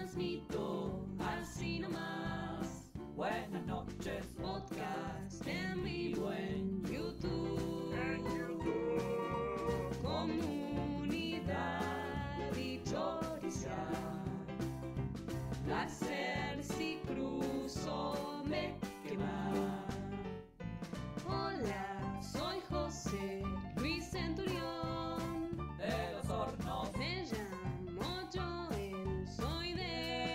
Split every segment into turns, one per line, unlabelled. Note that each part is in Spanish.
Chismito, así nomás.
Buenas noches,
Podcast en vivo en YouTube. Comunidad y choriza. Placer si cruzo me quema. Hola, soy José Luis Centurión.
de los hornos.
Me llamo Joel, soy de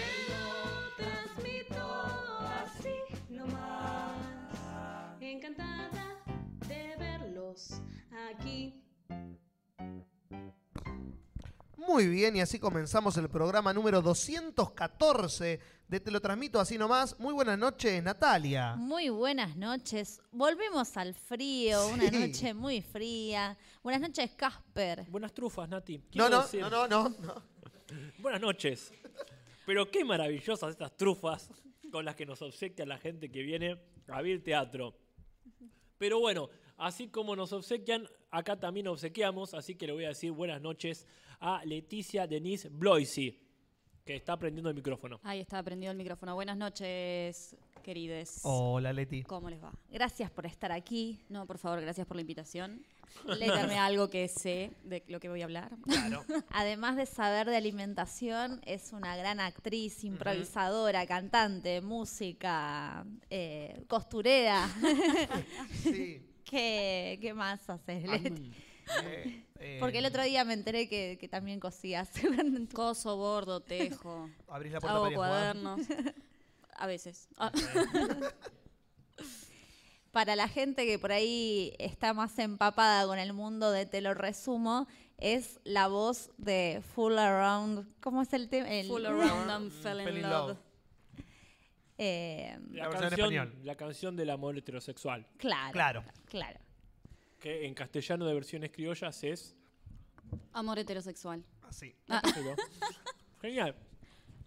Te lo transmito así nomás Encantada de verlos aquí
Muy bien, y así comenzamos el programa número 214 de Te lo transmito así nomás. Muy buenas noches, Natalia.
Muy buenas noches. Volvemos al frío,
Sí.
una noche muy fría. Buenas noches, Casper.
Buenas trufas, Nati.
No
Quiero
no,
decir-
no, no, no, no.
Buenas noches. Pero qué maravillosas estas trufas con las que nos obsequia la gente que viene a ver teatro. Pero bueno, así como nos obsequian, acá también obsequiamos, así que le voy a decir buenas noches a Leticia Denise Bloisi, que está prendiendo el micrófono.
Ah.
Ahí está prendido el micrófono. Buenas noches, querides.
Hola, Leti.
¿Cómo les va?
Gracias por estar aquí.
No, por favor, gracias por la invitación. Létame algo que sé de lo que voy a hablar.
Además de saber de alimentación, es una gran actriz, improvisadora, cantante, música, eh, costurera.
Sí.
¿Qué, qué más haces, Leti?
eh, eh,
Porque el otro día me enteré que, que también cosías.
Coso, bordo, tejo.
Abrís la puerta para
Hago
ir a jugar.
cuadernos. A veces. Ah,
Para la gente que por ahí está más empapada con el mundo de Te lo resumo, es la voz de Full Around. ¿Cómo es el tema? El-
Full around and fell
Fell
in
in
love.
love.
eh,
La versión en español.
la canción del amor heterosexual,
claro.
Claro.
Claro.
que en castellano de versiones criollas es...
Amor heterosexual. Ah.
Así.
Pero- Genial.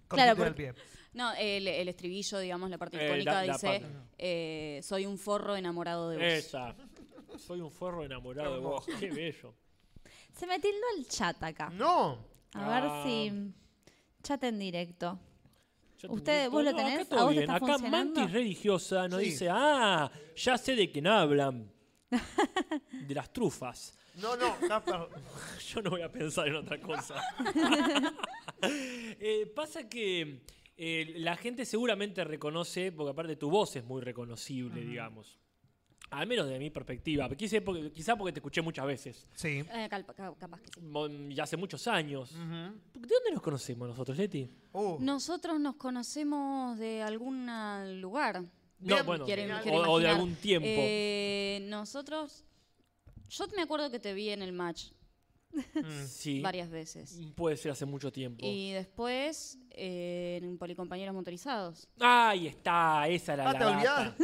Cortito
porque-
del pie.
No, el, el estribillo, digamos, la parte
Eh,
icónica
la- la
dice:
parte.
eh, Soy un forro enamorado de vos.
Esa. Soy un forro enamorado de vos. Qué bello.
Se me tildó el chat acá.
No.
A ver
Ah.
si. Chat en directo.
Yo
Usted-
te-
¿Eh, ¿vos lo
acá
tenés?
todo
¿A vos te
bien.
está
Acá
funcionando?
Mantis Religiosa nos
Sí.
dice, ah, ya sé de quién hablan. De las trufas.
No, no, Casper.
Yo no voy a pensar en otra cosa. Eh, pasa que eh, la gente seguramente reconoce, porque aparte tu voz es muy reconocible, digamos. Al menos de mi perspectiva. Quizá porque, quizá porque te escuché muchas veces.
Sí.
Eh, calpa- ca- capaz que sí.
Mon- Y hace muchos años. ¿De dónde nos conocemos nosotros, Leti?
Uh,
Nosotros nos conocemos de algún ah, lugar.
No,
Bien,
bueno,
Quieren-
o-
quiero
o de
imaginar.
algún tiempo.
Eh, nosotros. Yo me acuerdo que te vi en el match
sí.
Mm, varias veces.
Mm, Puede ser hace mucho tiempo.
Y después eh, en Policompañeros Motorizados.
Ahí está, esa era
Ah,
la
¿te
data.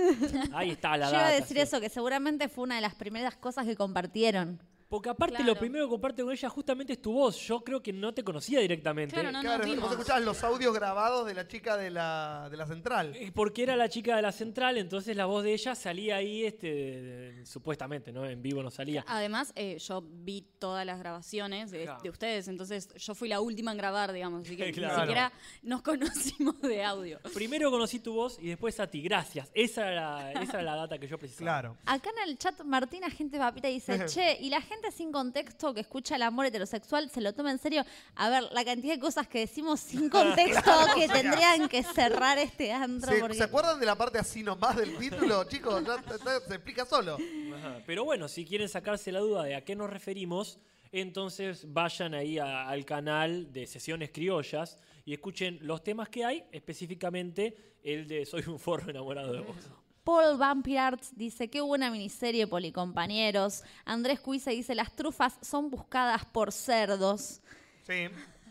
Ahí está la
Yo iba a
data,
decir
sí.
eso, que seguramente fue una de las primeras cosas que compartieron.
Porque aparte
Claro.
lo primero que comparte con ella justamente es tu voz. Yo creo que no te conocía directamente.
Claro, no
claro,
nos vimos.
vos escuchabas los audios grabados de la chica de la, de la central.
Eh, Porque era la chica de la central, entonces la voz de ella salía ahí, este, de- de- supuestamente, ¿no? En vivo no salía.
Además, eh, yo vi todas las grabaciones de,
Claro.
de ustedes, entonces yo fui la última en grabar, digamos, así que
Claro.
ni siquiera nos conocimos de audio.
Primero conocí tu voz y después a ti. Gracias. Esa era, esa era la data que yo precisaba.
Claro.
Acá en el chat Martina Gente Papita dice, che, y la gente sin contexto que escucha el amor heterosexual se lo toma en serio. A ver, la cantidad de cosas que decimos sin contexto que tendrían que cerrar este antro.
¿Se,
porque...
se acuerdan de la parte así nomás del título, chicos? Ya, ya- ya se explica solo.
Ajá. Pero bueno, si quieren sacarse la duda de a qué nos referimos, entonces vayan ahí a- al canal de Sesiones Criollas y escuchen los temas que hay, específicamente el de Soy un forro enamorado de vos.
Paul Vampirart dice, qué buena miniserie, policompañeros. Andrés Cuise dice, las trufas son buscadas por cerdos.
Sí.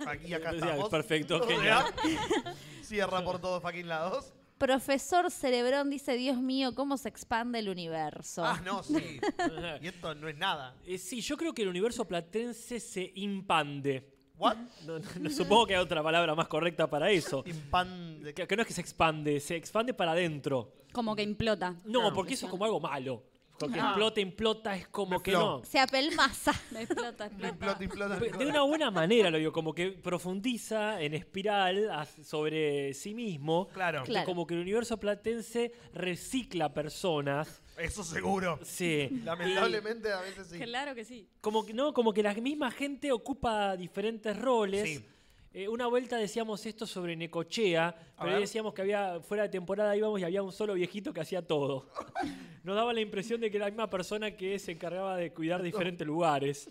Aquí y acá
Sí,
estamos.
perfecto,
O sea,
genial.
Cierra por todos fucking lados.
Profesor Cerebrón dice, Dios mío, cómo se expande el universo.
Ah, no, sí. Y esto no es nada.
Eh, sí, yo creo que el universo platense se impande.
What?
No, no, no, supongo que hay otra palabra más correcta para eso.
Timpan de-
Que, que no es que se expande, se expande para adentro.
Como que implota.
No, porque eso es como algo malo. Con que
Ah.
implota, implota, es como
Me
que
flow.
no.
Se apelmaza.
Me explota, explota.
Implota, implota,
Pe- De una buena manera lo digo, como que profundiza en espiral as- sobre sí mismo.
Claro,
Claro.
Como que el universo platense recicla personas.
eso seguro.
Sí.
Lamentablemente a veces sí.
Claro que sí.
como que no, como que la misma gente ocupa diferentes roles.
Sí.
Eh, una vuelta decíamos esto sobre Necochea, pero
ver.
ahí decíamos que había fuera de temporada íbamos y había un solo viejito que hacía todo. Nos daba la impresión de que era la misma persona que se encargaba de cuidar diferentes lugares.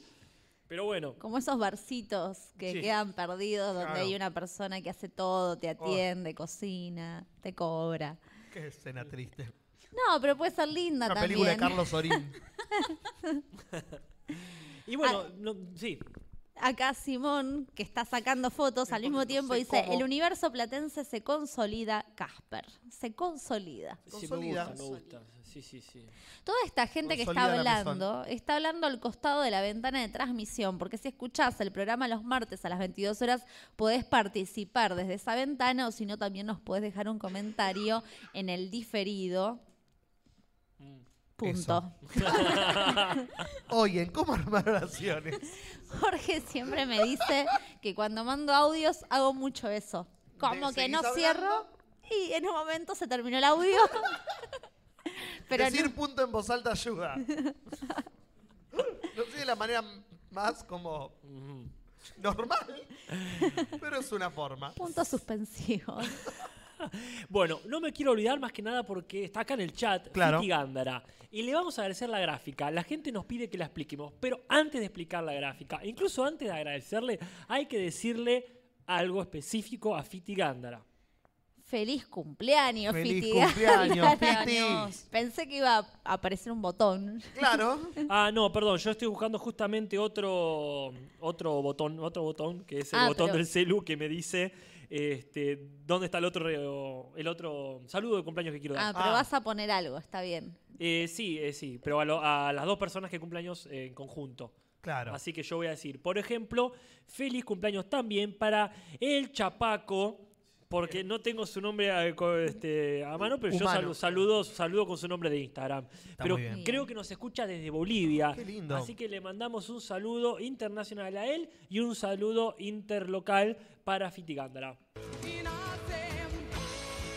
Pero bueno,
Como esos barcitos que
Sí.
quedan perdidos donde
Claro. Oh.
hay una persona que hace todo, te atiende, cocina, te cobra.
Qué escena triste.
No, pero puede ser linda
Una
también.
película de Carlos Sorín.
y bueno,
Ah.
no- sí,
Acá Simón, que está sacando fotos al mismo tiempo,
sé
dice,
cómo.
el universo platense se consolida, Casper, se consolida.
sí me
Consolida.
gusta, me gusta. Sí, sí, sí.
Toda esta gente que está
Consolida la
hablando, está hablando al costado de la ventana de transmisión, porque si escuchás el programa los martes a las 22 horas, podés participar desde esa ventana o si no, también nos podés dejar un comentario en el diferido. Punto.
Eso. Oye, ¿en cómo armar oraciones?
Jorge siempre me dice que cuando mando audios hago mucho eso. Como
¿De-
que
seguís
no
hablando?
cierro y en un momento se terminó el audio. Pero no-
Decir punto en voz alta ayuda. No sé de la manera más como mm,
Ujú.
normal, pero es una forma.
puntos suspensivos.
Bueno, no me quiero olvidar más que nada porque está acá en el chat
Claro.
Fiti Gándara. Y le vamos a agradecer la gráfica. La gente nos pide que la expliquemos, pero antes de explicar la gráfica, incluso antes de agradecerle, hay que decirle algo específico a Fiti Gándara.
Feliz cumpleaños,
Feliz
Fiti.
cumpleaños, Fiti.
Cumpleaños.
Pensé que iba a aparecer un botón.
Claro,
Ah, no, perdón, yo estoy buscando justamente otro, otro botón, otro botón, que es el
Ah,
botón
pero-
del celu que me dice este, dónde está el otro, reo- el otro saludo de cumpleaños que quiero dar.
Ah, pero
Ah.
vas a poner algo, está bien.
Eh, sí, eh, sí, pero a, lo- a las dos personas que cumplen años eh, en conjunto.
claro.
Así que yo voy a decir, por ejemplo, feliz cumpleaños también para el Chapaco, porque no tengo su nombre eh, co- este, a mano, pero
Humano.
yo salu- saludo, saludo con su nombre de Instagram. pero
muy bien.
creo que nos escucha desde Bolivia.
Qué lindo.
Así que le mandamos un saludo internacional a él y un saludo interlocal para Fitigándara.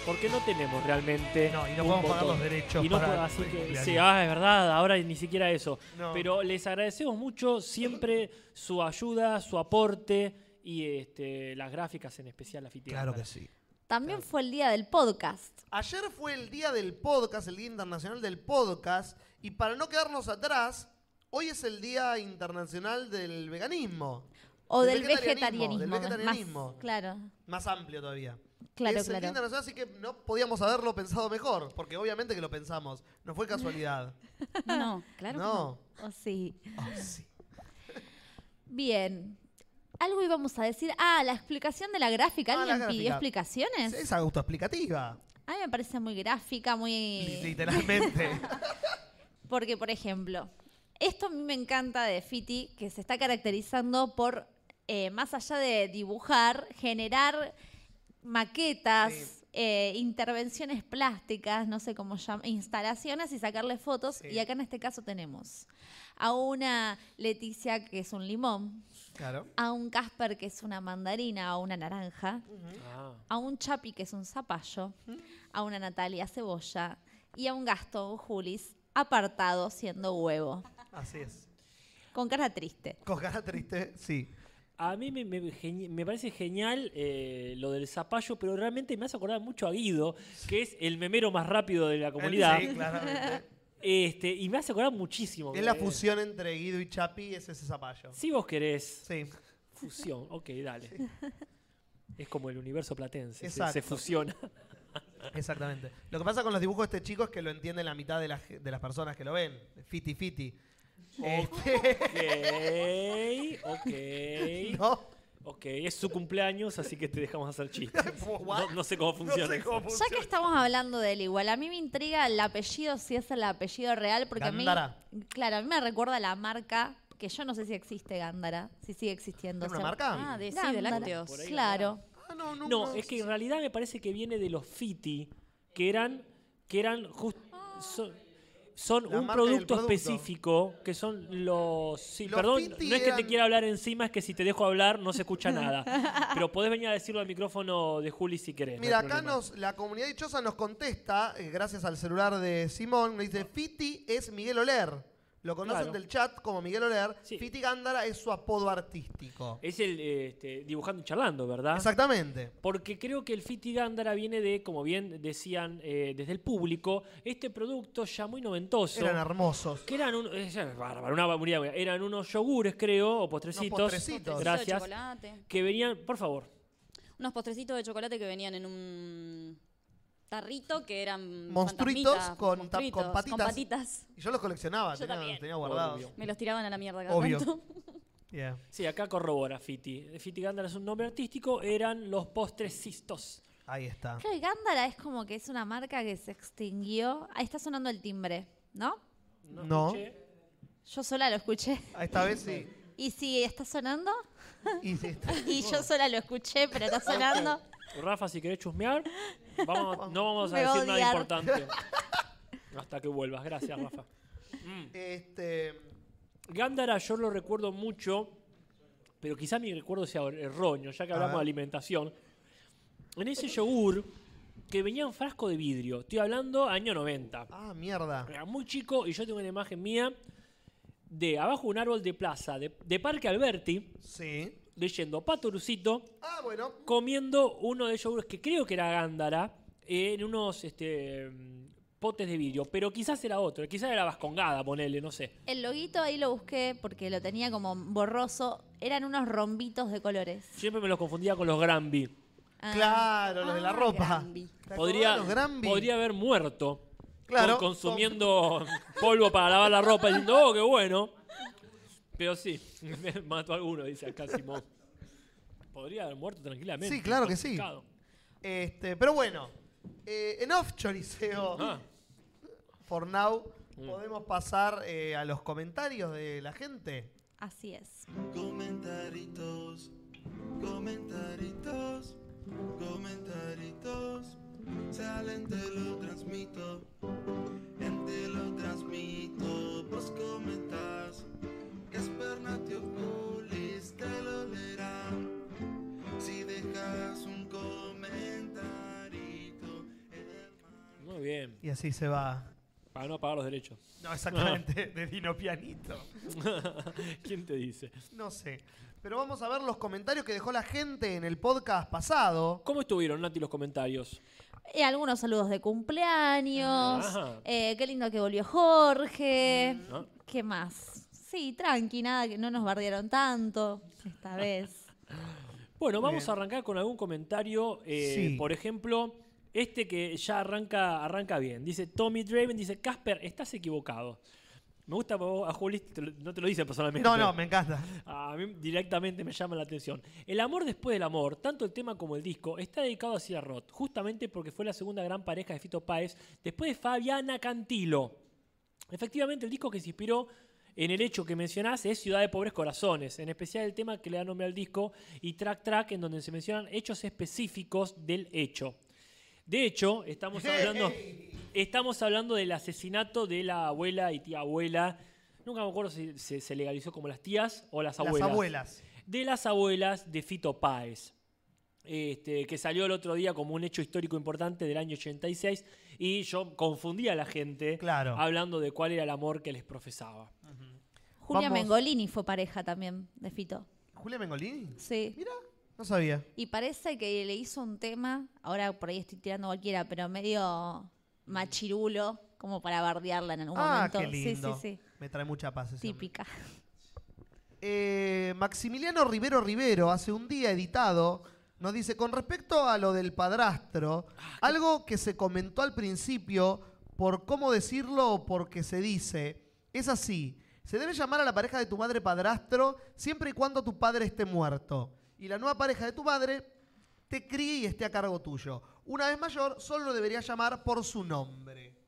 Porque no tenemos realmente.
No, y no
un
podemos pagar
botón.
los derechos
Y no
para
po-
el
así que,
cumpleaños.
sí, ah, es verdad, ahora ni siquiera eso.
No.
Pero les agradecemos mucho siempre su ayuda, su aporte y este, las gráficas en especial, la Fiti
Claro
Gándara.
que sí.
También fue el día del podcast.
Ayer fue el día del podcast, el Día Internacional del Podcast, y para no quedarnos atrás, hoy es el Día Internacional del Veganismo.
O
Del
del,
vegetarianismo,
vegetarianismo.
del
más-
vegetarianismo.
claro,
Más amplio todavía.
claro,
es el Día
claro.
Internacional, así que no podíamos haberlo pensado mejor, porque obviamente que lo pensamos. No fue casualidad.
No, no, claro. que
no.
Oh, sí.
Oh, sí.
Bien. Algo íbamos a decir. Ah, la explicación de la gráfica.
Ah, la
¿Alguien pidió
gráfica.
explicaciones?
Es autoexplicativa,
A mí me parece muy gráfica, muy...
literalmente.
Porque, por ejemplo, esto a mí me encanta de Fiti, que se está caracterizando por, eh, más allá de dibujar, generar maquetas,
Sí.
eh, intervenciones plásticas, no sé cómo llaman, instalaciones y sacarle fotos.
Sí.
Y acá en este caso tenemos a una Leticia que es un limón,
Claro.
a un Casper que es una mandarina o una naranja,
Ah,
a un Chapi que es un zapallo, a una Natalia Cebolla y a un Gastón Julis apartado siendo huevo,
Así es.
con cara triste.
Con cara triste, sí.
A mí me, me- geni- me parece genial eh, lo del zapallo, pero realmente me hace acordar mucho a Guido, que es el memero más rápido de la comunidad.
Sí, claramente.
Este, y me hace acordar muchísimo.
Es la
Eh,
fusión entre Guido y Chapi, es ese zapallo.
Si vos querés.
Sí.
Fusión, ok, dale. Es como el universo platense, se- se,
Exacto.
fusiona.
Exactamente. Lo que pasa con los dibujos de este chico es que lo entiende la mitad de, la ge- de las personas que lo ven. Fiti fiti.
Oh.
Este,
Ok, ok.
¿no?
Ok, es su cumpleaños, así que te dejamos hacer chistes.
What?
No, no sé cómo funciona.
No sé cómo
Ya que
funciona.
estamos hablando de él igual, a mí me intriga el apellido, si es el apellido real, porque
Gándara.
a mí, claro, a mí me recuerda a la marca que yo no sé si existe Gándara, si sigue existiendo.
¿Es una
o sea,
marca?
Ah, de, sí,
Gándara,
de lácteos.
Por ahí.
Claro.
Ah, no,
No,
no, no.
es que en realidad me parece que viene de los fiti, que eran, que eran justo... son
La
un
marca y el
producto,
producto.
específico que son los. Sí,
Los
perdón,
Fiti
no es que te
eran-
quiera hablar encima, es que si te dejo hablar no se escucha nada. Pero podés venir a decirlo al micrófono de Juli si querés. no hay
Mira, acá
problema.
nos, la comunidad dichosa nos contesta, eh, gracias al celular de Simón, nos dice, Fiti es Miguel Oler. Lo conocen
Claro.
del chat como Miguel Oler.
Sí.
Fiti Gándara es su apodo artístico.
Es el eh, este, dibujando y charlando, ¿verdad?
Exactamente.
Porque creo que el Fiti Gándara viene de, como bien decían eh, desde el público, este producto ya muy noventoso.
Eran hermosos.
que eran, un, eh, ya es bárbaro, una barbaridad, güey. eran unos yogures, creo, o postrecitos.
postrecitos.
Postrecitos de
Gracias.
chocolate.
Que venían, por favor.
Unos postrecitos de chocolate que venían en un tarrito que eran
Monstruitos
fantasmitas,
con ta-
monstruitos,
con patitas.
con patitas.
Y yo los coleccionaba,
Yo
tenía,
también.
tenía guardados.
Obvio.
Me los tiraban a la mierda cada
Obvio.
tanto.
Yeah.
Sí, acá corrobora Fiti. Fiti Gándara es un nombre artístico, eran los postrecitos.
Ahí está.
Claro, y Gándara es como que es una marca que se extinguió. Ahí está sonando el timbre, ¿no?
No.
escuché.
Yo sola lo escuché.
Ah, Esta vez sí.
Y si está sonando,
Y sí, está.
y yo sola lo escuché, pero está sonando.
Rafa, si querés chusmear, vamos- no vamos a
Me va a
decir nada
odiar.
importante. Hasta que vuelvas. Gracias, Rafa. Mm.
Este,
Gándara yo lo recuerdo mucho, pero quizá mi recuerdo sea erróneo, ya que
A
hablamos de
ver.
alimentación. En ese yogur que venía en frasco de vidrio, estoy hablando año 90.
ah, mierda.
Era muy chico y yo tengo una imagen mía de abajo de un árbol de plaza, de, de Parque Alberti,
Sí.
leyendo Patorucito,
Ah, bueno.
comiendo uno de esos yogures que creo que era Gándara, en unos este, mm, potes de vidrio, pero quizás era otro, quizás era Vascongada, ponele, no sé.
El loguito ahí lo busqué porque lo tenía como borroso. Eran unos rombitos de colores.
Siempre me los confundía con los Granby.
Ah.
Claro, los de la
Ah,
ropa.
Granby.
¿Te acordás
podría,
los Granby?
podría haber muerto
Claro.
con- consumiendo polvo para lavar la ropa diciendo, oh, qué bueno. Pero sí, me mató a alguno, dice acá Simón. Podría haber muerto tranquilamente.
Sí, claro que sí.
intoxicado.
Este, pero bueno. Eh, enough choriceo.
Ah,
For now.
Mm.
Podemos pasar eh, a los comentarios de la gente.
Así es.
Comentaritos, comentaritos, comentaritos. Salen, te lo transmito, en te lo transmito. Vos comentas, Casper Natio Pulis te lo leerá. Si dejas un comentarito, hermano.
muy bien.
Y así se va.
Para no pagar los derechos.
No, exactamente. De Dino Pianito.
¿Quién te dice?
No sé. Pero vamos a ver los comentarios que dejó la gente en el podcast pasado.
¿Cómo estuvieron, Nati, los comentarios?
Y Eh, algunos saludos de cumpleaños.
Ajá.
Eh, qué lindo que volvió Jorge.
Mm.
¿No?
¿Qué más? Sí, tranqui, nada, que no nos bardearon tanto esta vez.
Bueno, vamos
Bien.
a arrancar con algún comentario. eh,
Sí.
Por ejemplo, este que ya arranca, arranca bien. Dice Tommy Draven, dice, Casper, estás equivocado. Me gusta porque vos a Juli te lo- no te lo dice personalmente.
No, no, me encanta.
A mí directamente me llama la atención. El amor después del amor, tanto el tema como el disco, está dedicado a Cira Roth, justamente porque fue la segunda gran pareja de Fito Páez, después de Fabiana Cantilo. Efectivamente, el disco que se inspiró en el hecho que mencionás es Ciudad de Pobres Corazones, en especial el tema que le da nombre al disco y Track Track, en donde se mencionan hechos específicos del hecho. De hecho, estamos hablando, estamos hablando del asesinato de la abuela y tía abuela. Nunca me acuerdo si se, se legalizó como las tías o las abuelas.
Las abuelas.
De las abuelas de Fito Páez. Este, que salió el otro día como un hecho histórico importante del año 86 y yo confundía a la gente
Claro.
hablando de cuál era el amor que les profesaba.
Julia
Vamos.
Mengolini fue pareja también de Fito.
¿Julia Mengolini?
Sí.
Mira, no sabía.
Y parece que le hizo un tema, ahora por ahí estoy tirando cualquiera, pero medio machirulo, como para bardearla en algún
ah,
momento.
qué lindo.
Sí, sí, sí.
Me trae mucha paz. ese hombre.
Típica.
Eh, Maximiliano Rivero Rivero, hace un día editado, nos dice, con respecto a lo del padrastro, algo que se comentó al principio por cómo decirlo o porque se dice, es así, se debe llamar a la pareja de tu madre padrastro siempre y cuando tu padre esté muerto y la nueva pareja de tu madre te críe y esté a cargo tuyo. Una vez mayor, solo lo debería llamar por su nombre.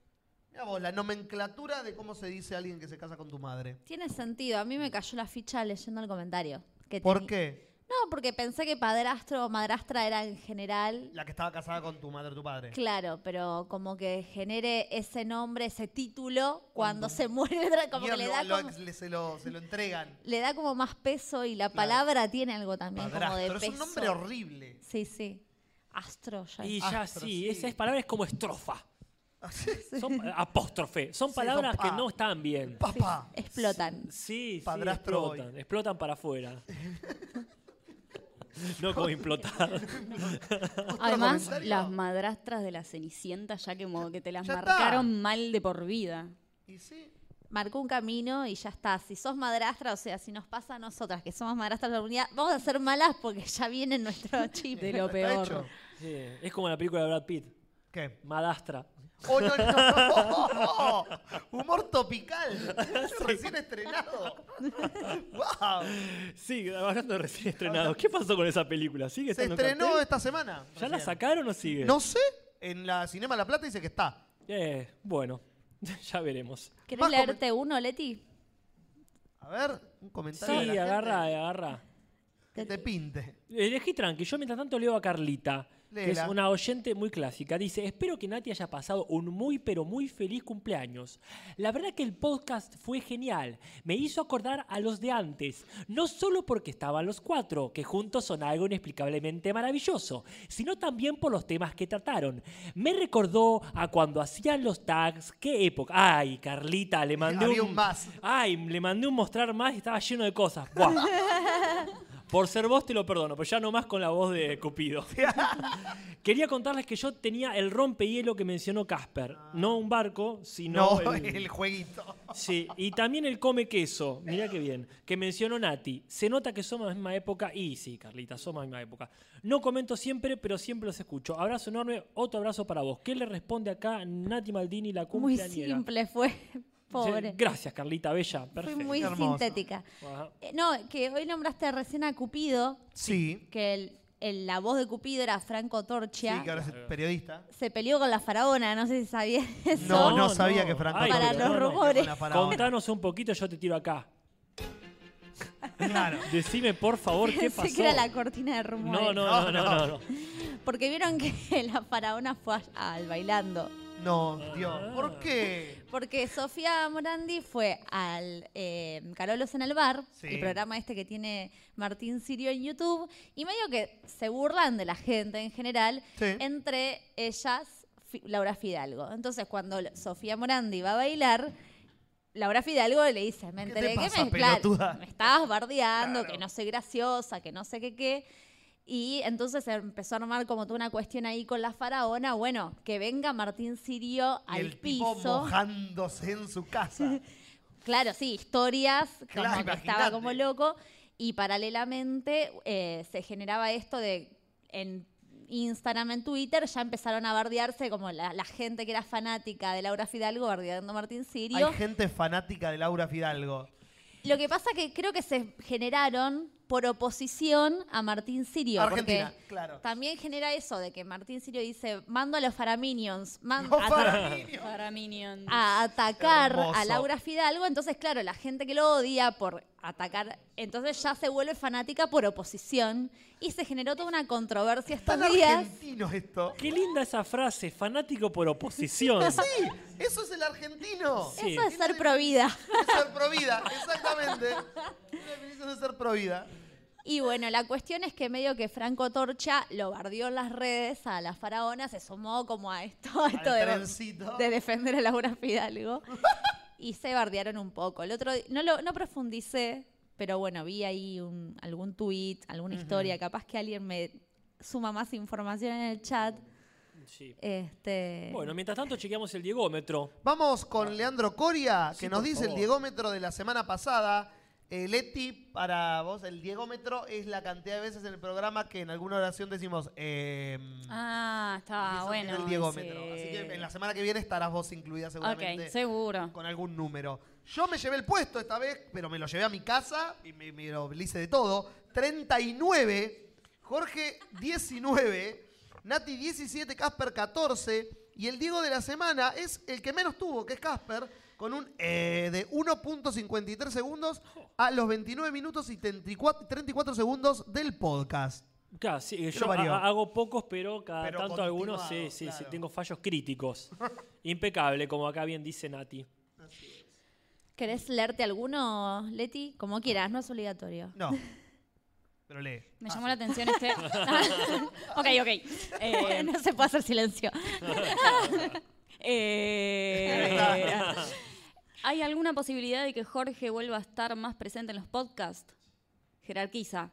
Mirá vos, la nomenclatura de cómo se dice a alguien que se casa con tu madre.
Tiene sentido, a mí me cayó la ficha leyendo el comentario. que
¿Por
teni-
qué?
No, porque pensé que padrastro o madrastra era en general.
La que estaba casada con tu madre o tu padre.
Claro, pero como que genere ese nombre, ese título, cuando se muere, el dra- como que
Mierda,
le da
lo-
como,
le- se, lo, se lo entregan.
le da como más peso y la palabra tiene algo también como de
Padrastro.
peso.
Es un nombre horrible.
Sí, sí. Astro ya.
Y
es-
ya
Astro,
sí,
Ah, sí. Ah,
esas palabras como estrofa. Son pa- apóstrofe. Son
Sí,
palabras
papá.
que no están bien.
Papá.
Explotan.
Sí, sí,
Padrastro
explotan. Explotan para afuera. no como implotar.
¿Otro
Además,
comentario?
las madrastras de la Cenicienta, ya que, como que te las
Ya está.
marcaron mal de por vida.
Y sí.
Marcó un camino y ya está. Si sos madrastra, o sea, si nos pasa a nosotras que somos madrastras de la comunidad, vamos a ser malas porque ya viene nuestro chip.
De lo
está
peor.
hecho.
Sí, Es como la película de Brad Pitt.
¿Qué?
Madastra.
¡Oh, no, no! Humor topical. Recién estrenado. ¡Wow!
Sí, hablando de recién estrenado. ¿Qué pasó con esa película? ¿Sigue
Se
estando en
estrenó
cartel?
esta semana.
¿Ya la
recién.
sacaron o sigue?
No sé. En la Cinema La Plata dice que está.
Eh, bueno, ya veremos.
¿Querés
Más comen-
leerte uno, Leti?
A ver, un
Sí,
comentario. de la gente
agarra, agarra.
Que te pinte.
Elegí tranqui, yo mientras tanto leo a Carlita, que es
Léela.
una oyente muy clásica. Dice, espero que Nati haya pasado un muy pero muy feliz cumpleaños. La verdad que el podcast fue genial, me hizo acordar a los de antes, no solo porque estaban los cuatro, que juntos son algo inexplicablemente maravilloso, sino también por los temas que trataron. Me recordó a cuando hacían los tags, qué época. Ay, Carlita, le mandé
Había un más.
Ay, le mandé un mostrar más y estaba lleno de cosas. Buah. Por ser vos te lo perdono, pero ya no más con la voz de Cupido. Quería contarles que yo tenía el rompehielo que mencionó Casper. No un barco, sino.
Ah. No, el jueguito.
Sí, y también el come queso. Mirá qué bien. Que mencionó Nati. Se nota que somos de la misma época. Y sí, Carlita, somos de la misma época. No comento siempre, pero siempre los escucho. Abrazo enorme, otro abrazo para vos. ¿Qué le responde acá Nati Maldini, la
Muy
cumpleañera?
simple fue. Pobre.
Sí, Gracias, Carlita, bella.
Fue
Perfecto.
muy
Qué hermoso.
sintética.
Ajá.
Eh, No, que hoy nombraste recién a Cupido,
Sí.
que el- el- la voz de Cupido era Franco
Sí,
Torchia.
que ahora es periodista.
Se peleó con la faraona, no sé si sabías eso.
No,
No,
no, sabía
no.
que Franco
Ay,
para
pero
los
no, no.
rumores.
Una faraona.
Contanos un poquito, yo te tiro acá.
Claro.
Decime, por favor, qué
Pensé
pasó.
que era la cortina de
no, no,
rumores.
no, no, no, no.
Porque vieron que la faraona fue a- al bailando.
No, Dios. ¿Por qué?
Porque Sofía Morandi fue al eh, Carolos en el Bar,
Sí.
el programa este que tiene Martín Sirio en YouTube, y medio que se burlan de la gente en general,
Sí.
entre ellas Fi- Laura Fidalgo. Entonces, cuando L- Sofía Morandi va a bailar, Laura Fidalgo le dice, me
¿Qué te
enteré que
pasa,
me, claro,
pelotuda?
me estabas bardeando,
Claro.
que no soy graciosa, que no sé qué qué. Y entonces empezó a armar como toda una cuestión ahí con la faraona. Bueno, que venga Martín Sirio
Y
al
el
piso.
tipo mojándose en su casa.
Claro, sí, historias,
Claro,
como que estaba
imagínate.
como loco. Y paralelamente eh, se generaba esto de en Instagram, en Twitter, ya empezaron a bardearse como la, la gente que era fanática de Laura Fidalgo bardeando a Martín Sirio.
Hay gente fanática de Laura Fidalgo.
Lo que pasa que creo que se generaron por oposición a Martín Sirio.
Argentina,
porque
claro.
También genera eso de que Martín Sirio dice, mando a los Faraminions, mando
No, Faraminion.
Para Minion.
a atacar
Hermoso.
a Laura Fidalgo, entonces claro, la gente que lo odia por atacar, entonces ya se vuelve fanática por oposición y se generó toda una controversia estos
Tan
días.
argentino esto.
Qué linda esa frase, fanático por oposición.
Sí, eso es el argentino.
Sí.
Eso es ser provida.
Es ser provida, exactamente. Una definición de ser provida.
Y bueno, la cuestión es que medio que Franco Torcha lo bardió en las redes a la faraona, se sumó como a esto, a esto
trencito.
de, de defender a Laura Fidalgo. y se bardearon un poco. El otro di- no lo no profundicé, pero bueno, vi ahí un- algún tweet, alguna historia, capaz que alguien me suma más información en el chat.
Sí.
Este
Bueno, mientras tanto chequeamos el diegómetro.
Vamos con Leandro Coria, que
Sí,
nos
por
dice el
favor.
diegómetro de la semana pasada. Eh, Leti, para vos, el diegómetro es la cantidad de veces en el programa que en alguna oración decimos. eh,
Ah,
y
estaba
eso tiene
bueno.
El diegómetro.
ese.
Así que en la semana que viene estarás vos incluida seguramente.
Ok, seguro.
Con algún número. Yo me llevé el puesto esta vez, pero me lo llevé a mi casa y me, me lo le hice de todo. 39, Jorge 19, Nati 17, Casper 14, Y el Diego de la semana es el que menos tuvo, que es Casper, con un eh, de 1.53 segundos a los 29 minutos y 34, 34 segundos del podcast.
Claro, sí, yo
lo parió.
ha- hago pocos, pero cada
Pero
tanto algunos sí,
continuado,
sí, sí,
claro.
tengo fallos críticos. Impecable, como acá bien dice Nati.
¿Querés leerte alguno, Leti? Como quieras, no es obligatorio.
No. Pero lee. Ah,
Me
Ah,
llamó la atención este. ok, ok. Eh,
no se puede hacer silencio.
eh, ¿Hay alguna posibilidad de que Jorge vuelva a estar más presente en los podcasts? Jerarquiza.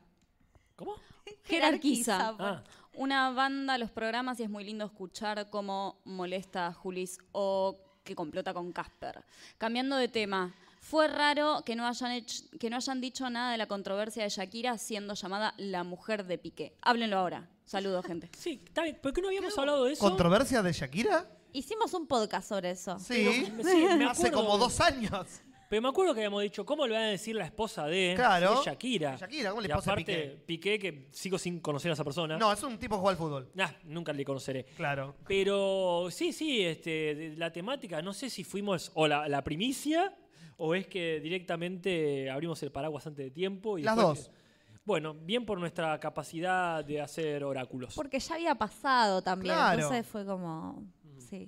¿Cómo?
Jerarquiza.
Ah,
Una banda, los programas, y es muy lindo escuchar cómo molesta a Julis o que complota con Casper. Cambiando de tema, fue raro que no, hayan hech- que no hayan dicho nada de la controversia de Shakira siendo llamada la mujer de Piqué. Háblenlo ahora. Saludos, gente.
sí, está bien. ¿Por qué no habíamos hablado de eso?
¿Controversia de Shakira?
Hicimos un podcast sobre eso.
Sí.
sí, me
Hace
acuerdo.
como dos años.
Pero me acuerdo que habíamos dicho, ¿cómo le van a decir la esposa de,
Claro.
de Shakira?
Shakira, ¿cómo le
y
esposa de
aparte, Piqué, que sigo sin conocer a esa persona.
No, es un tipo que juega al fútbol.
Nah, nunca le conoceré.
Claro.
Pero sí, sí, este, de- la temática, no sé si fuimos o la, la primicia o es que directamente abrimos el paraguas antes de tiempo. Y
Las
después-
dos.
Bueno, bien por nuestra capacidad de hacer oráculos.
Porque ya había pasado también.
Claro. Mm.
Entonces fue como. Sí.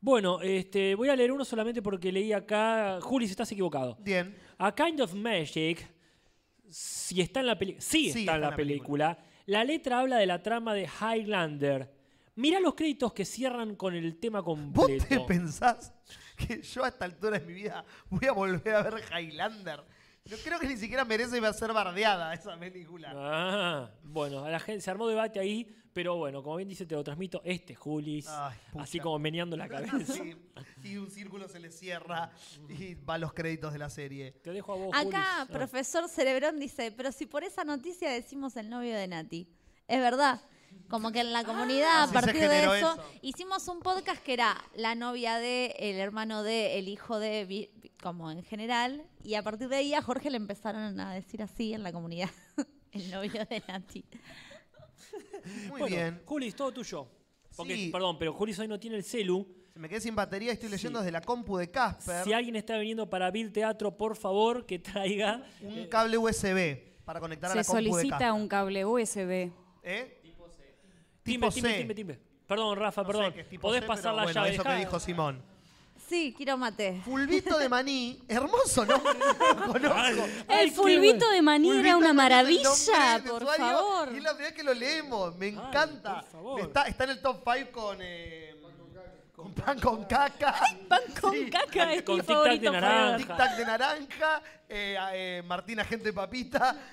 Bueno, este, voy a leer uno solamente porque leí acá. Juli, si estás equivocado.
Bien.
A Kind of Magic, si está en la película. Sí, está en la, película. La letra habla de la trama de Highlander. Mirá los créditos que cierran con el tema
¿Vos
completo.
te pensás que yo a esta altura de mi vida voy a volver a ver Highlander? No creo que ni siquiera merece ser bardeada esa película.
Ah, bueno, a la gente se armó debate ahí, pero bueno, como bien dice, te lo transmito este Julis,
Ay, pucha.
así como meneando la cabeza.
Sí, y un círculo se le cierra y va a los créditos de la serie.
Te dejo a vos, Julis.
Acá,
Ah.
profesor Cerebrón dice: Pero si por esa noticia decimos el novio de Nati. Es verdad. Como que en la comunidad, a
Así Ah, se
partir de
generó
eso,
eso.
hicimos un podcast que era la novia de, el hermano de, el hijo de, vi- vi- como en general. Y a partir de ahí a Jorge le empezaron a decir así en la comunidad: El novio de Nati.
Muy
Bueno,
bien.
Julis, todo tuyo. Porque,
Sí.
perdón, pero Julis hoy no tiene el celu.
Se me quedé sin batería y estoy leyendo
Sí.
desde la compu de Casper
Si alguien está viniendo para Bill Teatro, por favor, que traiga.
un cable USB para conectar a la
Se
compu de
solicita
Casper.
un cable USB.
¿Eh?
Timbre,
Tipo
timbre,
C.
timbre, timbre. Perdón, Rafa,
No sé
perdón.
qué es tipo
Podés
C,
pasar
pero
la
bueno,
llave.
Eso que
dejá-
dijo Simón.
Sí, quiero mate.
Fulvito de maní, hermoso nombre, no lo conozco.
Ay,
El
qué
fulbito de maní
Fulvito
era una
Hernández, nombre
maravilla,
de
por
usuario,
favor.
Y es la primera vez que lo leemos, me encanta.
por favor.
Está, está en el top 5 con, eh, con pan con caca,
Pan con caca
Con-
es
con
mi
tic-tac de
favorito. por
naranja.
ahora.
tic tac de naranja, eh, a- eh, Martina gente papita,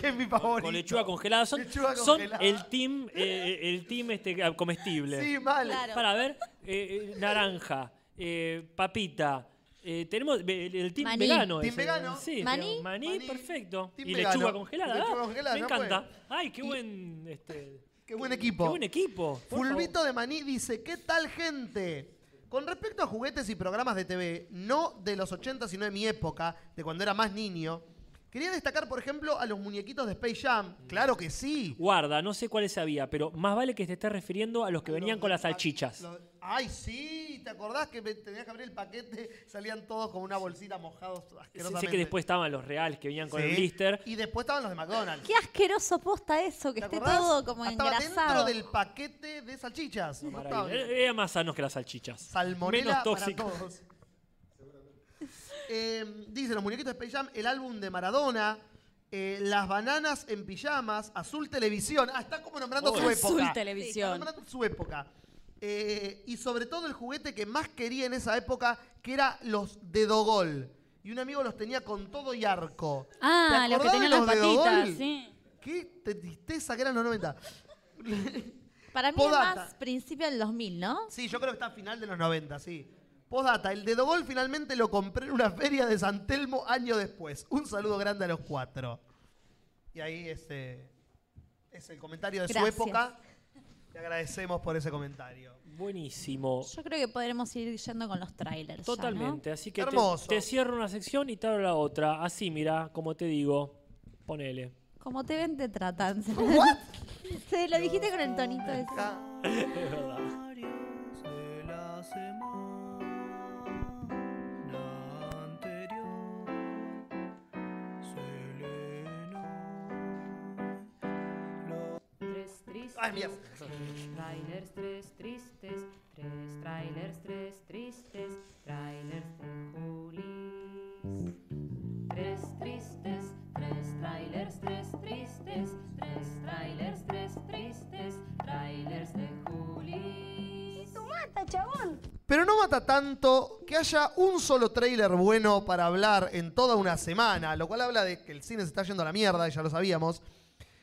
que es mi favorito.
Con lechuga congelada. Son,
Lechuga
son
congelada.
el team, eh, el team este, comestible.
Sí, mal.
Claro.
Para ver, eh, eh, naranja, eh, papita. eh, tenemos ve- el, el team
Maní.
vegano.
Team
ese.
vegano.
Sí,
Maní.
pero Maní,
Maní.
perfecto.
Team
y
vegano.
lechuga congelada.
Lechuga
¿verdad?
congelada,
Me
no
encanta. Ay, qué buen, este,
Qué buen
qué
equipo.
buen equipo. por
Fulvito de Maní dice, ¿qué tal gente? Con respecto a juguetes y programas de TV, no de los 80 sino de mi época, de cuando era más niño, quería destacar, por ejemplo, a los muñequitos de Space Jam. Claro que sí.
Guarda, no sé cuáles había, pero más vale que te estés refiriendo a los que venían
Los-
con las
a-
salchichas.
los- ay, sí, ¿te acordás que me- tenías que abrir el paquete? Salían todos con una bolsita mojados
Sé-
asquerosamente.
Sé que después estaban los reales que venían con el
Sí.
blister.
Y después estaban los de McDonald's.
Qué asqueroso posta eso, que
¿Te
esté
acordás?
todo como
Estaba
engrasado.
dentro del paquete de salchichas. No
Maravilla.
estaba-
Eh, Eran más sanos que las salchichas.
Salmonella
Menos
para
tóxico.
todos. Eh, dice, los muñequitos de Space Jam, el álbum de Maradona, eh, las bananas en pijamas, Azul Televisión. Ah, está como nombrando su época.
Azul
Está
Televisión.
nombrando su época. Eh, y sobre todo el juguete que más quería en esa época, que era los Dedogol. Y un amigo los tenía con todo y arco.
Ah, los
¿Te
que
acordás
tenían
de
las
Dedogol?
patitas, sí.
Qué tristeza que eran los 90.
Para mí
Podata.
es más principio del 2000, ¿no?
Sí, yo creo que está a final de los 90, sí. Postdata, el dedogol finalmente lo compré en una feria de San Telmo año después. Un saludo grande a los cuatro. Y ahí este es el comentario de
Gracias.
su época. Te agradecemos por ese comentario.
Buenísimo.
Yo creo que podremos ir yendo con los trailers. ya, ¿no?
Totalmente. Así que te,
Hermoso.
te cierro una sección y te abro la otra. Así, mira, como te digo. Ponele.
Como te ven, te tratan.
¿What?
Se lo dijiste con el tonito ese.
Es verdad.
Ay, mierda.
Trailers tres tristes, tres trailers tres tristes, trailers de Julis. Tres tristes, tres trailers tres tristes, tres trailers tres tristes, trailers de Julis.
Pero no mata tanto que haya un solo tráiler bueno para hablar en toda una semana, lo cual habla de que el cine se está yendo a la mierda, y ya lo sabíamos.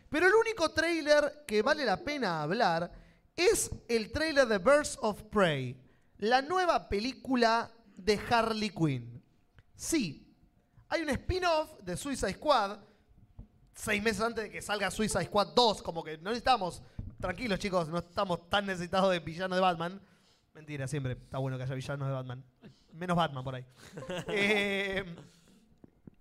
Pero el único tráiler que vale la pena hablar es el tráiler de Birds of Prey, la nueva película de Harley Quinn. Sí, hay un spin-off de Suicide Squad, seis meses antes de que salga Suicide Squad 2, como que no necesitamos, tranquilos chicos, no estamos tan necesitados de villano de Batman. Mentira, siempre está bueno que haya villanos de Batman. Menos Batman por ahí. Eh,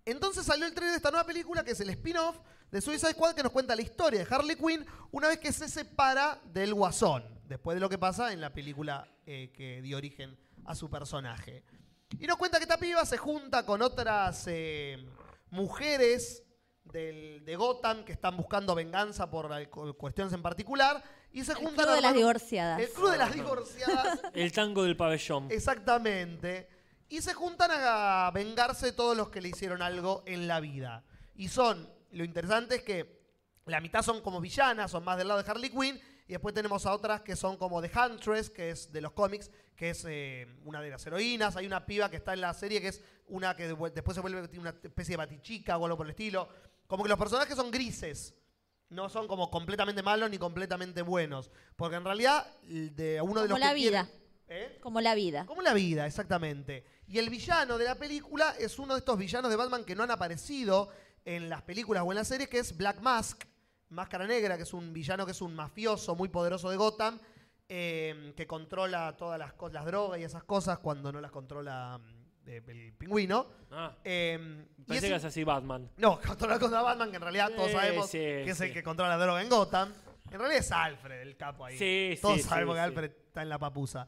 entonces salió el trailer de esta nueva película que es el spin-off de Suicide Squad que nos cuenta la historia de Harley Quinn una vez que se separa del Guasón, después de lo que pasa en la película eh, que dio origen a su personaje. Y nos cuenta que esta piba se junta con otras eh, mujeres del- de Gotham que están buscando venganza por eh, cu- cuestiones en particular y se
El
juntan
club
a
de las
armar-
divorciadas.
el Club de las Divorciadas
El tango del pabellón.
Eh, Exactamente. Y se juntan a vengarse de todos los que le hicieron algo en la vida. Y son, lo interesante es que la mitad son como villanas, son más del lado de Harley Quinn. Y después tenemos a otras que son como The Huntress, que es de los cómics, que es eh, una de las heroínas. Hay una piba que está en la serie, que es una que devu- después se vuelve tiene una especie de batichica o algo por el estilo. Como que los personajes son grises. No son como completamente malos ni completamente buenos. Porque en realidad, de uno de
Como
los
la
que quiere-
vida.
¿Eh?
Como la vida.
Como la vida, exactamente. Y el villano de la película es uno de estos villanos de Batman que no han aparecido en las películas o en las series, que es Black Mask, Máscara Negra, que es un villano que es un mafioso muy poderoso de Gotham, eh, que controla todas las, co- las drogas y esas cosas cuando no las controla mm, eh, el pingüino.
Ah,
Eh, y
pensé
es-
que es así Batman.
no, controlar contra Batman, que en realidad todos
Sí,
sabemos
sí,
que es
sí.
el que controla la droga en Gotham. En realidad es Alfred el capo ahí.
Sí,
todos
sí,
sabemos
sí,
que
sí.
Alfred está en la papusa.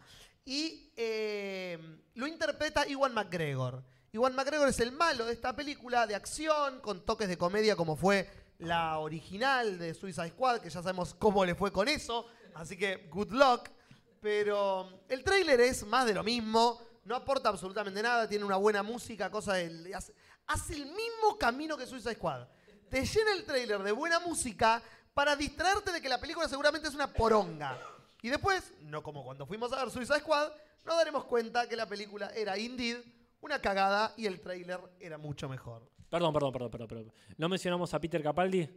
Y eh, lo interpreta Iwan McGregor. Iwan McGregor es el malo de esta película de acción, con toques de comedia como fue la original de Suicide Squad, que ya sabemos cómo le fue con eso. Así que, good luck. Pero mm, el tráiler es más de lo mismo, no aporta absolutamente nada, tiene una buena música, cosa del- hace, hace el mismo camino que Suicide Squad. Te llena el tráiler de buena música para distraerte de que la película seguramente es una poronga. Y después, no como cuando fuimos a ver Suicide Squad, nos daremos cuenta que la película era indeed una cagada y el tráiler era mucho mejor.
Perdón, perdón, perdón, perdón, perdón. ¿No mencionamos a Peter Capaldi?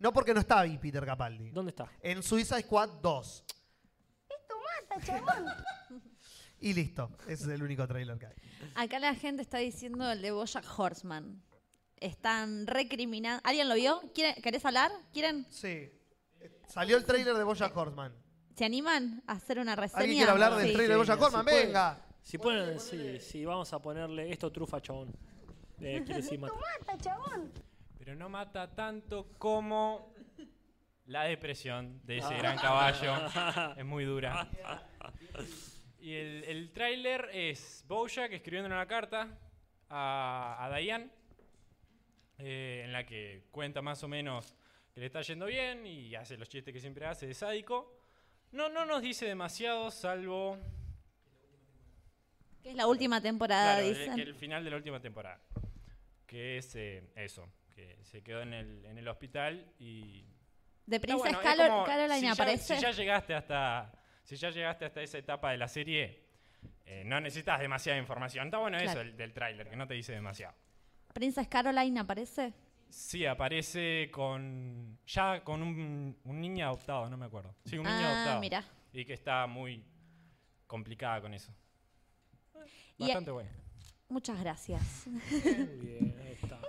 No porque no está ahí Peter Capaldi.
¿Dónde está?
En Suicide Squad 2. Y listo, ese es el único tráiler que hay.
Acá la gente está diciendo el de Bojack Horseman. Están recriminando. ¿Alguien lo vio? ¿Quieren- ¿Querés hablar? ¿Quieren?
Sí. Eh, Salió el tráiler de Boya Horseman.
¿Se animan a hacer una reseña?
¿Alguien quiere hablar del
Sí.
tráiler de Boya
Genia,
Horseman?
si puede.
Venga.
Si pueden, sí, sí, vamos a ponerle esto trufa, chabón. Eh, quiero decir, mata.
Pero no mata tanto como la depresión de ese gran caballo. Es muy dura. Y el, el tráiler es Bojack escribiendo una carta a, a Diane, eh, en la que cuenta más o menos que le está yendo bien y hace los chistes que siempre hace de sádico. No, no nos dice demasiado, salvo
Que es la última temporada,
Claro, el-
dicen.
que el final de la última temporada. Que es eh, eso, que se quedó en el, en el hospital y...
De
Está
Princess
bueno, es
Carol-
como
Caroline
si ya-
aparece.
si ya llegaste hasta... Si ya llegaste hasta esa etapa de la serie, eh, no necesitas demasiada información. Está bueno eso
Claro.
el- del tráiler, que no te dice demasiado.
Princess Caroline aparece.
Sí, aparece con... Ya con un, un niño adoptado, no me acuerdo. Sí, un niño
Ah,
adoptado.
mirá.
Y que está muy complicada con eso.
Y-
Bastante bueno.
Muchas gracias.
Muy bien, ahí está.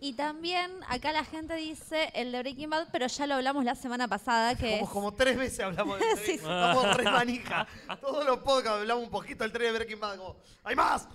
Y también acá la gente dice el de Breaking Bad, pero ya lo hablamos la semana pasada, que
Como,
es-
como tres veces hablamos del tráiler.
Sí, sí.
Estamos re manija. Todos los podcasts hablamos un poquito del tráiler de Breaking Bad. Como, ¡Hay más!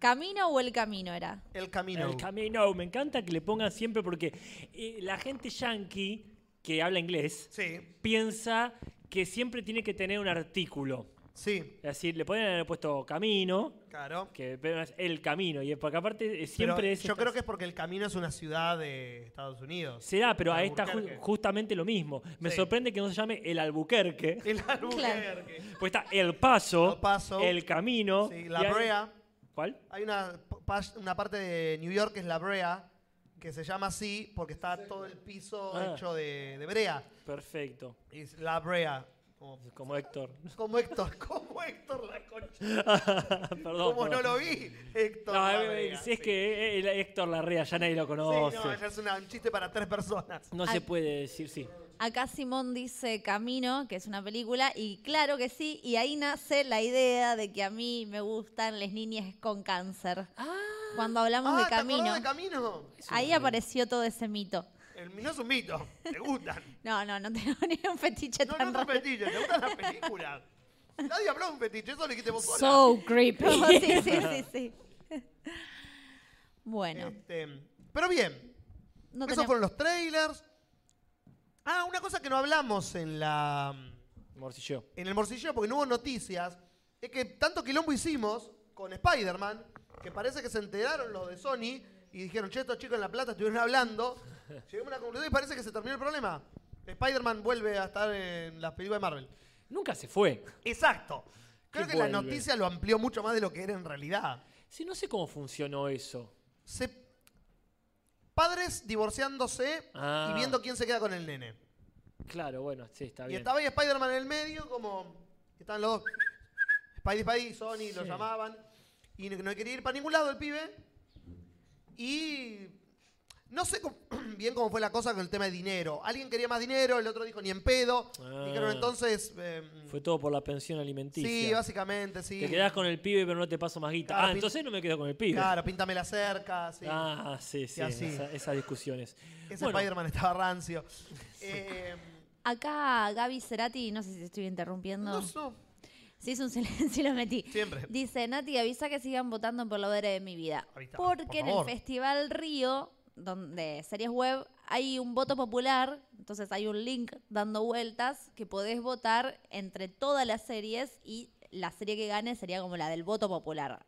Camino o el Camino era.
El camino.
El camino. Me encanta que le pongan siempre porque eh, la gente yankee que habla inglés
sí.
piensa que siempre tiene que tener un artículo.
Sí,
Es decir, le podrían haber puesto camino,
claro.
que pero es el camino, y porque aparte eh,
Pero
siempre es.
yo
esta-
creo que es porque el camino es una ciudad de Estados Unidos.
Será, pero a
de
esta ju-
Albuquerque.
justamente lo mismo. Me
Sí.
sorprende que no se llame el Albuquerque.
El Albuquerque.
Pues está el paso,
El Paso.
camino.
Sí,
y
la
hay-
Brea.
¿Cuál?
Hay una, pa- una parte de New York que es la Brea, que se llama así porque está todo el piso
Ah.
hecho de, de brea.
Perfecto.
Es la Brea. Como,
Como Héctor.
como Héctor, como Héctor la concha.
Perdón.
Como no
perdón.
lo vi, Héctor.
No,
la
eh,
Brea,
si es
sí.
que eh, el Héctor Larrea ya nadie lo
Sí,
conoce.
no, ya es una- un chiste para tres personas.
no
Ay.
se puede decir, sí.
Acá Simón dice Camino, que es una película, y claro que sí, y ahí nace la idea de que a mí me gustan las niñas con cáncer. Cuando hablamos
Ah,
de
¿te acordás
Camino,
de camino?
ahí apareció todo ese mito.
El mío es un mito. Te gustan.
No, no, no tengo ni un fetiche
No, no
tan
es un
raro.
fetiche, te gustan las películas. Nadie habló de un fetiche, eso lo dijiste vos sola.
So creepy.
sí, sí, sí, sí. Bueno,
Este, pero bien,
no
esos
tenemos-
fueron los trailers. Ah, una cosa que no hablamos en la
Morcillo.
en el morcillo porque no hubo noticias es que tanto quilombo hicimos con Spider-Man que parece que se enteraron los de Sony y dijeron, "Che, estos chicos en La Plata estuvieron hablando." Llegamos a una conclusión y parece que se terminó el problema. Spider-Man vuelve a estar en las películas de Marvel.
Nunca se fue.
Exacto. Creo
Que
que la
vuelve.
noticia lo amplió mucho más de lo que era en realidad.
Sí, no sé cómo funcionó eso.
Se- Padres divorciándose
Ah.
y viendo quién se queda con el nene.
Claro, bueno, sí, está
y
bien.
estaba ahí Spider-Man en el medio, como. y Estaban los dos. Spidey, Spidey, Sony, lo
Sí.
llamaban. Y no no quería ir para ningún lado el pibe. Y. No sé cómo- bien cómo fue la cosa con el tema de dinero. Alguien quería más dinero, el otro dijo ni en pedo.
Ah.
Dijeron entonces. em,
Fue todo por la pensión alimenticia.
sí, básicamente, sí.
Te quedás con el pibe, pero no te paso más guita.
Claro,
ah,
pin-
entonces no me quedo con el pibe.
Claro, píntame la cerca, sí.
Ah, sí, sí,
así.
esa- esas discusiones.
Ese
Bueno,
Spider-Man estaba rancio. Em,
acá Gaby Cerati, no sé si estoy interrumpiendo.
no, no,
Si hizo un silencio y lo metí.
Siempre.
Dice, Nati, avisa que sigan votando por la vera de mi vida.
Avisa,
porque
por
en el
favor.
Festival Río, donde series web, hay un voto popular, entonces hay un link dando vueltas que podés votar entre todas las series y la serie que gane sería como la del voto popular.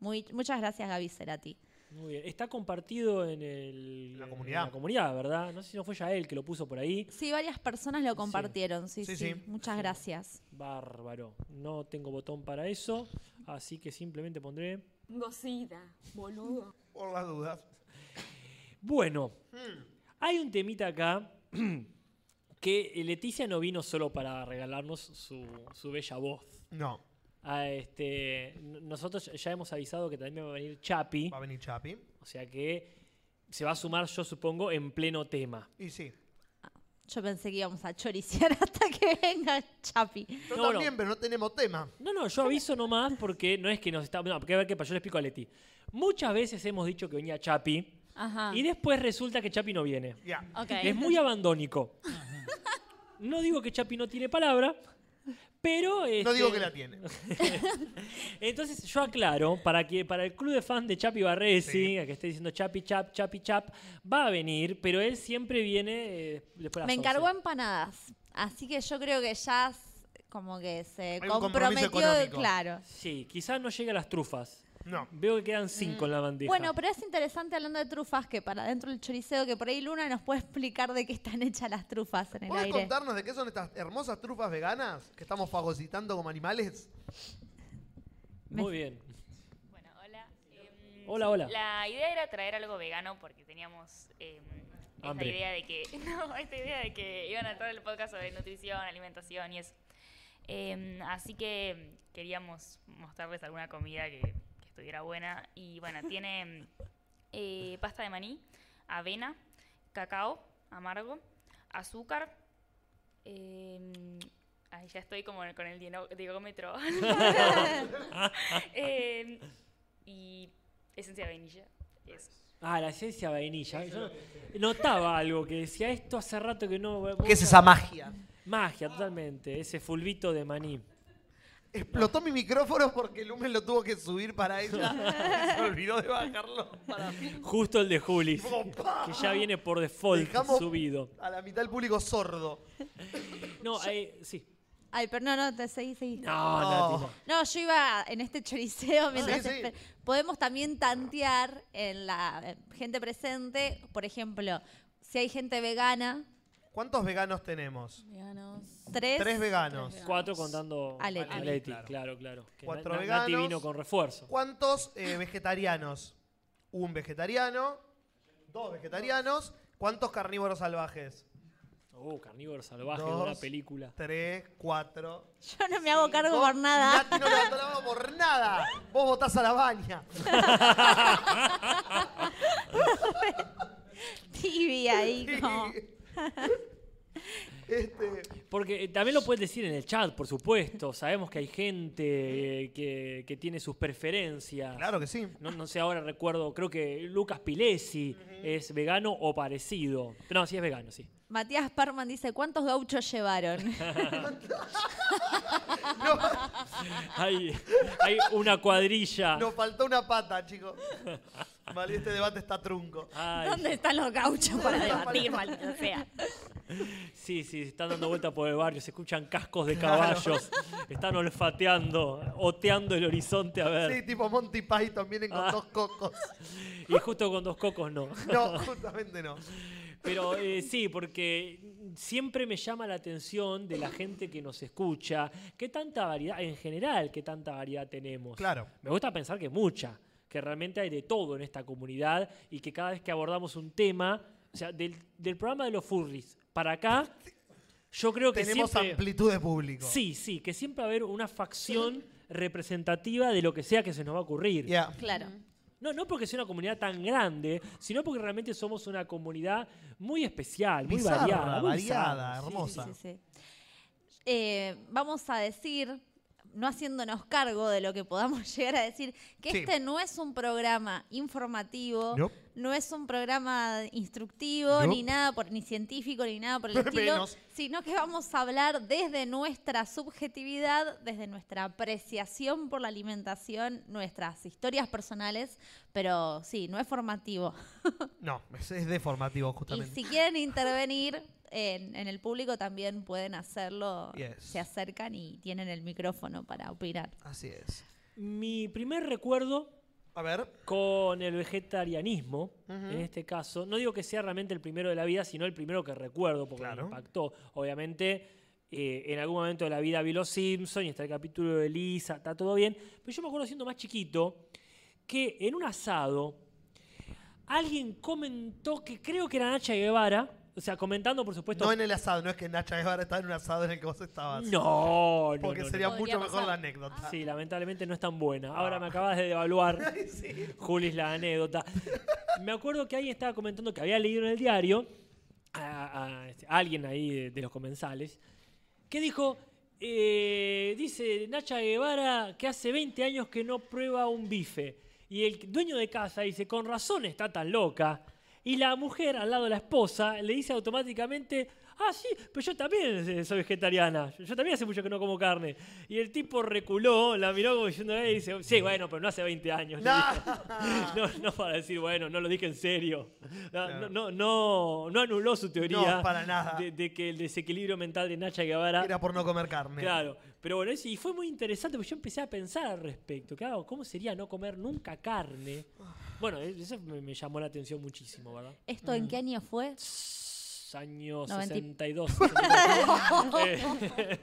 Muy, muchas gracias, Gaby Cerati.
muy bien. Está compartido en, el,
La comunidad.
en la comunidad, ¿verdad? No sé si no fue ya él que lo puso por ahí.
Sí, varias personas lo compartieron. Sí, sí.
Sí, sí.
Muchas gracias.
Bárbaro. No tengo botón para eso, así que simplemente pondré.
Gocida, boludo.
por las dudas.
Bueno,
Hmm.
hay un temita acá que Leticia no vino solo para regalarnos su, su bella voz.
No,
Ah, este, n- nosotros ya hemos avisado que también va a venir Chapi,
va a venir Chapi.
o sea que se va a sumar, yo supongo, en pleno tema.
Y sí.
Yo pensé que íbamos a choriciar hasta que venga Chapi.
Yo
No, no.
también, pero no tenemos tema.
No, no, yo aviso nomás porque no es que nos estamos. No, porque a ver qué pasa, yo le explico a Leti. Muchas veces hemos dicho que venía Chapi
Ah.
Ajá.
y después resulta que Chapi no viene.
Ya.
Ok.
Es muy abandónico. No digo que Chapi no tiene palabra, pero.
No
este,
digo que la tiene.
Entonces yo aclaro, para, que, para el club de fans de Chapi Barresi,
Sí.
a que esté diciendo Chapi Chap, Chapi Chap, va a venir, pero él siempre viene eh, después de las
Me encargó
11.
empanadas, así que yo creo que ya s- como que se
Hay un compromiso
comprometió,
económico.
claro.
Sí, quizás no llegue a las trufas.
No.
Veo que quedan cinco en la bandeja.
Mm. Bueno, pero es interesante hablando de trufas que para dentro del choriceo que por ahí Luna nos puede explicar de qué están hechas las trufas en el
¿Puedes
aire.
contarnos de qué son estas hermosas trufas veganas que estamos fagocitando como animales?
Muy bien.
Bueno, hola. Em,
Hola, hola.
La idea era traer algo vegano porque teníamos em, esta
Hambre.
idea de que no, esta idea de que iban a entrar el podcast sobre nutrición, alimentación y eso. Em, así que em, queríamos mostrarles alguna comida que, que estuviera buena y bueno, tiene em, eh, pasta de maní, avena, cacao amargo, azúcar. em, ay, ya estoy como con el dieno- diegómetro. Em, y esencia de vainilla. Eso.
Ah, la esencia vainilla. Yo notaba algo que decía esto hace rato que no.
¿Qué es esa magia?
Magia, totalmente. Ese fulbito de maní.
Explotó mi micrófono porque Lumen lo tuvo que subir para ella. y Se olvidó de bajarlo para mí.
Justo el de Juli.
Como, ¡pah!
Que ya viene por default
Dejamos
subido.
A la mitad del público sordo.
No, eh, sí.
Ay, pero no, no, te seguí, seguí.
No,
No.
Nati,
No, yo iba en este choriceo mientras
sí.
esper- podemos también tantear en la eh, gente presente, por ejemplo, si hay gente vegana,
¿Cuántos veganos tenemos?
tres,
Tres veganos.
no. Cuatro contando
A Leti.
a Leti,
Claro.
claro, claro. Que
Cuatro
Na- Na- Nati
veganos.
vino con refuerzo.
¿Cuántos eh, vegetarianos? Un vegetariano, dos vegetarianos. ¿Cuántos carnívoros salvajes?
Uh, carnívoro salvaje,
Dos.
una película.
Tres, cuatro.
yo no me hago cargo
Vos,
por nada.
Nati no levantó la mano por nada. Vos votás a la baña.
Tibia ahí, como-
Este,
Porque eh, también lo puedes decir en el chat, por supuesto. Sabemos que hay gente eh, que, que tiene sus preferencias.
claro que sí.
No, no sé, ahora recuerdo, creo que Lucas Pilesi es vegano o parecido. No, sí es vegano, sí.
Matías Parman dice, ¿cuántos gauchos llevaron?
Hay, hay una cuadrilla.
Nos faltó una pata, chicos. Vale, este debate está trunco.
Ay,
¿Dónde están los gauchos para debatir?
Debatir, maldita sea.
sí, sí, están dando vuelta por el barrio, se escuchan cascos de caballos, están olfateando, oteando el horizonte a
Sí,
ver.
tipo Monty Python, vienen con
Ah.
dos cocos.
Y justo con dos cocos no.
No, justamente no.
Pero eh, sí, porque siempre me llama la atención de la gente que nos escucha, qué tanta variedad, en general, qué tanta variedad tenemos.
Claro.
Me gusta pensar que mucha, que realmente hay de todo en esta comunidad y que cada vez que abordamos un tema, o sea, del, del programa de los furries para acá, yo creo que
Tenemos
siempre...
amplitud de público.
Sí, sí, que siempre va a haber una facción representativa de lo que sea que se nos va a ocurrir.
Yeah.
Claro.
No, no porque sea una comunidad tan grande, sino porque realmente somos una comunidad muy especial, muy
Bizarra,
variada. muy
variada,
bizarra, sí,
hermosa.
Sí, sí, sí. Eh, vamos a decir, no haciéndonos cargo de lo que podamos llegar a decir, que
Sí.
este no es un programa informativo,
No.
no es un programa instructivo,
No.
ni nada por, ni científico, ni nada por el estilo,
Menos.
sino que vamos a hablar desde nuestra subjetividad, desde nuestra apreciación por la alimentación, nuestras historias personales, pero sí, no es formativo.
No, es, es deformativo,
Y
justamente.
si quieren intervenir en, en el público también pueden hacerlo.
Yes.
Se acercan y tienen el micrófono para opinar.
Así es.
Mi primer recuerdo
A ver.
con el vegetarianismo, en este caso, no digo que sea realmente el primero de la vida, sino el primero que recuerdo, porque
Claro.
me impactó. Obviamente, eh, en algún momento de la vida vi Los Simpsons y está el capítulo de Lisa, está todo bien. Pero yo me acuerdo siendo más chiquito que en un asado alguien comentó que creo que era Nacha Guevara, o sea, comentando, por supuesto.
No en el asado, no es que Nacha Guevara estaba en un asado en el que vos estabas.
no, no,
Porque
no, no.
sería mucho
Podría
mejor
pasar.
la anécdota.
Sí, lamentablemente no es tan buena. Ahora me acabas de devaluar, Julis, la anécdota. Me acuerdo que alguien estaba comentando que había leído en el diario, a, a- este, alguien ahí de, de los comensales, que dijo, eh, dice Nacha Guevara que hace 20 años que no prueba un bife. Y el dueño de casa dice, con razón está tan loca. Y la mujer al lado de la esposa le dice automáticamente, ah, sí, pero yo también eh, soy vegetariana, yo también hace mucho que no como carne. Y el tipo reculó, la miró como diciendo, eh, y dice, sí, bueno, pero no hace 20 años.
No.
no, no para decir, bueno, no lo dije en serio. No,
Claro.
no, no, no, no anuló su teoría
No, para nada.
De, de que el desequilibrio mental de Nacha Guevara
Era por no comer carne.
Claro, pero bueno, es- y fue muy interesante porque yo empecé a pensar al respecto. Claro, ¿cómo sería no comer nunca carne? Bueno, e- eso me, me llamó la atención muchísimo, ¿verdad?
¿Esto
Mm.
Mm.
en qué año fue?
Año
Noventa y-
62. Eh,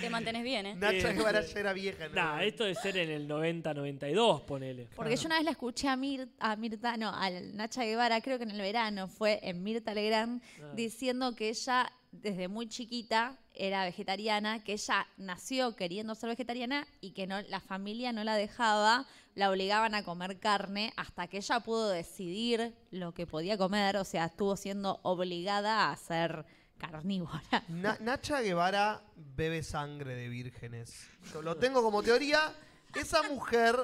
Te mantenés bien, ¿eh?
Nacha
Eh,
Guevara ya era vieja. ¿no?
nah, esto de ser en el 90-92, ponele.
Porque yo una vez la escuché a, Mir- a Mirta, no, a Nacha Guevara, creo que en el verano fue en Mirta Legrand, diciendo que ella desde muy chiquita era vegetariana, que ella nació queriendo ser vegetariana y que no, la familia no la dejaba, la obligaban a comer carne hasta que ella pudo decidir lo que podía comer, o sea, estuvo siendo obligada a ser carnívora.
Na- Nacha Guevara bebe sangre de vírgenes. Yo lo tengo como teoría. Esa mujer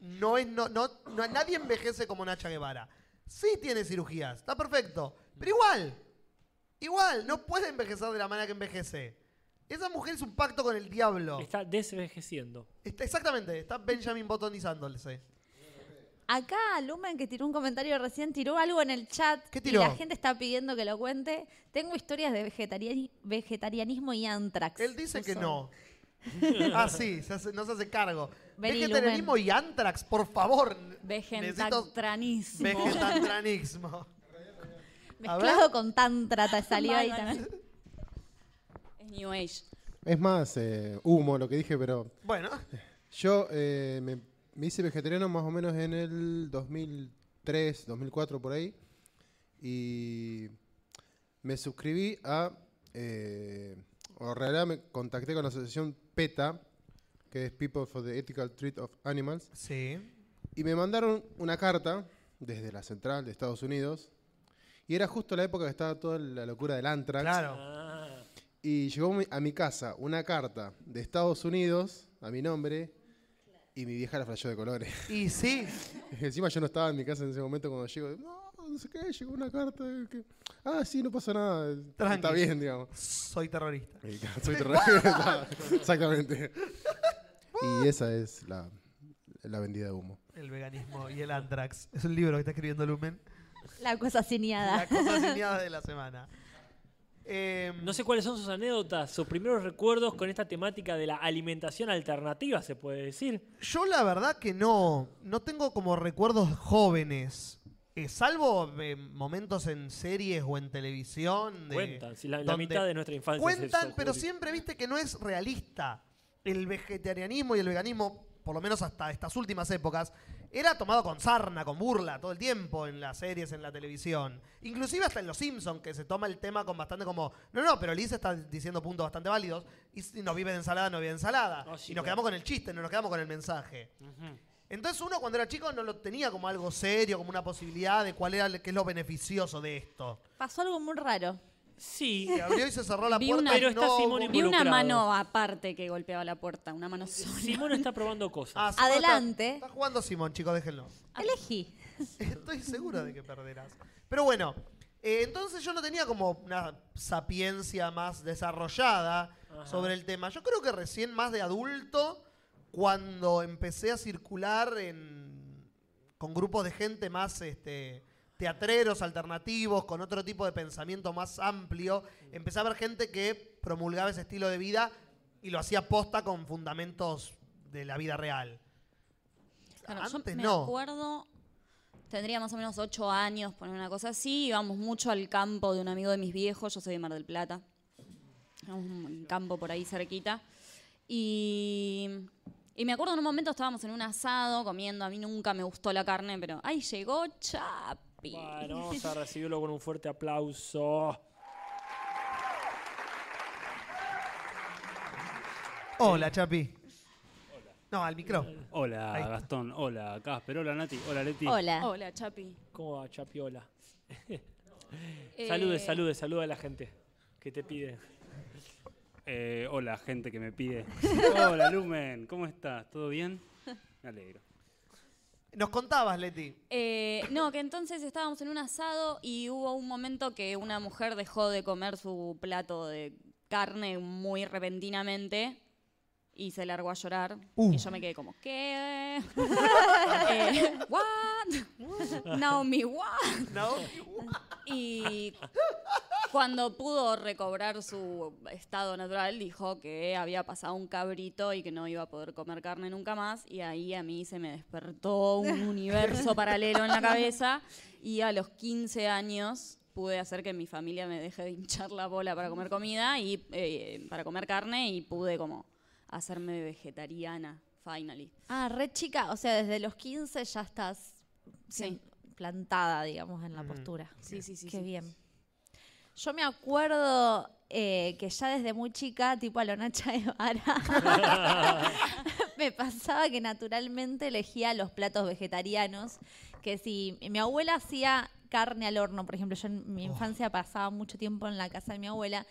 no es. No, no, no- nadie envejece como Nacha Guevara. Sí tiene cirugías, está perfecto. Pero igual, igual, no puede envejecer de la manera que envejece. Esa mujer es un pacto con el diablo.
Está desvejeciendo.
Está- exactamente, está Benjamin botonizándose.
Acá Lumen, que tiró un comentario recién, tiró algo en el chat
¿Qué
y
tiró?
la gente está pidiendo que lo cuente. Tengo historias de vegetariani- vegetarianismo y antrax.
Él dice que
puso.
no. ah, sí, se hace- no se hace cargo.
Vení,
Vegetarianismo y antrax, por favor. Necesito
Vegetarianismo.
vegetarianismo. A ver.
Mezclado con tantra te salió ahí
Mal, mal.
también.
Es New Age.
Es más, eh, humo lo que dije, pero
Bueno,
yo eh, me, me hice vegetariano más o menos en el 2003, 2004, por ahí. Y me suscribí a, eh, o en realidad me contacté con la asociación PETA, que es People for the Ethical Treat of Animals.
sí.
Y me mandaron una carta desde la central de Estados Unidos. Y era justo la época que estaba toda la locura del antrax.
Claro.
Ah,
Y llegó mi- a mi casa una carta de Estados Unidos a mi nombre. Y mi vieja la flasheó de colores.
Y sí,
Encima yo no estaba en mi casa en ese momento cuando llego. No, no sé qué, llegó una carta. de que- Ah, sí, no pasa nada. Está
Tranqui.
bien, digamos.
soy terrorista.
Y claro, soy terrorista. Exactamente. y esa es la, la vendida de humo.
El veganismo y el antrax. Es un libro que está escribiendo Lumen.
La cosa cineada.
La cosa asignada de la semana. Eh,
no sé cuáles son sus anécdotas, sus primeros recuerdos con esta temática de la alimentación alternativa, se puede decir.
Yo la verdad que no. No tengo como recuerdos jóvenes. Eh, salvo eh, momentos en series o en televisión. de-
Cuentan, si la, la
donde-
mitad de nuestra infancia. es
Cuentan,
eso,
pero
Juli.
siempre viste que no es realista. El vegetarianismo y el veganismo, por lo menos hasta estas últimas épocas, era tomado con sarna, con burla, todo el tiempo en las series, en la televisión. Inclusive hasta en Los Simpsons, que se toma el tema con bastante como, no, no, pero Liz está diciendo puntos bastante válidos, y si no vive de ensalada, no vive de ensalada.
Ah, sí,
y
claro.
nos quedamos con el chiste, no nos quedamos con el mensaje. Entonces uno cuando era chico no lo tenía como algo serio, como una posibilidad de cuál era, qué es lo beneficioso de esto.
Pasó algo muy raro.
Sí,
Se abrió y se cerró la
Vi
puerta.
una-
y
Pero está
no
Simón
hubo-
y
Vi una
Involucrado. Eh,
mano aparte que golpeaba la puerta, una mano sola.
Simón está probando
Ah,
cosas.
Simón está-
Adelante.
Está, jugando Simón, chicos, déjenlo.
Elegí.
Estoy seguro de que perderás. Pero bueno, eh, entonces yo no tenía como una sapiencia más desarrollada
Ajá.
sobre el tema. Yo creo que recién más de adulto, cuando empecé a circular en- con grupos de gente más este, teatreros, alternativos, con otro tipo de pensamiento más amplio, empecé a ver gente que promulgaba ese estilo de vida y lo hacía posta con fundamentos de la vida real.
Claro,
Antes
yo me
no.
acuerdo, tendría más o menos ocho años, poner una cosa así, íbamos mucho al campo de un amigo de mis viejos, yo soy de Mar del Plata, íbamos a un campo por ahí cerquita, y, y me acuerdo en un momento estábamos en un asado comiendo, a mí nunca me gustó la carne, pero ¡ay, llegó Chapi!
Bueno, vamos a recibirlo con un fuerte aplauso.
Hola, Chapi. No, al micrófono.
Hola
Ahí está.
Gastón, hola Casper, hola Nati, hola Leti.
Hola.
Hola, Chapi.
¿Cómo va, Chapiola? Salude,
Eh,
salude, saluda a la gente que te pide.
Eh, hola gente que me pide. hola Lumen, ¿cómo estás? ¿Todo bien? Me alegro.
Nos contabas, Leti.
Eh, no, que entonces estábamos en un asado y hubo un momento que una mujer dejó de comer su plato de carne muy repentinamente y se largó a llorar. Y yo me quedé como, ¿qué? Eh, ¿What? Naomi, ¿what?
No.
Y cuando pudo recobrar su estado natural, dijo que había pasado un cabrito y que no iba a poder comer carne nunca más. Y ahí a mí se me despertó un universo paralelo en la cabeza. Y a los 15 años pude hacer que mi familia me deje de hinchar la bola para comer comida y eh, para comer carne y pude como hacerme vegetariana, finally.
Ah, re chica. O sea, desde los 15 ya estás
Sí.
plantada, digamos, en la
Ujú.
postura.
Sí, sí, sí.
Qué
sí.
bien. Yo me acuerdo eh, que ya desde muy chica, tipo a lo Nacha Guevara, me pasaba que naturalmente elegía los platos vegetarianos. Que si mi abuela hacía carne al horno, por ejemplo, yo en mi infancia pasaba mucho tiempo en la casa de mi abuela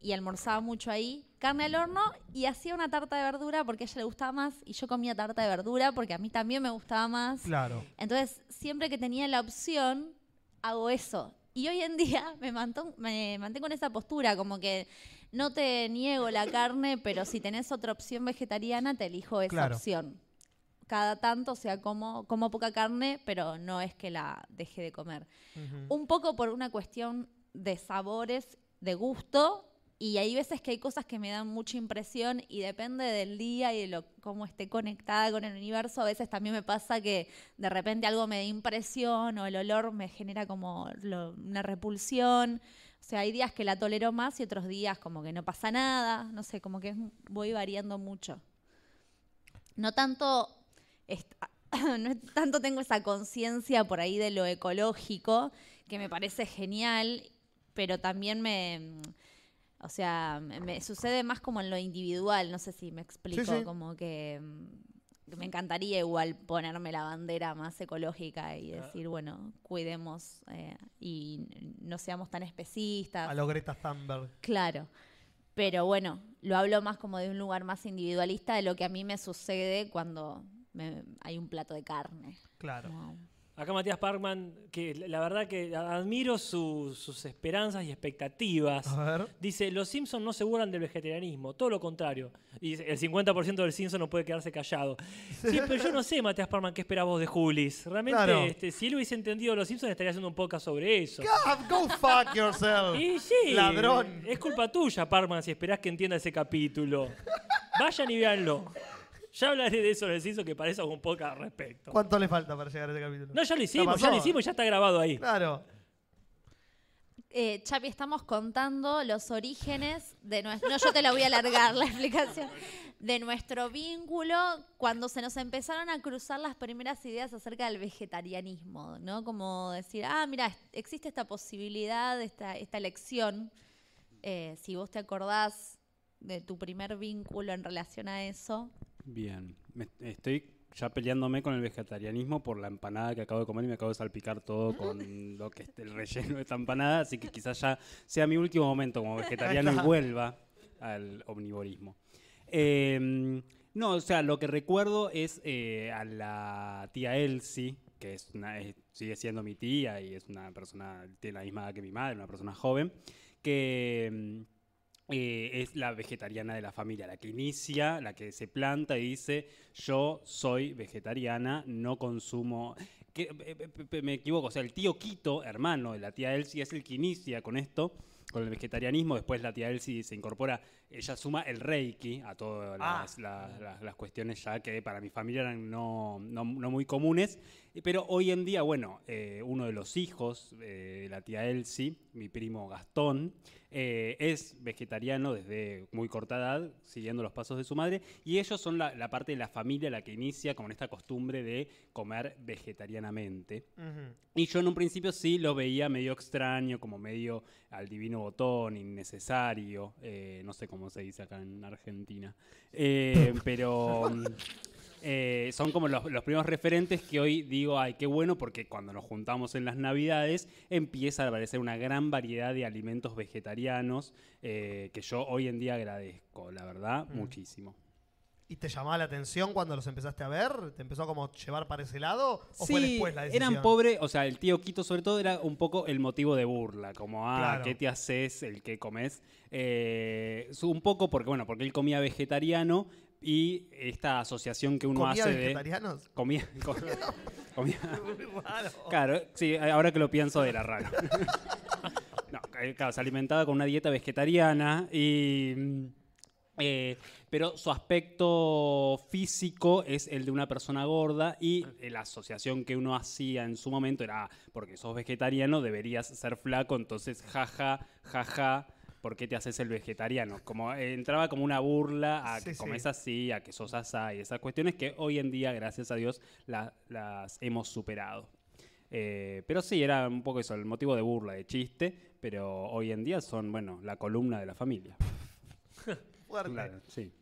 y almorzaba mucho ahí, carne al horno y hacía una tarta de verdura porque a ella le gustaba más y yo comía tarta de verdura porque a mí también me gustaba más.
Claro.
Entonces, siempre que tenía la opción, hago eso. Y hoy en día me, manton- me mantengo en esa postura, como que no te niego la carne, pero si tenés otra opción vegetariana, te elijo esa
Claro.
opción. cada tanto, o sea, como, como poca carne, pero no es que la deje de comer.
Ujú.
Un poco por una cuestión de sabores, de gusto, y hay veces que hay cosas que me dan mucha impresión y depende del día y de lo, cómo esté conectada con el universo, a veces también me pasa que de repente algo me da impresión o el olor me genera como lo- una repulsión. O sea, hay días que la tolero más y otros días como que no pasa nada, no sé, como que es- voy variando mucho no tanto est- no es- tanto tengo esa conciencia por ahí de lo ecológico que me parece genial pero también me mm, o sea me, me sucede más como en lo individual no sé si me explico
sí.
como que mm, me encantaría igual ponerme la bandera más ecológica y
Ah.
decir bueno cuidemos eh, y n- no seamos tan especistas
A los Greta Thunberg.
Claro. Pero bueno, lo hablo más como de un lugar más individualista de lo que a mí me sucede cuando me- hay un plato de carne.
Claro.
Acá Matías Parkman, que la la verdad que admiro su- sus esperanzas y expectativas. Dice, los Simpsons no se burlan del vegetarianismo, todo lo contrario. Y dice, el 50% del Simpson no puede quedarse callado. Sí, pero yo no sé, Matías Parkman, qué esperabas vos de Julis. Realmente,
Claro.
este, si él hubiese entendido los Simpsons, estaría haciendo un podcast sobre eso.
God, go fuck yourself.
Y sí,
Ladrón.
Es culpa tuya, Parman, si esperás que entienda ese capítulo. Vayan y véanlo. Ya hablaré de eso en el CISO, que para eso hago un podcast al respecto.
¿Cuánto le falta para llegar a este capítulo?
No, ya lo hicimos,
pasó?
ya lo hicimos, ya está grabado ahí.
Claro.
Eh, Chapi, estamos contando los orígenes de nuestro... No, yo te la voy a alargar la explicación. De nuestro vínculo cuando se nos empezaron a cruzar las primeras ideas acerca del vegetarianismo, ¿no? Como decir, ah, mira, es- existe esta posibilidad, esta, esta elección. Eh, si vos te acordás de tu primer vínculo en relación a eso,
Bien. Me- estoy ya peleándome con el vegetarianismo por la empanada que acabo de comer y me acabo de salpicar todo con lo que es el relleno de esta empanada, así que quizás ya sea mi último momento como vegetariano y
Ajá.
vuelva al omnivorismo. Eh, no, o sea, lo que recuerdo es eh, a la tía Elsie, que es una, es- sigue siendo mi tía y es una persona, tiene la misma edad que mi madre, una persona joven, que mm, eh, es la vegetariana de la familia, la que inicia, la que se planta y dice, yo soy vegetariana, no consumo... que- eh, pe- pe- me equivoco, o sea, el tío Quito, hermano de la tía Elsie, es el que inicia con esto, con el vegetarianismo, después la tía Elsie se incorpora, ella suma el reiki a todas las, las- las- las cuestiones ya que para mi familia eran no, no- no muy comunes, y- Eh, pero hoy en día, bueno, eh, uno de los hijos eh, de la tía Elsie, mi primo Gastón, eh, es vegetariano desde muy corta edad, siguiendo los pasos de su madre, y ellos son la, la parte de la familia la que inicia con esta costumbre de comer vegetarianamente. Y yo en un principio sí lo veía medio extraño, como medio al divino botón, innecesario, eh, no sé cómo se dice acá en Argentina. Eh, pero mm, eh, son como los, los primeros referentes que hoy digo, ay, qué bueno, porque cuando nos juntamos en las navidades empieza a aparecer una gran variedad de alimentos vegetarianos eh, que yo hoy en día agradezco, la verdad,
Mm.
muchísimo.
¿Y te llamaba la atención cuando los empezaste a ver? ¿Te empezó a como llevar para ese lado? ¿O fue después pues la decisión?
eran pobres, o sea, el tío Quito sobre todo era un poco el motivo de burla, como, ah,
Claro.
¿qué te haces? ¿El qué comes? Eh, su- un poco porque, bueno, porque él comía vegetariano y esta asociación que uno
¿Comía
hace
vegetarianos?
de... Comía vegetarianos? Comía... Claro, sí, ahora que lo pienso era raro. No, eh, claro, se alimentaba con una dieta vegetariana y... mm, eh, pero su aspecto físico es el de una persona gorda y eh, la asociación que uno hacía en su momento era, "Ah, porque sos vegetariano deberías ser flaco, entonces jaja, jaja, ¿por qué te haces el vegetariano? Como eh, entraba como una burla a
Sí,
que
sí.
comes así, a que sos asá y esas cuestiones que hoy en día, gracias a Dios, la- las hemos superado. Eh, pero sí, era un poco eso, el motivo de burla, de chiste, pero hoy en día son, bueno, la columna de la familia.
Fuerte.
Claro, sí.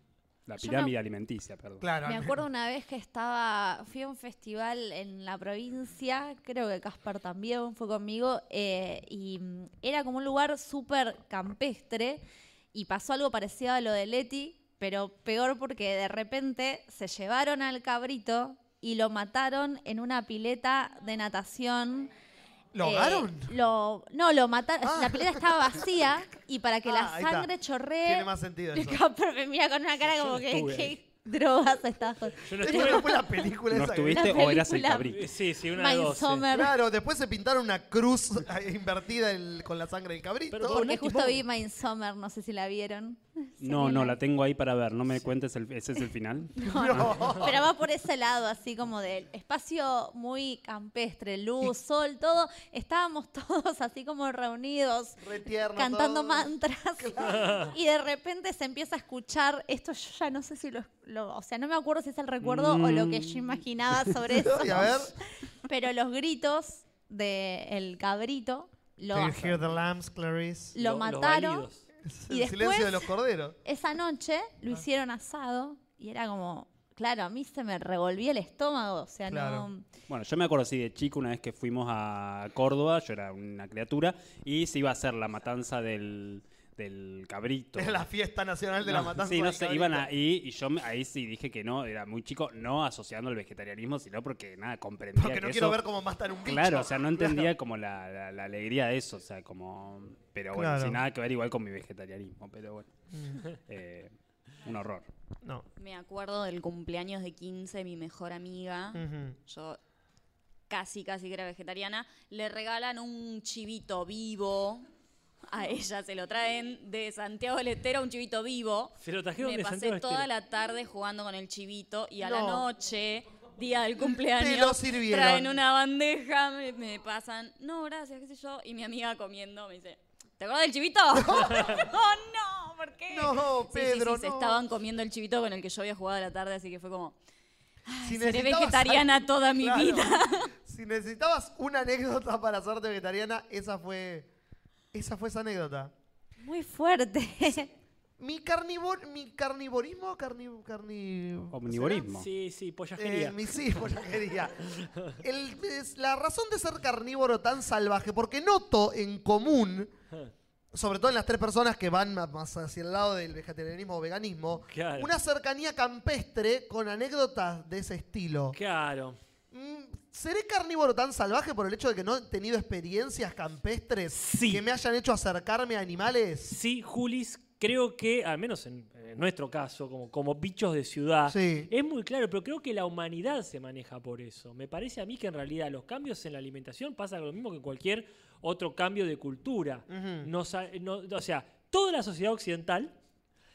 La
Yo me-
pirámide alimenticia, perdón.
Me acuerdo una vez que estaba, fui a un festival en la provincia, creo que Caspar también fue conmigo, eh, y mm, era como un lugar súper campestre, y pasó algo parecido a lo de Leti, pero peor porque de repente se llevaron al cabrito y lo mataron en una pileta de natación.
¿Lo
Eh,
ahogaron?
lo- no, lo mataron. La pileta estaba vacía y para que
Ah,
la
ahí está.
sangre chorree.
Tiene más sentido
el
eso.
Casper me mira con una cara
Yo
como
no
que,
estuve
que-
ahí.
drogas estás con-
Yo
Esa no fue la película
¿No
esa que-
estuviste o eras el cabrito?
Sí, sí, una
My
de dos. sí.
Summer.
Claro, después se pintaron una cruz eh, invertida en- con la sangre del cabrito.
Porque justo vi Summer, no sé si la vieron.
No, no, la tengo ahí para ver. No me cuentes, el- ese es el final.
Pero va por ese lado, así como del espacio muy campestre, luz, sol, todo. Estábamos todos así como reunidos,
tierno
cantando
todo.
mantras.
Claro.
Y de repente se empieza a escuchar, esto yo ya no sé si lo, lo- o sea, no me acuerdo si es el recuerdo o lo que yo imaginaba sobre eso.
Y Mm. a ver.
Pero los gritos del cabrito lo,
Do you hear the lambs, Clarice?
Lo Lo- los mataron balidos. y después-
El silencio de los corderos.
Esa noche lo
Ah.
hicieron asado y era como, claro, a mí se me revolvía el estómago, o sea, no...
Bueno, yo me acuerdo así de chico, una vez que fuimos a Córdoba, yo era una criatura, y se iba a hacer la matanza del, del cabrito.
Es la fiesta nacional de la
No,
matanza.
Sí, no
del
sé,
cabrito.
iban ahí y yo me- ahí sí dije que no, era muy chico, no asociando el vegetarianismo, sino porque nada, comprendía.
Porque
que
no quiero
eso-
ver cómo matan un bicho.
Claro, o sea, no entendía
Claro.
como la, la- la alegría de eso, o sea, como. Pero bueno,
Claro.
sin nada que ver igual con mi vegetarianismo, pero bueno.
Mm.
Eh, un horror.
No.
Me acuerdo del cumpleaños de 15 de mi mejor amiga.
Ujú.
Yo casi, casi que era vegetariana. Le regalan un chivito vivo. A ella se lo traen de Santiago del Estero, un chivito vivo.
Se lo trajeron
Me
de
pasé
Santiago del
toda
Estero.
la tarde jugando con el chivito y a la
No.
noche, día del cumpleaños,
Te lo sirvieron.
traen una bandeja, me, me pasan, no, gracias, qué sé yo, y mi amiga comiendo me dice, ¿te acuerdas del chivito? ¡Oh, no! ¿Por qué?
No,
Sí, sí, sí,
Pedro,
se
no.
estaban comiendo el chivito con el que yo había jugado a la tarde, así que fue como, "Ay,
Si
seré
necesitabas
vegetariana
algo-
toda mi
Claro.
vida.
Si necesitabas una anécdota para hacerte vegetariana, esa fue. Esa fue esa anécdota.
Muy fuerte.
Mi, carnivor, mi carnivorismo, carni, carni-
Omnivorismo.
Sí, sí, pollajería.
Eh, mi- sí, pollajería. El- es la razón de ser carnívoro tan salvaje, porque noto en común, sobre todo en las tres personas que van ma- más hacia el lado del vegetarianismo o veganismo,
Claro.
una cercanía campestre con anécdotas de ese estilo.
Claro.
Mm, ¿Seré carnívoro tan salvaje por el hecho de que no he tenido experiencias campestres que me hayan hecho acercarme a animales?
Sí, Julis, creo que, al menos en, en nuestro caso, como, como bichos de ciudad,
Sí.
es muy claro, pero creo que la humanidad se maneja por eso. Me parece a mí que en realidad los cambios en la alimentación pasan lo mismo que cualquier otro cambio de cultura.
Ujú.
Nos a- no- o sea, toda la sociedad occidental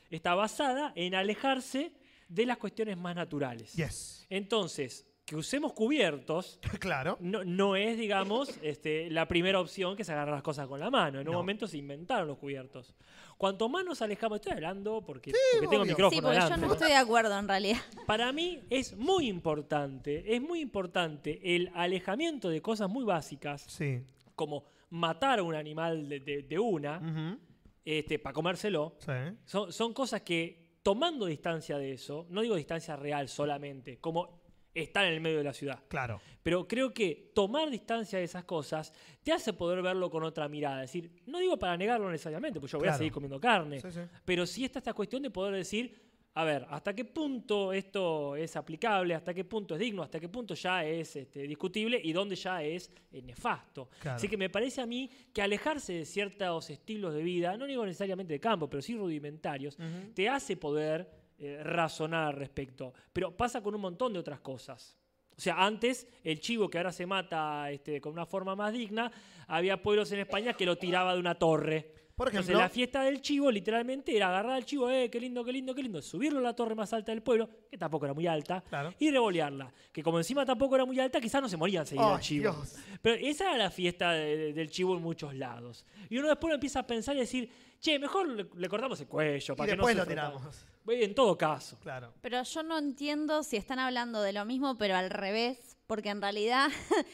está basada en alejarse de las cuestiones más naturales.
Yes.
Entonces, que usemos cubiertos
Claro.
no, no es, digamos, este, la primera opción que se agarran las cosas con la mano. En un
No.
momento se inventaron los cubiertos. Cuanto más nos alejamos, estoy hablando porque, porque
Sí,
tengo el micrófono
porque yo
delante,
no
¿no?
estoy de acuerdo en realidad.
Para mí es muy importante, es muy importante el alejamiento de cosas muy básicas,
Sí.
como matar a un animal de, de- de una,
Ujú.
este, para comérselo,
Sí.
son, son cosas que, tomando distancia de eso, no digo distancia real solamente, como estar en el medio de la ciudad.
Claro.
Pero creo que tomar distancia de esas cosas te hace poder verlo con otra mirada. Es decir, no digo para negarlo necesariamente, porque yo voy a
Claro.
seguir comiendo carne.
Sí, sí.
Pero sí está esta cuestión de poder decir, a ver, hasta qué punto esto es aplicable, hasta qué punto es digno, hasta qué punto ya es este, discutible y dónde ya es eh, nefasto.
Claro.
Así que me parece a mí que alejarse de ciertos estilos de vida, no digo necesariamente de campo, pero sí rudimentarios,
Ujú.
te hace poder eh, razonar al respecto. Pero pasa con un montón de otras cosas. O sea, antes el chivo que ahora se mata este, con una forma más digna, había pueblos en España que lo tiraba de una torre.
Por
Entonces
ejemplo.
la fiesta del chivo literalmente era agarrar al chivo, eh, qué lindo, qué lindo, qué lindo, subirlo a la torre más alta del pueblo, que tampoco era muy alta,
Claro.
y revolearla. Que como encima tampoco era muy alta, quizás no se morían seguido
Ay,
el chivo.
Dios.
Pero esa era la fiesta de- de- del chivo en muchos lados. Y uno después empieza a pensar y decir, che, mejor le, le cortamos el cuello
Y
para que no
después
se
lo
frotara".
tiramos.
En todo caso.
Claro.
Pero yo no entiendo si están hablando de lo mismo, pero al revés, porque en realidad,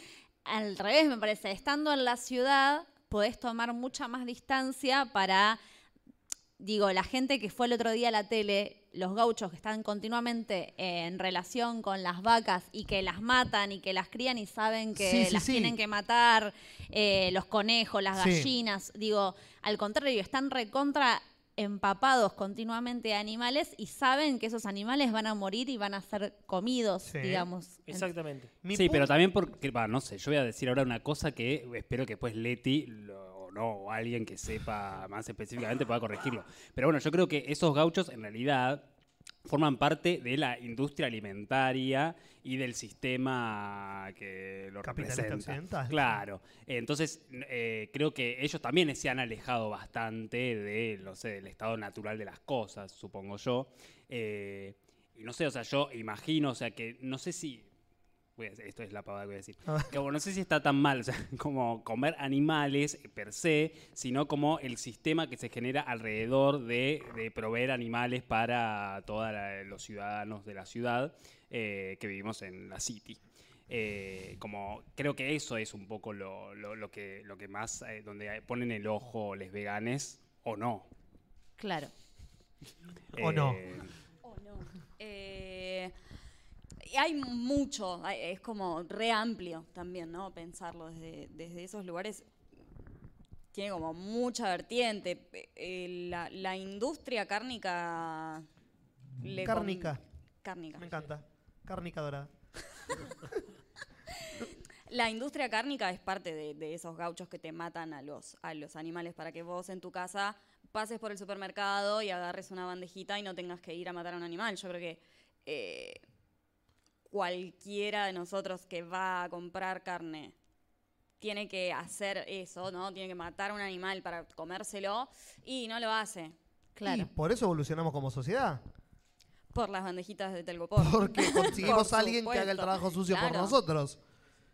al revés me parece, estando en la ciudad podés tomar mucha más distancia para, digo, la gente que fue el otro día a la tele, los gauchos que están continuamente eh, en relación con las vacas y que las matan y que las crían y saben que
Sí, sí,
las
sí.
tienen que matar, eh, los conejos, las
Sí.
gallinas, digo, al contrario, están recontra empapados continuamente de animales y saben que esos animales van a morir y van a ser comidos, digamos.
Exactamente.
sí, pero también porque, va, no sé, yo voy a decir ahora una cosa que espero que después Leti lo- o no, o alguien que sepa más específicamente pueda corregirlo. Pero bueno, yo creo que esos gauchos en realidad forman parte de la industria alimentaria y del sistema que lo
Capitalista
representa.
occidental.
Claro. Entonces, n- eh, creo que ellos también se han alejado bastante de, no sé, del estado natural de las cosas, supongo yo. Eh, y no sé, o sea, yo imagino, o sea, que no sé si... voy a- Esto es la pavada que voy a decir. Que, bueno, no sé si está tan mal, o sea, como comer animales eh, per se, sino como el sistema que se genera alrededor de, de proveer animales para todos los ciudadanos de la ciudad eh, que vivimos en la city. Eh, como creo que eso es un poco lo, lo- lo que, lo que más, eh, donde ponen el ojo les veganes, o no.
Claro.
O no.
Eh,
Eh, y hay mucho, hay- es como re amplio también, ¿no? Pensarlo desde, desde esos lugares. Tiene como mucha vertiente. Pe- eh, la, la industria cárnica. le com-
Cárnica.
Cárnica.
Me encanta. Cárnica dorada.
La industria cárnica es parte de, de esos gauchos que te matan a los, a los animales para que vos en tu casa pases por el supermercado y agarres una bandejita y no tengas que ir a matar a un animal. Yo creo que eh, cualquiera de nosotros que va a comprar carne tiene que hacer eso, ¿no? Tiene que matar a un animal para comérselo y no lo hace.
Y por eso evolucionamos como sociedad.
Por las bandejitas de telgopor.
Porque conseguimos
Por
a alguien que haga el
supuesto.
trabajo sucio por
Claro.
nosotros.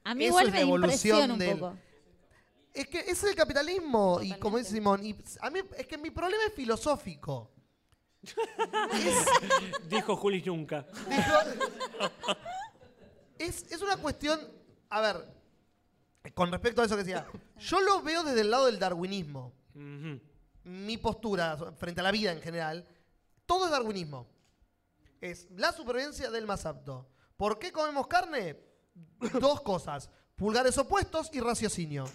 A mí
Eso
igual
es la
me impresiona un
del-
poco.
Es que ese es el capitalismo. Y como dice Simón, y a mí, es que mi problema es filosófico.
Dijo Juli Yunca.
Es, es una cuestión. A ver, con respecto a eso que decía, yo lo veo desde el lado del darwinismo. Mi postura so- frente a la vida en general, todo es darwinismo. Es la supervivencia del más apto. ¿Por qué comemos carne? Dos cosas: pulgares opuestos y raciocinio.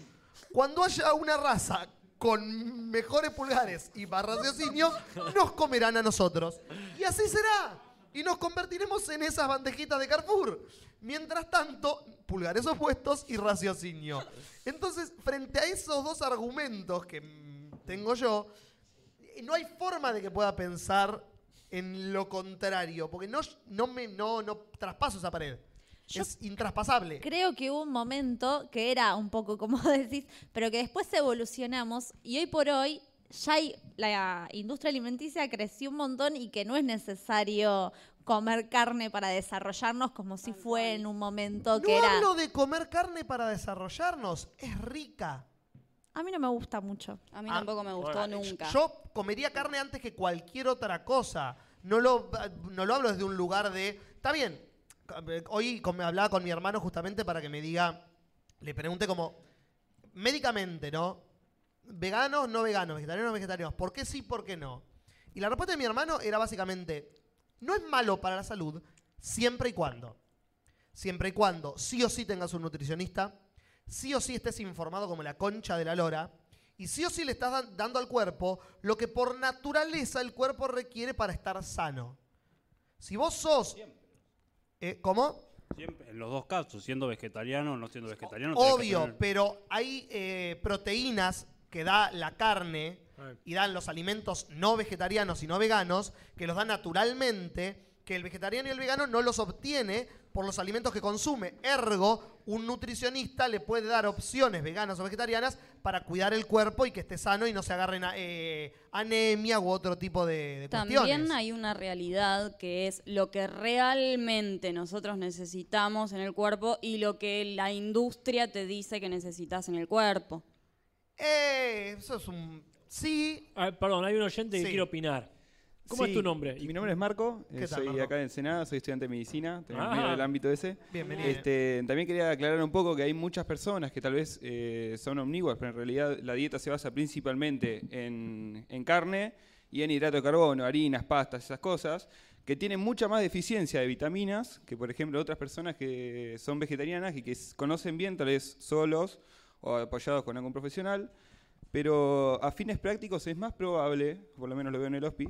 Cuando haya una raza con mejores pulgares y más raciocinio, nos comerán a nosotros. Y así será. Y nos convertiremos en esas bandejitas de Carrefour. Mientras tanto, pulgares opuestos y raciocinio. Entonces, frente a esos dos argumentos que mm, tengo yo, eh, no hay forma de que pueda pensar en lo contrario, porque no, no, me, no, no traspaso esa pared. es intraspasable.
Creo que hubo un momento que era un poco como decís, pero que después evolucionamos y hoy por hoy ya hay, la industria alimenticia creció un montón y que no es necesario comer carne para desarrollarnos como si fue en un momento que
no
era...
hablo de comer carne para desarrollarnos, es rica.
A mí no me gusta mucho.
A
Ah,
mí tampoco me gustó
Ahora,
nunca.
Yo comería carne antes que cualquier otra cosa. No lo, no lo hablo desde un lugar de. Está bien. Hoy con- hablaba con mi hermano justamente para que me diga. Le pregunté como. Médicamente, ¿no? Veganos, no veganos, vegetarianos, no vegetarianos. ¿Por qué sí, por qué no? Y la respuesta de mi hermano era básicamente. No es malo para la salud siempre y cuando. Siempre y cuando sí o sí tengas un nutricionista, sí o sí estés informado como la concha de la lora, y sí o sí le estás dan- dando al cuerpo lo que por naturaleza el cuerpo requiere para estar sano. Si vos sos... Eh, ¿Cómo?
siempre, en los dos casos, siendo vegetariano o no siendo vegetariano. tenés que
Obvio,
tener-
pero hay eh, proteínas que da la carne
Ay.
y dan los alimentos no vegetarianos y no veganos, que los da naturalmente, que el vegetariano y el vegano no los obtiene por los alimentos que consume. Ergo, un nutricionista le puede dar opciones veganas o vegetarianas para cuidar el cuerpo y que esté sano y no se agarren a- eh, anemia u otro tipo de, de
También
cuestiones.
hay una realidad que es lo que realmente nosotros necesitamos en el cuerpo y lo que la industria te dice que necesitas en el cuerpo.
Eh, eso es un... Sí.
Ah, perdón, hay un oyente
Sí.
que quiere opinar. ¿Cómo
Sí,
es tu nombre?
Mi nombre es Marco, eh,
¿Qué tal,
soy
Marco?
acá de Ensenada, soy estudiante de medicina, también
Ah.
miro del ámbito ese.
Bienvenido.
Este, también quería aclarar un poco que hay muchas personas que tal vez eh, son omnívoras, pero en realidad la dieta se basa principalmente en, en carne y en hidrato de carbono, harinas, pastas, esas cosas, que tienen mucha más deficiencia de vitaminas que, por ejemplo, otras personas que son vegetarianas y que s- conocen bien, tal vez solos o apoyados con algún profesional. Pero a fines prácticos es más probable, por lo menos lo veo en el hospi,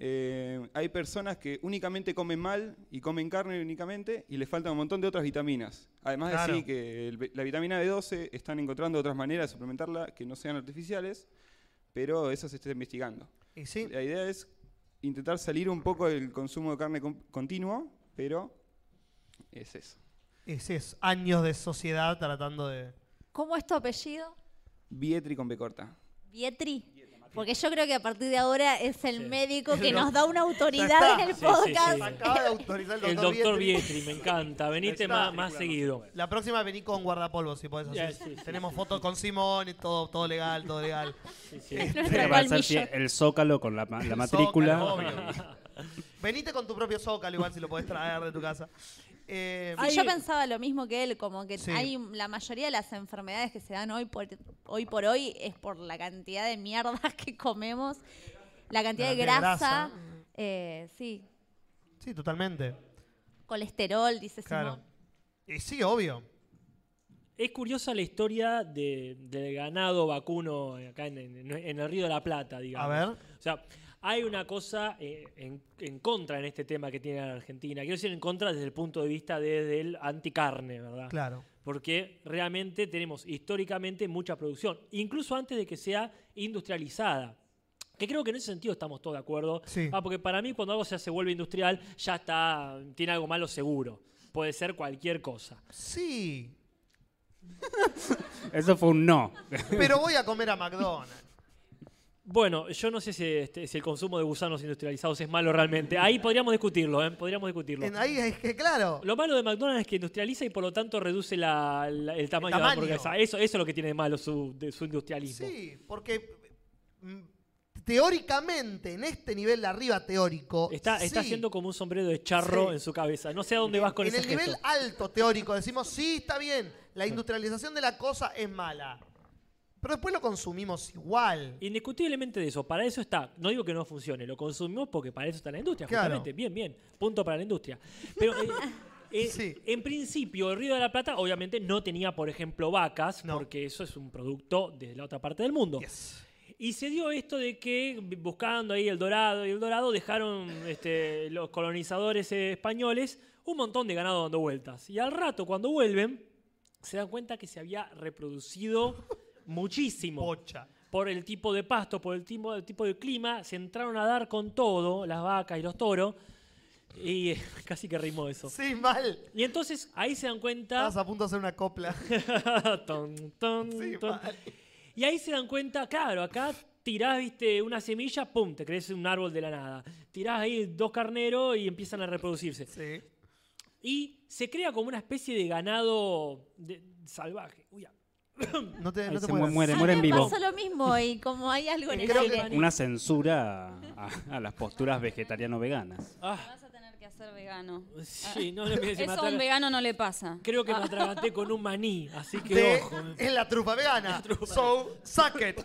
eh, hay personas que únicamente comen mal y comen carne únicamente y les faltan un montón de otras vitaminas. Además
Claro.
de sí que el vi- la vitamina B12 están encontrando otras maneras de suplementarla que no sean artificiales, pero eso se está investigando.
Y sí.
La idea es intentar salir un poco del consumo de carne con- continuo, pero es eso.
Es eso, años de sociedad tratando de...
¿Cómo es tu apellido?
Bietri con B corta.
Vietri. Porque yo creo que a partir de ahora es el médico que
Lo-
nos da una
Ya
autoridad
está.
en el
Sí, sí,
podcast.
sí.
Acaba de autorizar el
El
doctor
doctor
Vietri.
Vietri, me encanta. Venite
Está.
más, más seguido.
La próxima vení con guardapolvo, si podés hacer.
Ya, sí, sí,
Tenemos fotos con Simón y todo, todo legal, todo legal.
Sí, que va a ser fiel. el zócalo con la, ma- la
El
matrícula.
Zócalo, obvio. Venite con tu propio zócalo igual si lo podés traer de tu casa. Eh,
Sí, yo pensaba lo mismo que él, como que
Sí.
hay la mayoría de las enfermedades que se dan hoy por hoy por hoy es por la cantidad de mierdas que comemos, la cantidad
La
de
cantidad de
grasa,
grasa.
eh, sí,
Sí, totalmente.
colesterol, dice
Claro.
Simón.
Y sí, obvio.
Es curiosa la historia de- del ganado vacuno acá en, en- en el Río de la Plata, digamos.
A ver.
O sea, hay una cosa eh, en, en contra en este tema que tiene la Argentina. Quiero decir en contra desde el punto de vista de- del anticarne, ¿verdad?
Claro.
Porque realmente tenemos históricamente mucha producción, incluso antes de que sea industrializada. Que creo que en ese sentido estamos todos de acuerdo.
Sí.
Ah, porque para mí cuando algo ya se vuelve industrial, ya está, tiene algo malo seguro. Puede ser cualquier cosa.
Sí.
Eso fue un no.
Pero voy a comer a McDonald's.
Bueno, yo no sé si, este, si el consumo de gusanos industrializados es malo realmente. Ahí podríamos discutirlo, ¿eh? Podríamos discutirlo.
En- ahí es que, claro.
Lo malo de McDonald's es que industrializa y por lo tanto reduce la- la- el tamaño, de la
tamaño.
hamburguesa. Eso, eso es lo que tiene de malo su, de su industrialismo.
Sí, porque mm, teóricamente, en este nivel de arriba teórico.
Está, está
sí.
haciendo como un sombrero de charro
Sí.
en su cabeza. No sé a dónde vas con
en
ese
el nivel
gesto.
alto teórico decimos, sí, está bien, la industrialización de la cosa es mala. Pero después lo consumimos igual.
Indiscutiblemente de eso, para eso está. No digo que no funcione, lo consumimos porque para eso está la industria,
Claro.
justamente. Bien, bien. Punto para la industria. Pero eh, eh, en principio, el Río de la Plata obviamente no tenía, por ejemplo, vacas, porque eso es un producto de la otra parte del mundo. Y se dio esto de que buscando ahí el dorado y el dorado dejaron este, los colonizadores eh, españoles un montón de ganado dando vueltas. Y al rato, cuando vuelven, se dan cuenta que se había reproducido muchísimo. Por el tipo de pasto, por el tipo, el tipo de clima, se entraron a dar con todo, las vacas y los toros. Y casi que rimó eso.
Sí, mal.
Y entonces ahí se dan cuenta.
Estabas a punto de hacer una copla.
Ton, ton,
Sí,
ton. Y ahí se dan cuenta, claro, acá tirás, viste, una semilla, pum, te crees un árbol de la nada. Tirás ahí dos carneros y empiezan a reproducirse. Y se crea como una especie de ganado de- salvaje. Uy, ah.
No te,
Ahí
no te
se
mueras.
muere, muere en
Me
vivo.
pasó lo mismo y como hay algo en el
Creo
aire.
Una censura a, a las posturas vegetariano-veganas.
Ah.
Vas a tener que hacer vegano.
Sí, no, no, mira, si me
Eso a
atraga-
un vegano no le pasa. Ah.
Creo que me atraganté con un maní, así que
Ah. De-
ojo.
es la trufa vegana. So, suck it.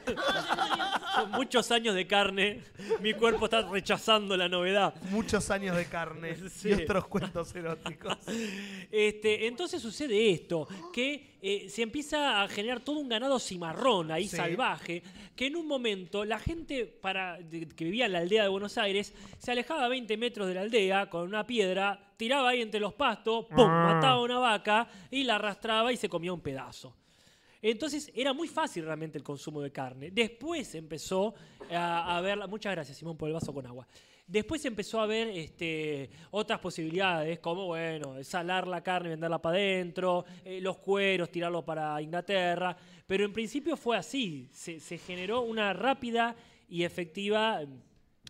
Son muchos años de carne, mi cuerpo está rechazando la novedad.
Muchos años de carne
Sí.
y otros cuentos eróticos.
Este, entonces sucede esto, que eh, se empieza a generar todo un ganado cimarrón ahí
Sí.
salvaje, que en un momento la gente para, de- que vivía en la aldea de Buenos Aires se alejaba 20 metros de la aldea con una piedra, tiraba ahí entre los pastos, ¡pum!
Ah.
mataba una vaca y la arrastraba y se comía un pedazo. Entonces era muy fácil realmente el consumo de carne. Después empezó a, a ver, muchas gracias Simón por el vaso con agua. Después empezó a ver este, otras posibilidades, como bueno, salar la carne, venderla para adentro, eh, los cueros, tirarlo para Inglaterra. Pero en principio fue así, se, se generó una rápida y efectiva eh,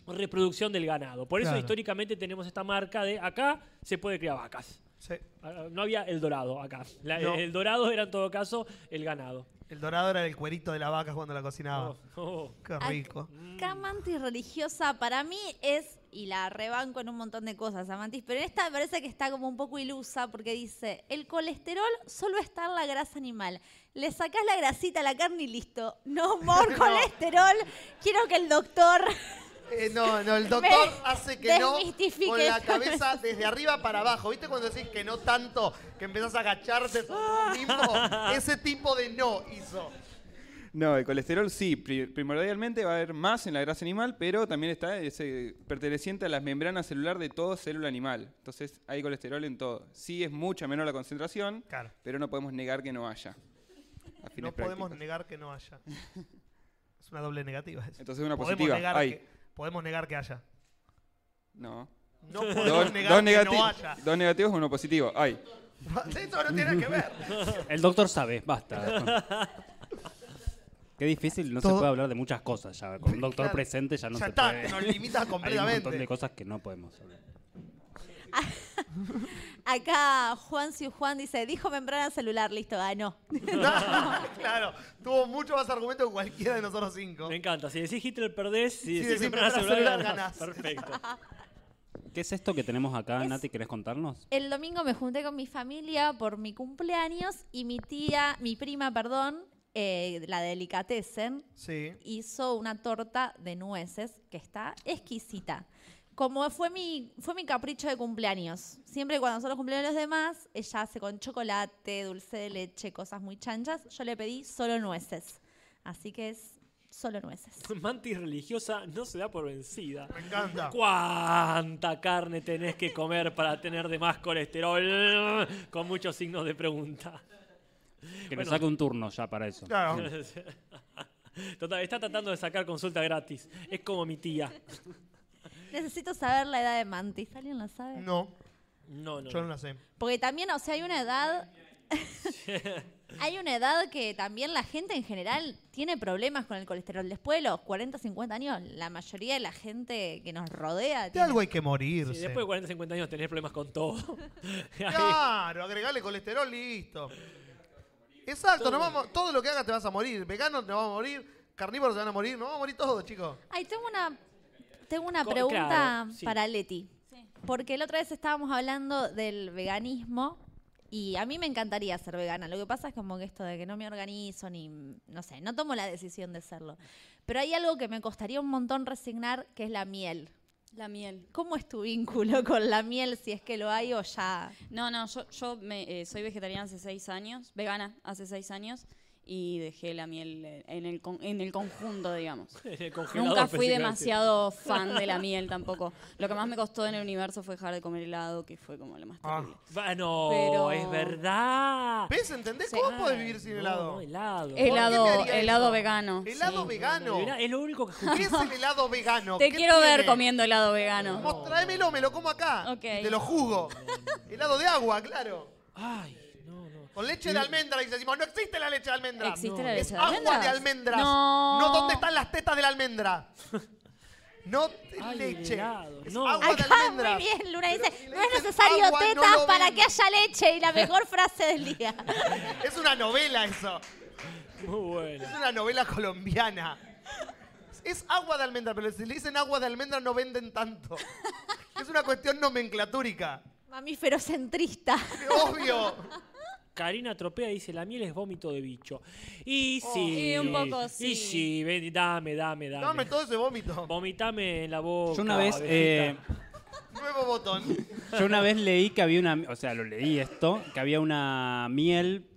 reproducción del ganado. Por eso
Claro.
históricamente tenemos esta marca de acá se puede criar vacas.
Sí.
Ah, No había el dorado acá. La-
No.
El dorado era en todo caso el ganado.
El dorado era el cuerito de la vaca cuando la cocinaba.
Oh.
Qué rico.
Cama antirreligiosa para mí es, y la rebanco en un montón de cosas, Amantis, pero en esta me parece que está como un poco ilusa porque dice, el colesterol solo está en la grasa animal. Le sacás la grasita a la carne y listo. No more colesterol. Quiero que el doctor...
Eh, no, no, el doctor hace que no
desmistifique
con la
esa
cabeza desde arriba para abajo. ¿Viste cuando decís que no tanto, que empezás a agacharte sobre vos mismo? Ese tipo de no hizo.
No, el colesterol sí, pri- primordialmente va a haber más en la grasa animal, pero también está ese, perteneciente a las membranas celular de toda célula animal. Entonces hay colesterol en todo. Sí es mucha menor la concentración, pero no podemos negar que no haya. A fines
No podemos
prácticos.
negar que no haya. Es una doble negativa. eso.
Entonces una
Podemos
positiva,
negar
hay.
que- podemos negar que haya.
No.
No
Dos-
podemos negar
dos
que
negati-
no haya.
Dos negativos, uno positivo. Ay.
Esto no tiene que ver.
El doctor sabe, basta. Qué difícil, no
Todo-
se puede hablar de muchas cosas ya. Con un doctor
Claro.
presente ya no
Ya
se
está,
puede.
nos limita
Hay un
completamente.
montón de cosas que no podemos hablar.
Acá Juan Ciu Juan dice, dijo membrana celular, listo, ganó.
claro, tuvo mucho más argumento que cualquiera de nosotros cinco. Me
encanta, si decís Hitler perdés, si decís
decís
membrana
membrana
celular,
celular,
ganás.
ganás.
Perfecto.
¿Qué es esto que tenemos acá, Nati? ¿Querés contarnos?
El domingo me junté con mi familia por mi cumpleaños y mi tía, mi prima, perdón, eh, la delicatessen,
Sí.
hizo una torta de nueces que está exquisita. Como fue mi, fue mi capricho de cumpleaños. Siempre cuando nosotros cumplimos los demás, ella hace con chocolate, dulce de leche, cosas muy chanchas. Yo le pedí solo nueces. Así que es solo nueces.
Mantis religiosa no se da por vencida. Me
encanta.
¿Cuánta carne tenés que comer para tener de más colesterol? Con muchos signos de pregunta.
Que me
Bueno.
saque un turno ya para eso.
Total, está tratando de sacar consulta gratis. Es como mi tía.
Necesito saber la edad de Mantis. ¿Alguien la sabe?
No.
No, no.
Yo no la sé.
Porque también, o sea, hay una edad. hay una edad que también la gente en general tiene problemas con el colesterol. Después de los 40, 50 años, la mayoría de la gente que nos rodea.
De algo hay que morirse.
Sí, después de 40, 50 años tenés problemas con todo.
Claro, agregale colesterol, listo. Exacto, nos vamos, todo lo que hagas te vas a morir. Veganos te vamos a morir, carnívoros te van a morir, nos vamos a morir todos, chicos.
Ay, tengo una, tengo una
Co-
pregunta
claro, sí.
para Leti. Porque la otra vez estábamos hablando del veganismo y a mí me encantaría ser vegana. Lo que pasa es como que esto de que no me organizo ni, no sé, no tomo la decisión de serlo. Pero hay algo que me costaría un montón resignar, que es la miel.
La miel.
¿Cómo es tu vínculo con la miel, si es que lo hay o ya?
No, no, yo, yo me, eh, soy vegetariana hace seis años, vegana hace seis años, y dejé la miel eh, en el, con- en el conjunto, digamos.
En el congelador,
Nunca
pensé
fui
que iba a
demasiado
decir.
fan de la miel tampoco. Lo que más me costó en el universo fue dejar de comer helado, que fue como lo más terrible.
Ah, Bueno,
Pero-
es verdad.
¿Ves? ¿Entendés cómo podés vivir sin
No,
helado?
helado.
Helado,
¿Por qué me haría
helado
eso?
vegano.
Helado
sí.
vegano.
Es lo único que
¿Qué es el helado vegano?
Te
¿Qué
quiero ver
tiene?
comiendo helado vegano.
Mos- Tráemelo, me lo como acá.
Ok.
y te lo jugo. helado de agua, claro. Ay, no, no. Con leche de almendra y decimos, no existe la leche de almendra.
¿Existe
No.
la leche
es
de
agua
almendras?
de almendras.
No.
No, ¿dónde están las tetas de la almendra? No te-
Ay,
leche.
helado,
Es
no.
agua de
Acá,
almendra.
muy bien, Luna dice, no
dicen
es necesario
agua, no
tetas
lo
para
ven".
que haya leche y la mejor frase del día.
Es una novela eso.
Muy bueno.
Es una novela colombiana. Es agua de almendra, pero si le dicen agua de almendra no venden tanto. Es una cuestión nomenclatúrica.
Mamífero centrista.
Obvio.
Karina Tropea dice, la miel es vómito de bicho. Y
Oh.
sí.
Y un poco sí.
Y sí, ven, dame, dame, dame.
Dame todo ese vómito.
Vomitame en la boca.
Yo una vez,
abejita.
eh,
Nuevo botón.
yo una vez leí que había una, o sea, lo leí esto, que había una miel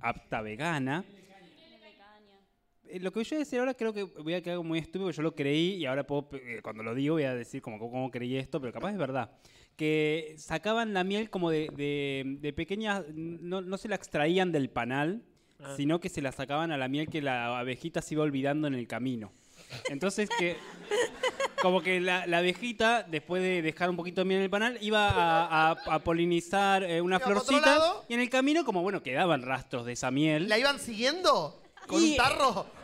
apta vegana. Eh, Lo que yo voy a decir ahora creo que voy a quedar muy estúpido, yo lo creí y ahora puedo, eh, cuando lo digo voy a decir como cómo creí esto, pero capaz es verdad. Que sacaban la miel como de, de, de pequeñas, no, no se la extraían del panal,
Ah.
sino que se la sacaban a la miel que la abejita se iba olvidando en el camino. Entonces que como que la, la abejita, después de dejar un poquito de miel en el panal, iba a, a- a polinizar eh, una
Iba para otro
florcita
lado.
y en el camino como bueno quedaban rastros de esa miel.
¿La iban siguiendo? ¿Con
Y-
un tarro?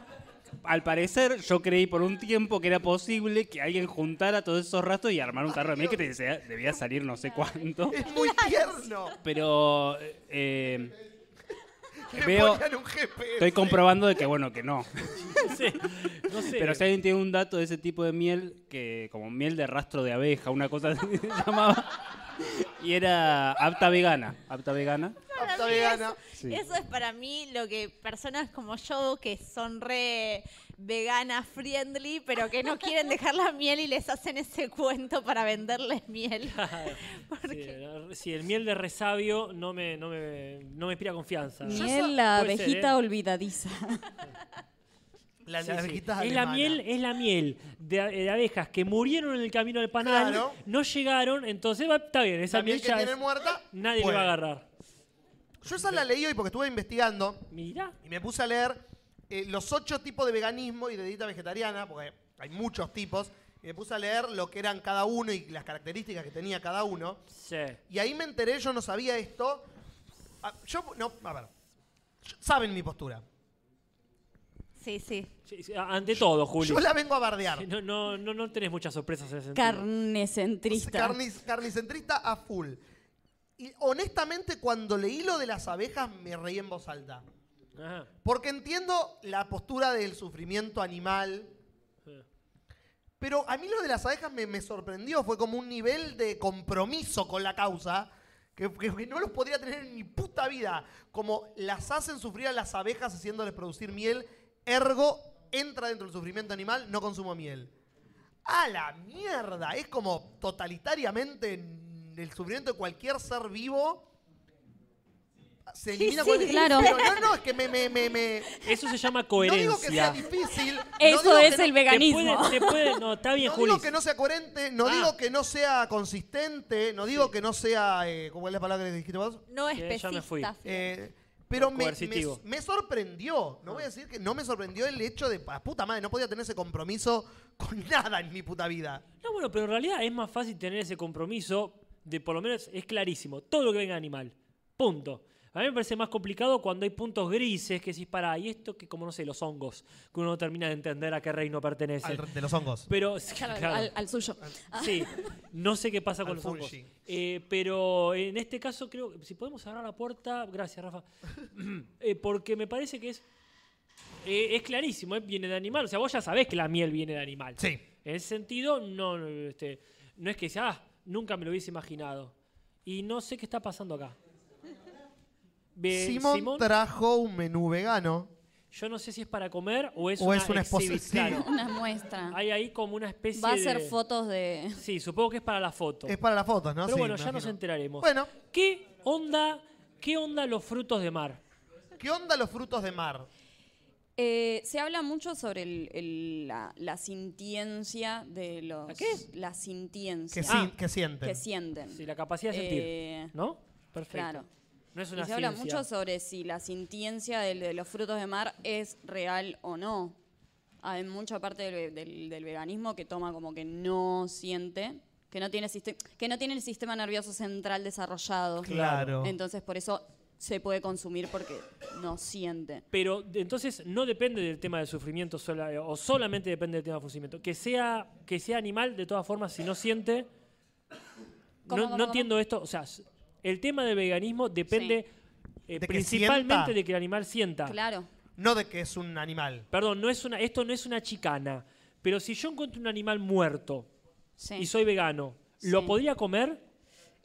Al parecer, yo creí por un tiempo que era posible que alguien juntara todos esos rastros y armar un tarro de miel que te desea- debía salir no sé cuánto.
Es muy tierno.
Ah.
Pero eh,
Le
veo,
ponían un GPS.
estoy comprobando de que bueno, que no.
Sí, no sé.
Pero si alguien tiene un dato de ese tipo de miel, que como miel de rastro de abeja, una cosa así se llamaba, y era apta vegana. Apta vegana.
Para
Apta
mí
vegana.
Eso,
Sí.
eso es para mí lo que personas como yo, que son re veganas friendly, pero que no quieren dejar la miel y les hacen ese cuento para venderles miel.
Sí, la- sí, el miel de resabio no me, no me, no me inspira confianza.
Miel, la
Puede ser,
abejita
¿eh?
olvidadiza.
La,
Sí, sí.
abejita
Es la
alemana.
miel, es la miel de, de abejas que murieron en el camino del panal,
Claro.
no llegaron, entonces va- está bien, esa
La miel
miel
que
ya
tienen
es-
muerta.
nadie le
puede.
va a agarrar.
Yo esa la leí hoy porque estuve investigando
Mira,
y me puse a leer eh, los ocho tipos de veganismo y de dieta vegetariana, porque hay muchos tipos. Y me puse a leer lo que eran cada uno y las características que tenía cada uno.
Sí.
Y ahí me enteré, yo no sabía esto. Ah, Yo, no, a ver. Saben mi postura.
Sí, sí.
Ante todo, Juli.
Yo la vengo a bardear.
Sí, No, no, no, no tenés muchas sorpresas en ese sentido.
Carnecentrista.
Carnis- carnicentrista a full. Y honestamente, cuando leí lo de las abejas, me reí en voz alta.
Ajá.
Porque entiendo la postura del sufrimiento animal.
Sí.
Pero a mí lo de las abejas me, me sorprendió. Fue como un nivel de compromiso con la causa que, que- que no los podría tener en mi puta vida. Como las hacen sufrir a las abejas haciéndoles producir miel, ergo entra dentro del sufrimiento animal, no consumo miel. ¡A la mierda! Es como totalitariamente n- el sufrimiento de cualquier ser vivo. Se elimina
sí,
cualquier-
claro.
Pero no, no, es que me- me- me- me,
Eso se llama
no
coherencia.
digo que sea difícil.
Eso
no digo
es
que no-
el veganismo.
Te puede- te puede- no, está bien,
no
Juli. Ah.
digo que no sea coherente, no digo que no sea consistente, no digo que no sea. Eh, ¿Cómo es la palabra que dijiste vos?
No
Sí, ya me especista, fui. sí.
Eh, pero me, me,
Coercitivo. Ah.
me sorprendió. No voy a decir que no me sorprendió el hecho de. pa, puta madre, no podía tener ese compromiso con nada en mi puta vida.
No, bueno, pero en realidad es más fácil tener ese compromiso de por lo menos es clarísimo, todo lo que venga animal. Punto. A mí me parece más complicado cuando hay puntos grises que decís, pará, y esto que como no sé, los hongos, que uno no termina de entender a qué reino pertenece.
Al- de los hongos.
Pero
Claro,
claro.
Al, al suyo.
Sí, no sé qué pasa con
Al
los hongos.
Fulgi.
Eh, pero en este caso creo, si podemos cerrar la puerta, gracias Rafa, Eh, porque me parece que es, eh, es clarísimo, eh, viene de animal, o sea, vos ya sabés que la miel viene de animal.
Sí.
En ese sentido, no, no, este, no es que sea, ah, nunca me lo hubiese imaginado. Y no sé qué está pasando acá. Ve-
Simón,
Simón,
trajo un menú vegano.
yo no sé si es para comer o es
O
una,
es una exposi-
exhibi-
sí.
claro.
Una muestra.
Hay ahí como una especie
Va a hacer
de-
fotos de.
Sí, supongo que es para la foto.
Es para las fotos, ¿no?
Pero
Sí,
bueno,
me
ya nos
imagino.
enteraremos.
Bueno,
¿Qué onda, ¿Qué onda los frutos de mar?
¿qué onda los frutos de mar?
Eh, se habla mucho sobre el- el- la, la sintiencia de los.
¿La qué?
La sintiencia.
Que,
Ah,
sin- que sienten.
que sienten.
Sí, la capacidad de sentir.
Eh,
¿No? Perfecto.
Claro.
No es
Y
una
se habla
ciencia.
mucho sobre si la sintiencia del- de, los frutos de mar es real o no. Hay mucha parte del, ve- del- del veganismo que toma como que no siente, que no tiene sistem- que no tiene el sistema nervioso central desarrollado.
Claro.
Entonces por eso se puede consumir porque no siente.
Pero de- entonces no depende del tema del sufrimiento sola- eh, o solamente depende del tema del sufrimiento. Que sea, que sea animal, de todas formas, si no siente.
¿Cómo,
no
cómo,
no
cómo?
entiendo esto. O sea, s- el tema del veganismo depende eh,
que
principalmente
sienta.
de que el animal sienta.
Claro.
No de que es un animal.
Perdón, no es una, esto no es una chicana. Pero si yo encuentro un animal muerto
Sí.
y soy vegano, ¿lo
Sí.
podría comer?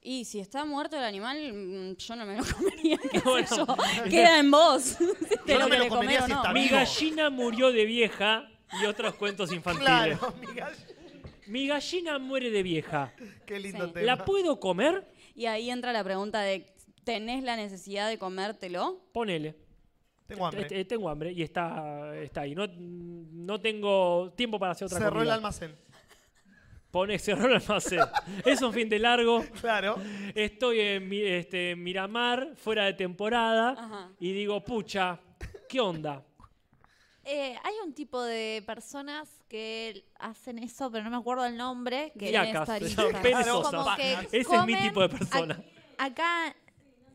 Y si está muerto el animal, mm, yo no me lo comería. qué sé
Bueno.
yo. Queda en vos. Si te
Yo no me lo
querés
comería
comer o
si
no.
está
Mi
vivo.
gallina murió de vieja y otros cuentos infantiles.
Claro, mi gall-
Mi gallina muere de vieja.
Qué lindo
Sí.
tema.
¿La puedo comer?
Y ahí entra la pregunta de, ¿tenés la necesidad de comértelo?
Ponele.
Tengo hambre.
Eh, eh, Tengo hambre y está, está ahí. No, no tengo tiempo para hacer otra
Cerró
comida.
el almacén.
Pone, cerró el almacén. es un fin de largo.
Claro.
Estoy en mi- este, Miramar, fuera de temporada.
Ajá.
Y digo, pucha, ¿qué onda?
Eh, hay un tipo de personas que hacen eso, pero no me acuerdo el nombre. Que
Yacas, son
Como
perezosas.
que
Ese es mi
comen-
tipo de persona.
ac- Acá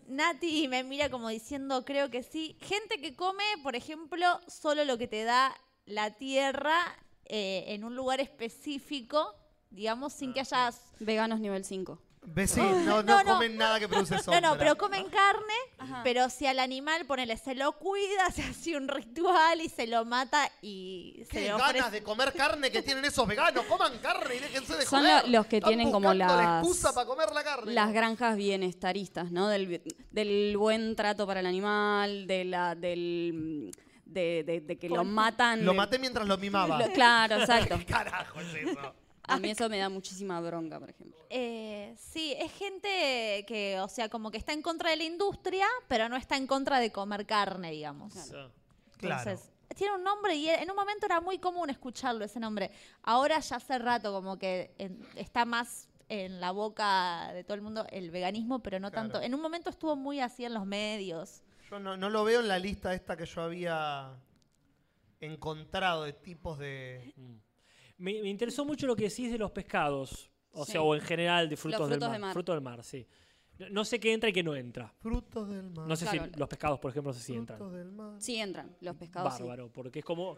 Nati me mira como diciendo, creo que sí. Gente que come, por ejemplo, solo lo que te da la tierra eh, en un lugar específico, digamos, sin que haya...
Veganos nivel 5.
Ve, sí, no, no,
no, no.
comen nada que produce
No,
sombra.
no, pero comen carne,
Ajá.
pero si al animal, ponele, se lo cuida, se hace un ritual y se lo mata y se
Qué
lo
ganas
ofrece-
de comer carne que tienen esos veganos. Coman carne y déjense de
Son
joder.
lo- los que
Están
tienen como
buscando la
las-
excusa para comer la carne.
Las granjas bienestaristas, ¿no? Del, bi- del buen trato para el animal, de la, del, mm, de, de- de que lo matan.
Lo
de-
maté mientras lo mimaba.
lo- claro, exacto.
Carajo es eso.
A mí eso me da muchísima bronca, por ejemplo.
Eh, sí, es gente que, o sea, como que está en contra de la industria, pero no está en contra de comer carne, digamos.
Claro.
Entonces, tiene un nombre y en un momento era muy común escucharlo ese nombre. Ahora ya hace rato como que en- está más en la boca de todo el mundo el veganismo, pero no
Claro.
tanto. En un momento estuvo muy así en los medios.
Yo no, no lo veo en la lista esta que yo había encontrado de tipos de.
Mm. Me, me interesó mucho lo que decís de los pescados. O
Sí.
sea, o en general de frutos,
Los
del
frutos
mar.
de mar.
Frutos del mar, sí. No, no sé qué entra y qué no entra.
Frutos del mar.
No sé
Claro.
si los pescados, por ejemplo, no sé si entran.
Sí, entran. Los pescados sí.
Bárbaro, porque es como.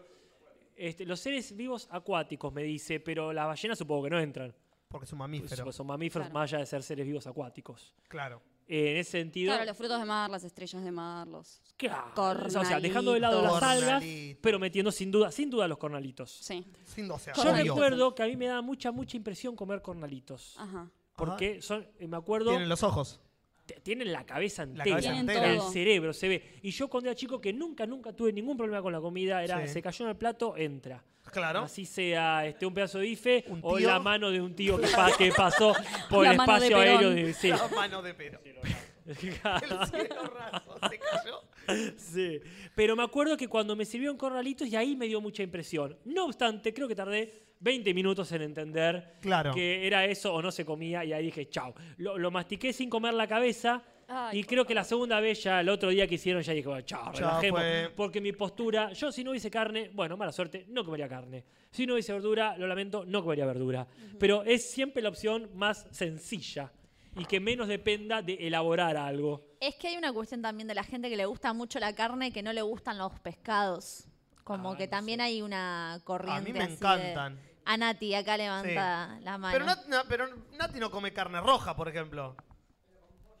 este, los seres vivos acuáticos, me dice, pero las ballenas supongo que no entran.
Porque son mamíferos.
Porque son mamíferos
Claro.
más allá de ser seres vivos acuáticos. Eh,
Claro.
en ese sentido.
Claro, los frutos de mar, las estrellas de mar, los.
Claro. O sea, o sea, dejando de lado las algas, pero metiendo sin duda, sin duda los cornalitos.
Sí.
Sin, o sea,
Yo
obvio.
recuerdo que a mí me daba mucha, mucha impresión comer cornalitos.
Ajá.
Porque son, eh, me acuerdo.
Tienen los ojos.
te- Tienen la cabeza entera.
cabeza Tienen entera.
El
todo.
cerebro se ve. Y yo cuando era chico que nunca, nunca tuve ningún problema con la comida, era
Sí.
se cayó en el plato, entra.
Claro.
Así sea este, un pedazo de bife o
tío.
la mano de un tío que, pa- que pasó por
La
el
mano de
espacio
Perón.
aéreo. De, sí.
La mano de Perón. El cielo raso, se cayó.
Sí. Pero me acuerdo que cuando me sirvieron cornalitos y ahí me dio mucha impresión. No obstante, creo que tardé 20 minutos en entender
Claro.
que era eso o no se comía y ahí dije, chao. Lo, lo mastiqué sin comer la cabeza. y creo que la segunda vez ya, el otro día que hicieron, ya dije, bueno, chao,
Chao,
relajemos.
fue.
Porque mi postura, yo si no hubiese carne, bueno, mala suerte, no comería carne. Si no hubiese verdura, lo lamento, no comería verdura. Pero es siempre la opción más sencilla y que menos dependa de elaborar algo.
Es que hay una cuestión también de la gente que le gusta mucho la carne que no le gustan los pescados. Como que también hay una corriente.
Ah, A mí me
así de-
encantan.
A Nati acá levanta la mano.
Pero, Nat- na- pero Nati no come carne roja, por ejemplo.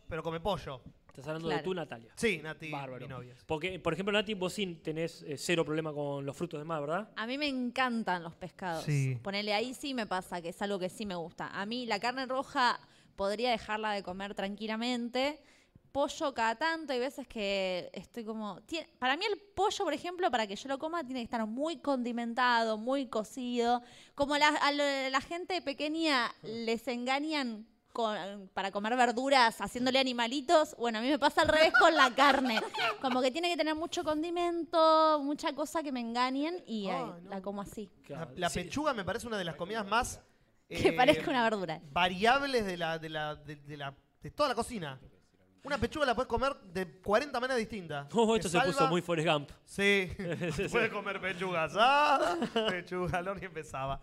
Pero come pollo.
Estás hablando de
Claro.
tú, Natalia.
Sí, Nati, mi novia.
Porque, por ejemplo, Nati, vos sí tenés eh, cero problema con los frutos de mar, ¿verdad?
A mí me encantan los pescados.
Sí.
Ponele ahí sí me pasa, que es algo que sí me gusta. A mí la carne roja podría dejarla de comer tranquilamente. Pollo cada tanto, hay veces que estoy como... tie- para mí el pollo, por ejemplo, para que yo lo coma, tiene que estar muy condimentado, muy cocido. Como la, a lo- la gente pequeña les engañan con- para comer verduras haciéndole animalitos, bueno, a mí me pasa al revés con la carne. Como que tiene que tener mucho condimento, mucha cosa que me engañen y
Ay,
eh, la como así.
La, la pechuga me parece una de las comidas más.
Que
eh,
parezca una verdura.
Variables de la de, la, de, de la- de toda la cocina. Una pechuga la puedes comer de 40 maneras distintas.
Oh,
Te
esto se
salva-
puso muy Forrest Gump.
Sí, puedes comer pechuga asada, pechuga al horno y empezaba.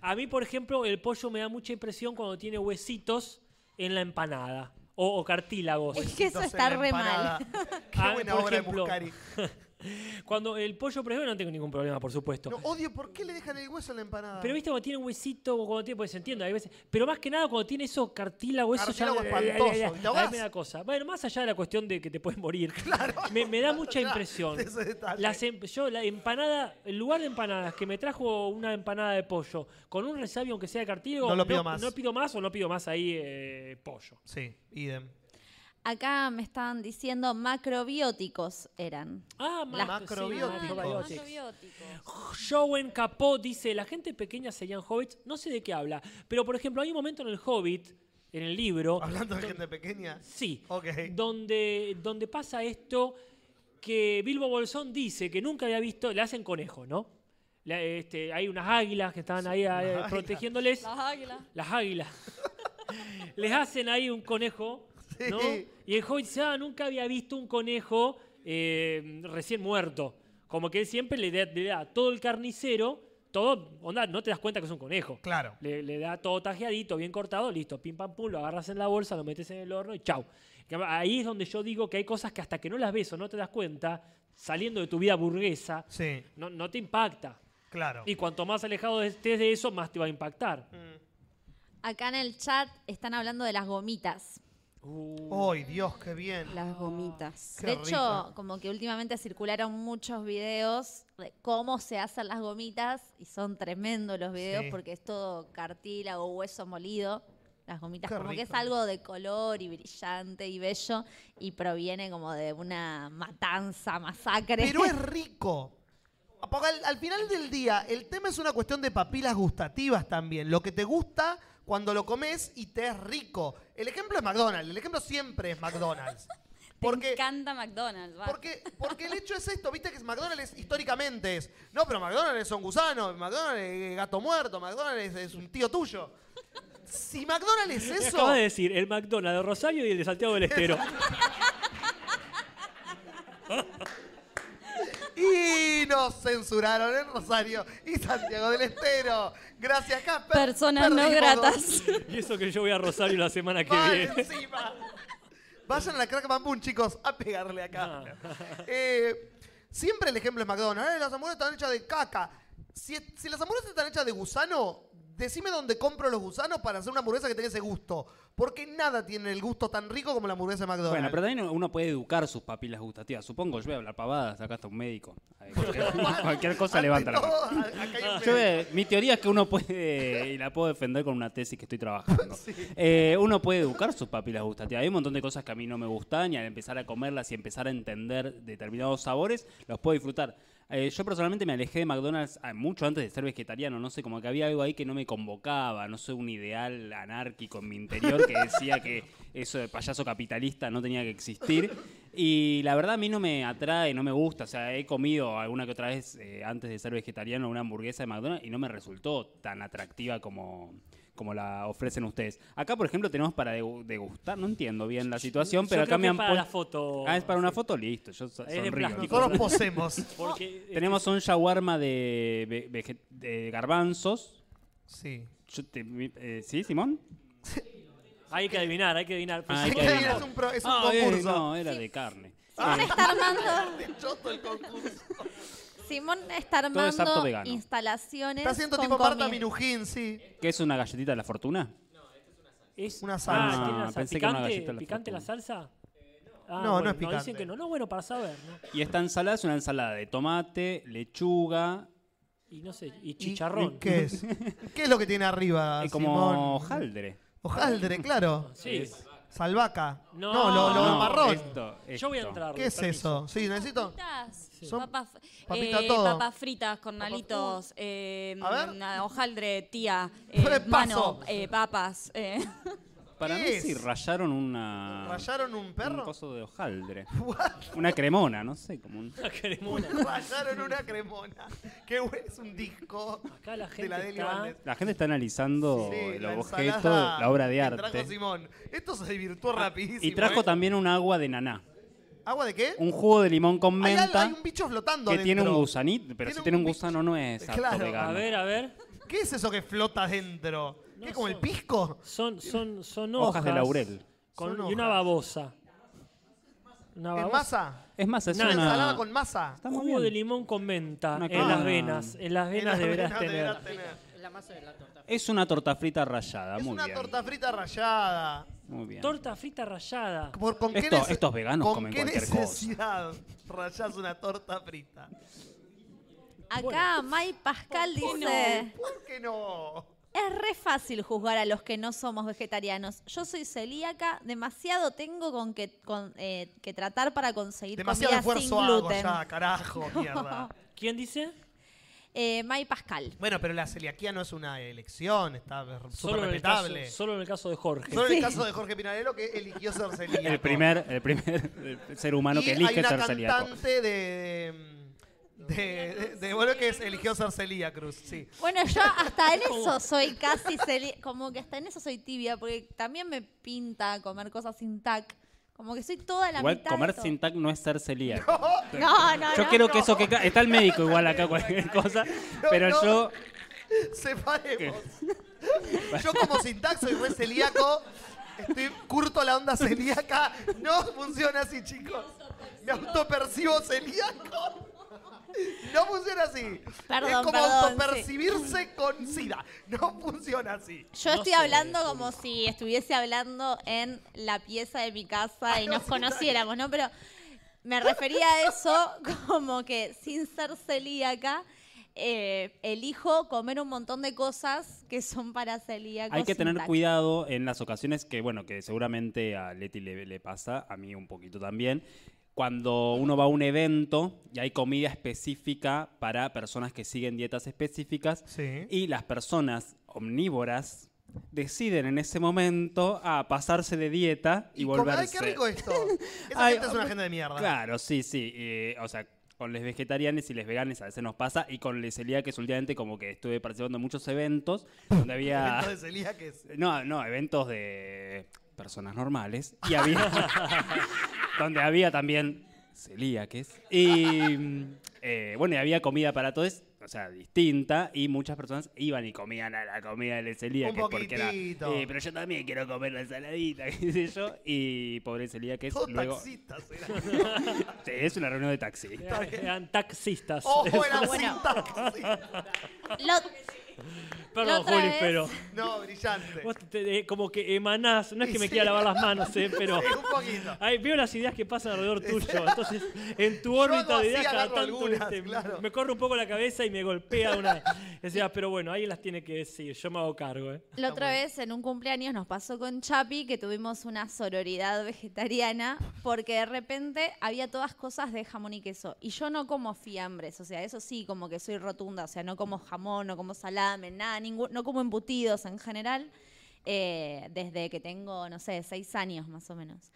A mí, por ejemplo, el pollo me da mucha impresión cuando tiene huesitos en la empanada o, o cartílagos. Ah,
Es que eso Huesitos en está la re empanada. mal.
Qué buena obra de Muscari.
cuando el pollo, por ejemplo, no tengo ningún problema, por supuesto.
No, odio, ¿por qué le dejan el hueso en la empanada?
Pero viste cuando tiene un huesito, o cuando tiene, pues entiendo, hay veces. Pero más que nada cuando tiene eso cartílago, eso
Cartílago
ya.
espantoso,
Eh, eh, eh,
¿y te
a
ahogás?
mí me da cosa. Bueno, más allá de la cuestión de que te puedes morir. Me, me da mucha impresión.
Ese detalle.
Las em- yo, la empanada, el lugar de empanadas que me trajo una empanada de pollo con un resabio, aunque sea de cartílago,
No lo pido más.
No pido más o no pido más ahí eh, pollo.
Sí, idem.
Acá me estaban diciendo macrobióticos eran.
Ah,
Las-
macrobióticos.
sí,
Macrobióticos. Jowen Capó dice, la gente pequeña serían hobbits, no sé de qué habla, pero por ejemplo hay un momento en el Hobbit, en el libro,
Hablando de gente pequeña.
sí, donde, donde pasa esto que Bilbo Bolsón dice que nunca había visto, le hacen conejo, ¿no? La- este, hay unas águilas que estaban ahí eh,
águilas.
protegiéndoles.
Las águilas.
Las águilas. Les hacen ahí un conejo, ¿no? Y el Hobbit dice, ah, nunca había visto un conejo eh, recién muerto. Como que él siempre le da, le da todo el carnicero, todo, onda, no te das cuenta que es un conejo.
Claro.
Le, le da todo tajeadito, bien cortado, listo, pim pam pum, lo agarras en la bolsa, lo metes en el horno y chau. Ahí es donde yo digo que hay cosas que hasta que no las ves o no te das cuenta, saliendo de tu vida burguesa,
Sí,
no, no te impacta.
claro.
Y cuanto más alejado estés de eso, más te va a impactar.
Acá en el chat están hablando de las gomitas.
Ay, Dios, qué bien.
Las gomitas.
de hecho, como que últimamente circularon muchos videos de cómo se hacen las gomitas y son tremendos los videos
Sí.
porque es todo cartílago, hueso molido. Las gomitas
Qué
como que es
rico.
algo de color y brillante y bello y proviene como de una matanza, masacre.
Pero es rico. Porque al, al final del día, el tema es una cuestión de papilas gustativas también. Lo que te gusta cuando lo comes y te es rico. El ejemplo es McDonald's. El ejemplo siempre es McDonald's.
Me encanta McDonald's. va.
Porque, porque el hecho es esto, viste que McDonald's históricamente es. No, pero McDonald's son gusanos, McDonald's es gato muerto, McDonald's es un tío tuyo. Si McDonald's es eso.
Acabas de decir el McDonald's de Rosario y el de Santiago del Estero.
Y no censuraron en Rosario y Santiago del Estero. Gracias, Casper.
Personas no
Perdimos dos.
gratas.
Y eso que yo voy a Rosario la semana que
Mal
viene.
encima. Vayan a la crack bambún, chicos, a pegarle acá. Eh, siempre el ejemplo es McDonald's. Eh, Las hamburguesas están hechas de caca. Si, si las hamburguesas están hechas de gusano, decime dónde compro los gusanos para hacer una hamburguesa que tenga ese gusto. Porque nada tiene el gusto tan rico como la hamburguesa de McDonald's.
Bueno, pero también uno puede educar sus papilas gustativas. Supongo, yo voy a hablar pavadas, acá está un médico. Ay, Cualquier, cualquier cosa levanta la mano. Yo, eh, mi teoría es que uno puede, y la puedo defender con una tesis que estoy trabajando, Eh, uno puede educar sus papilas gustativas. Hay un montón de cosas que a mí no me gustan y al empezar a comerlas y empezar a entender determinados sabores, los puedo disfrutar. Eh, yo personalmente me alejé de McDonald's ah, mucho antes de ser vegetariano, no sé, como que había algo ahí que no me convocaba, no sé, un ideal anárquico en mi interior que decía que eso de payaso capitalista no tenía que existir. Y la verdad a mí no me atrae, no me gusta. O sea, he comido alguna que otra vez eh, antes de ser vegetariano una hamburguesa de McDonald's y no me resultó tan atractiva como, como la ofrecen ustedes. Acá, por ejemplo, tenemos para degu- degustar, no entiendo bien la situación,
Yo
pero acá
creo
me
que
han
para la
puest-
foto.
Ah, es para una foto, listo. Yo so-
Es de
sonrío.
plástico.
Nosotros
Nosotros posemos. Porque-
tenemos un shawarma de, ve- veget- de garbanzos.
Sí.
eh, ¿Sí, Simón?
Hay que adivinar, hay que adivinar.
Ah,
Pues-
hay que adivinar. Ah, eh, no, era
Sí.
de carne.
Simón
Eh,
está armando.
choto el concurso.
Simón está
Todo es apto
armando
vegano.
instalaciones.
Está haciendo
con
tipo Marta
comida.
Minujín, sí.
¿Qué es una galletita de la fortuna?
Es
una
salsa.
Ah, ¿tiene la
Ah,
salsa?
pensé que era una
¿Picante,
galleta a la
¿Picante la
fortuna.
salsa?
No,
Ah,
no
bueno,
es
nos
picante.
dicen que no. No, bueno, para saber. ¿no?
Y esta ensalada es una ensalada de tomate, lechuga.
Y no sé, y chicharrón.
¿Qué es? ¿Qué es lo que tiene arriba?
Es como
Simón?
hojaldre.
Hojaldre, claro.
Sí.
Salvaca.
No.
No, lo, lo
No,
marrón.
esto,
Yo voy a esto. entrar,
¿Qué es
permiso.
eso? Sí, necesito.
Papitas,
Son-
papas,
papita
eh,
todo.
papas fritas, cornalitos, eh, na- hojaldre, tía, eh,
Fue de paso.
mano, eh, papas. eh.
Para mí
¿Qué es?
sí rayaron una.
¿Rayaron un perro?
Un coso de hojaldre. Una cremona, no sé, como un.
cremona.
Rayaron una cremona. Qué bueno, es un disco.
Acá la
de la
gente
Deli
está-
Valdés.
La gente está analizando
Sí,
Oh, el
la
objeto,
ensalada
la obra de
que Trajo
arte. Ah,
Simón. Esto se divirtió rapidísimo.
Y trajo
¿eh?
también un agua de naná.
¿Agua de qué?
Un jugo de limón con
Hay, al-
menta.
hay un bicho flotando
que tiene un
adentro.
gusanito, pero si tiene un gusano no es apto
Claro.
vegano.
a ver.
¿Qué es eso que flota adentro? ¿Qué como el pisco?
Son, son, son hojas.
Hojas de laurel.
con-
Son
y una
hojas.
babosa. Una
¿Es
babosa.
masa?
Es más, es
Nada.
una-
Ensalada con masa.
Jugo de limón con menta.
Una
en las
crema.
venas. En las venas deberás tener.
La masa de la torta.
Es una torta frita rayada, muy
Una
bien.
torta frita rallada.
Muy bien.
Torta frita rallada.
¿Por, con qué
Esto-
nece-
estos veganos
¿con
comen
qué
cualquier cosa.
necesidad rayás una torta frita?
Acá May Pascal dice.
¿Por qué no?
Es re fácil juzgar a los que no somos vegetarianos. Yo soy celíaca, demasiado tengo con que, con, eh, que tratar para conseguir
Demasiado
comida sin
esfuerzo hago
gluten.
ya, carajo, mierda.
¿Quién dice?
Eh, May Pascal.
Bueno, pero la celiaquía no es una elección, está súper
Solo en, el caso,
respetable. Solo,
solo en el caso de Jorge.
en el caso de Jorge Pinarello que eligió ser celíaco.
El primer, el primer ser humano
y
que elige
hay una
ser celíaco.
cantante de... De, de, de, bueno, que es, eligió ser Celia Cruz, sí.
Bueno, yo hasta en eso soy casi celíaca. Como que hasta en eso soy tibia, porque también me pinta comer cosas sin tac. Como que soy toda la
Igual
mitad.
comer
de todo.
sin tac no es ser celíaco.
No, no,
Yo
no,
quiero
no.
que eso que ca- está el médico igual acá cualquier cosa, pero
no.
yo
Separemos. Yo como sintax soy re celíaco. Estoy curto la onda celíaca. No funciona así, chicos. Me autopercibo celíaco. No funciona así.
Perdón,
es como
perdón,
autopercibirse con SIDA. No funciona así.
Yo estoy hablando como si estuviese hablando en la pieza de mi
Ah,
casa y nos conociéramos, ¿no? Pero me refería a eso como que sin ser celíaca, eh, elijo comer un montón de cosas que son para celíacos.
hay que
sin
tener
tac.
cuidado en las ocasiones que, bueno, que seguramente a Leti le, le pasa, a mí un poquito también, cuando uno va a un evento y hay comida específica para personas que siguen dietas específicas y las personas omnívoras deciden en ese momento a pasarse de dieta y,
Como,
volverse.
ay, qué rico esto. Esa
Ay,
gente es una
ah,
agenda de mierda.
Claro, sí, sí. eh, o sea, con los vegetarianes y los veganes a veces nos pasa. Y con les celíacos últimamente como que estuve participando en muchos eventos donde había...
Eventos de celíacos.
No, no, eventos de personas normales. Y había... donde había también celíaques. Y... mm, eh, bueno, y había comida para todos, o sea, distinta, y muchas personas iban y comían a la comida del celíaco.
Un
porque era,
poquitito.
"Eh, pero yo también quiero comer la ensaladita, qué sé yo, y pobre celíaco es
Todos
luego...
taxistas
Sí, es una reunión de taxi.
Eran taxistas.
Ojo, era
Eso.
sin taxi.
Perdón,
La otra
Juli,
vez-
pero.
No, brillante.
Vos te- eh, como que emanás, no es que me
Sí.
quiera lavar las manos, eh, pero.
Sí, un poquito.
Ay, veo las ideas que pasan alrededor tuyo. Entonces, en tu órbita
hago
de
así,
ideas, cada
agarro
tanto
algunas,
viste,
claro.
me corre un poco la cabeza y me golpea una. Decía, pero bueno, ahí las tiene que decir, yo me hago cargo. eh.
La otra vez en un cumpleaños nos pasó con Chapi que tuvimos una sororidad vegetariana porque de repente había todas cosas de jamón y queso. Y yo no como fiambres, o sea, eso sí, como que soy rotunda, o sea, no como jamón, no como salame, nada, ningún, no como embutidos en general, eh, desde que tengo, no sé, seis años más o menos.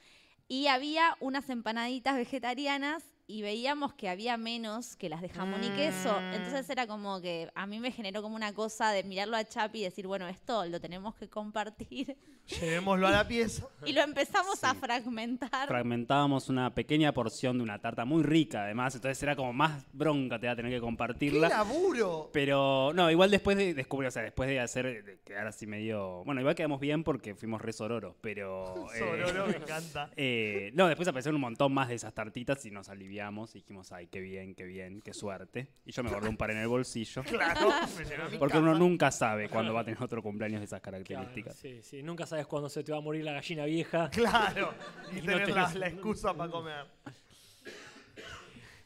Y había unas empanaditas vegetarianas y veíamos que había menos que las de jamón y queso. Entonces era como que a mí me generó como una cosa de mirarlo a Chapi y decir, bueno, esto lo tenemos que compartir.
Llevémoslo a la pieza.
Y lo empezamos a fragmentar.
Fragmentábamos una pequeña porción de una tarta muy rica, además, entonces era como más bronca te va a tener que
¡Qué
compartirla.
laburo!
Pero no, igual después de descubrir, o sea, después de hacer, de quedar así medio. Bueno, igual quedamos bien porque fuimos re sororos, pero. eh,
Sororo, me encanta.
eh, no, después aparecieron un montón más de esas tartitas y nos aliviamos y dijimos, ay, qué bien, qué bien, qué suerte. Y yo me guardé un par en el bolsillo.
Claro, me llenó mi
Porque uno
casa.
nunca sabe cuándo va a tener otro cumpleaños de esas características.
Sí, sí, este, nunca sabes cuándo se te va a morir la gallina vieja.
Claro, y,
no
tener la,
tenés-
la excusa para comer.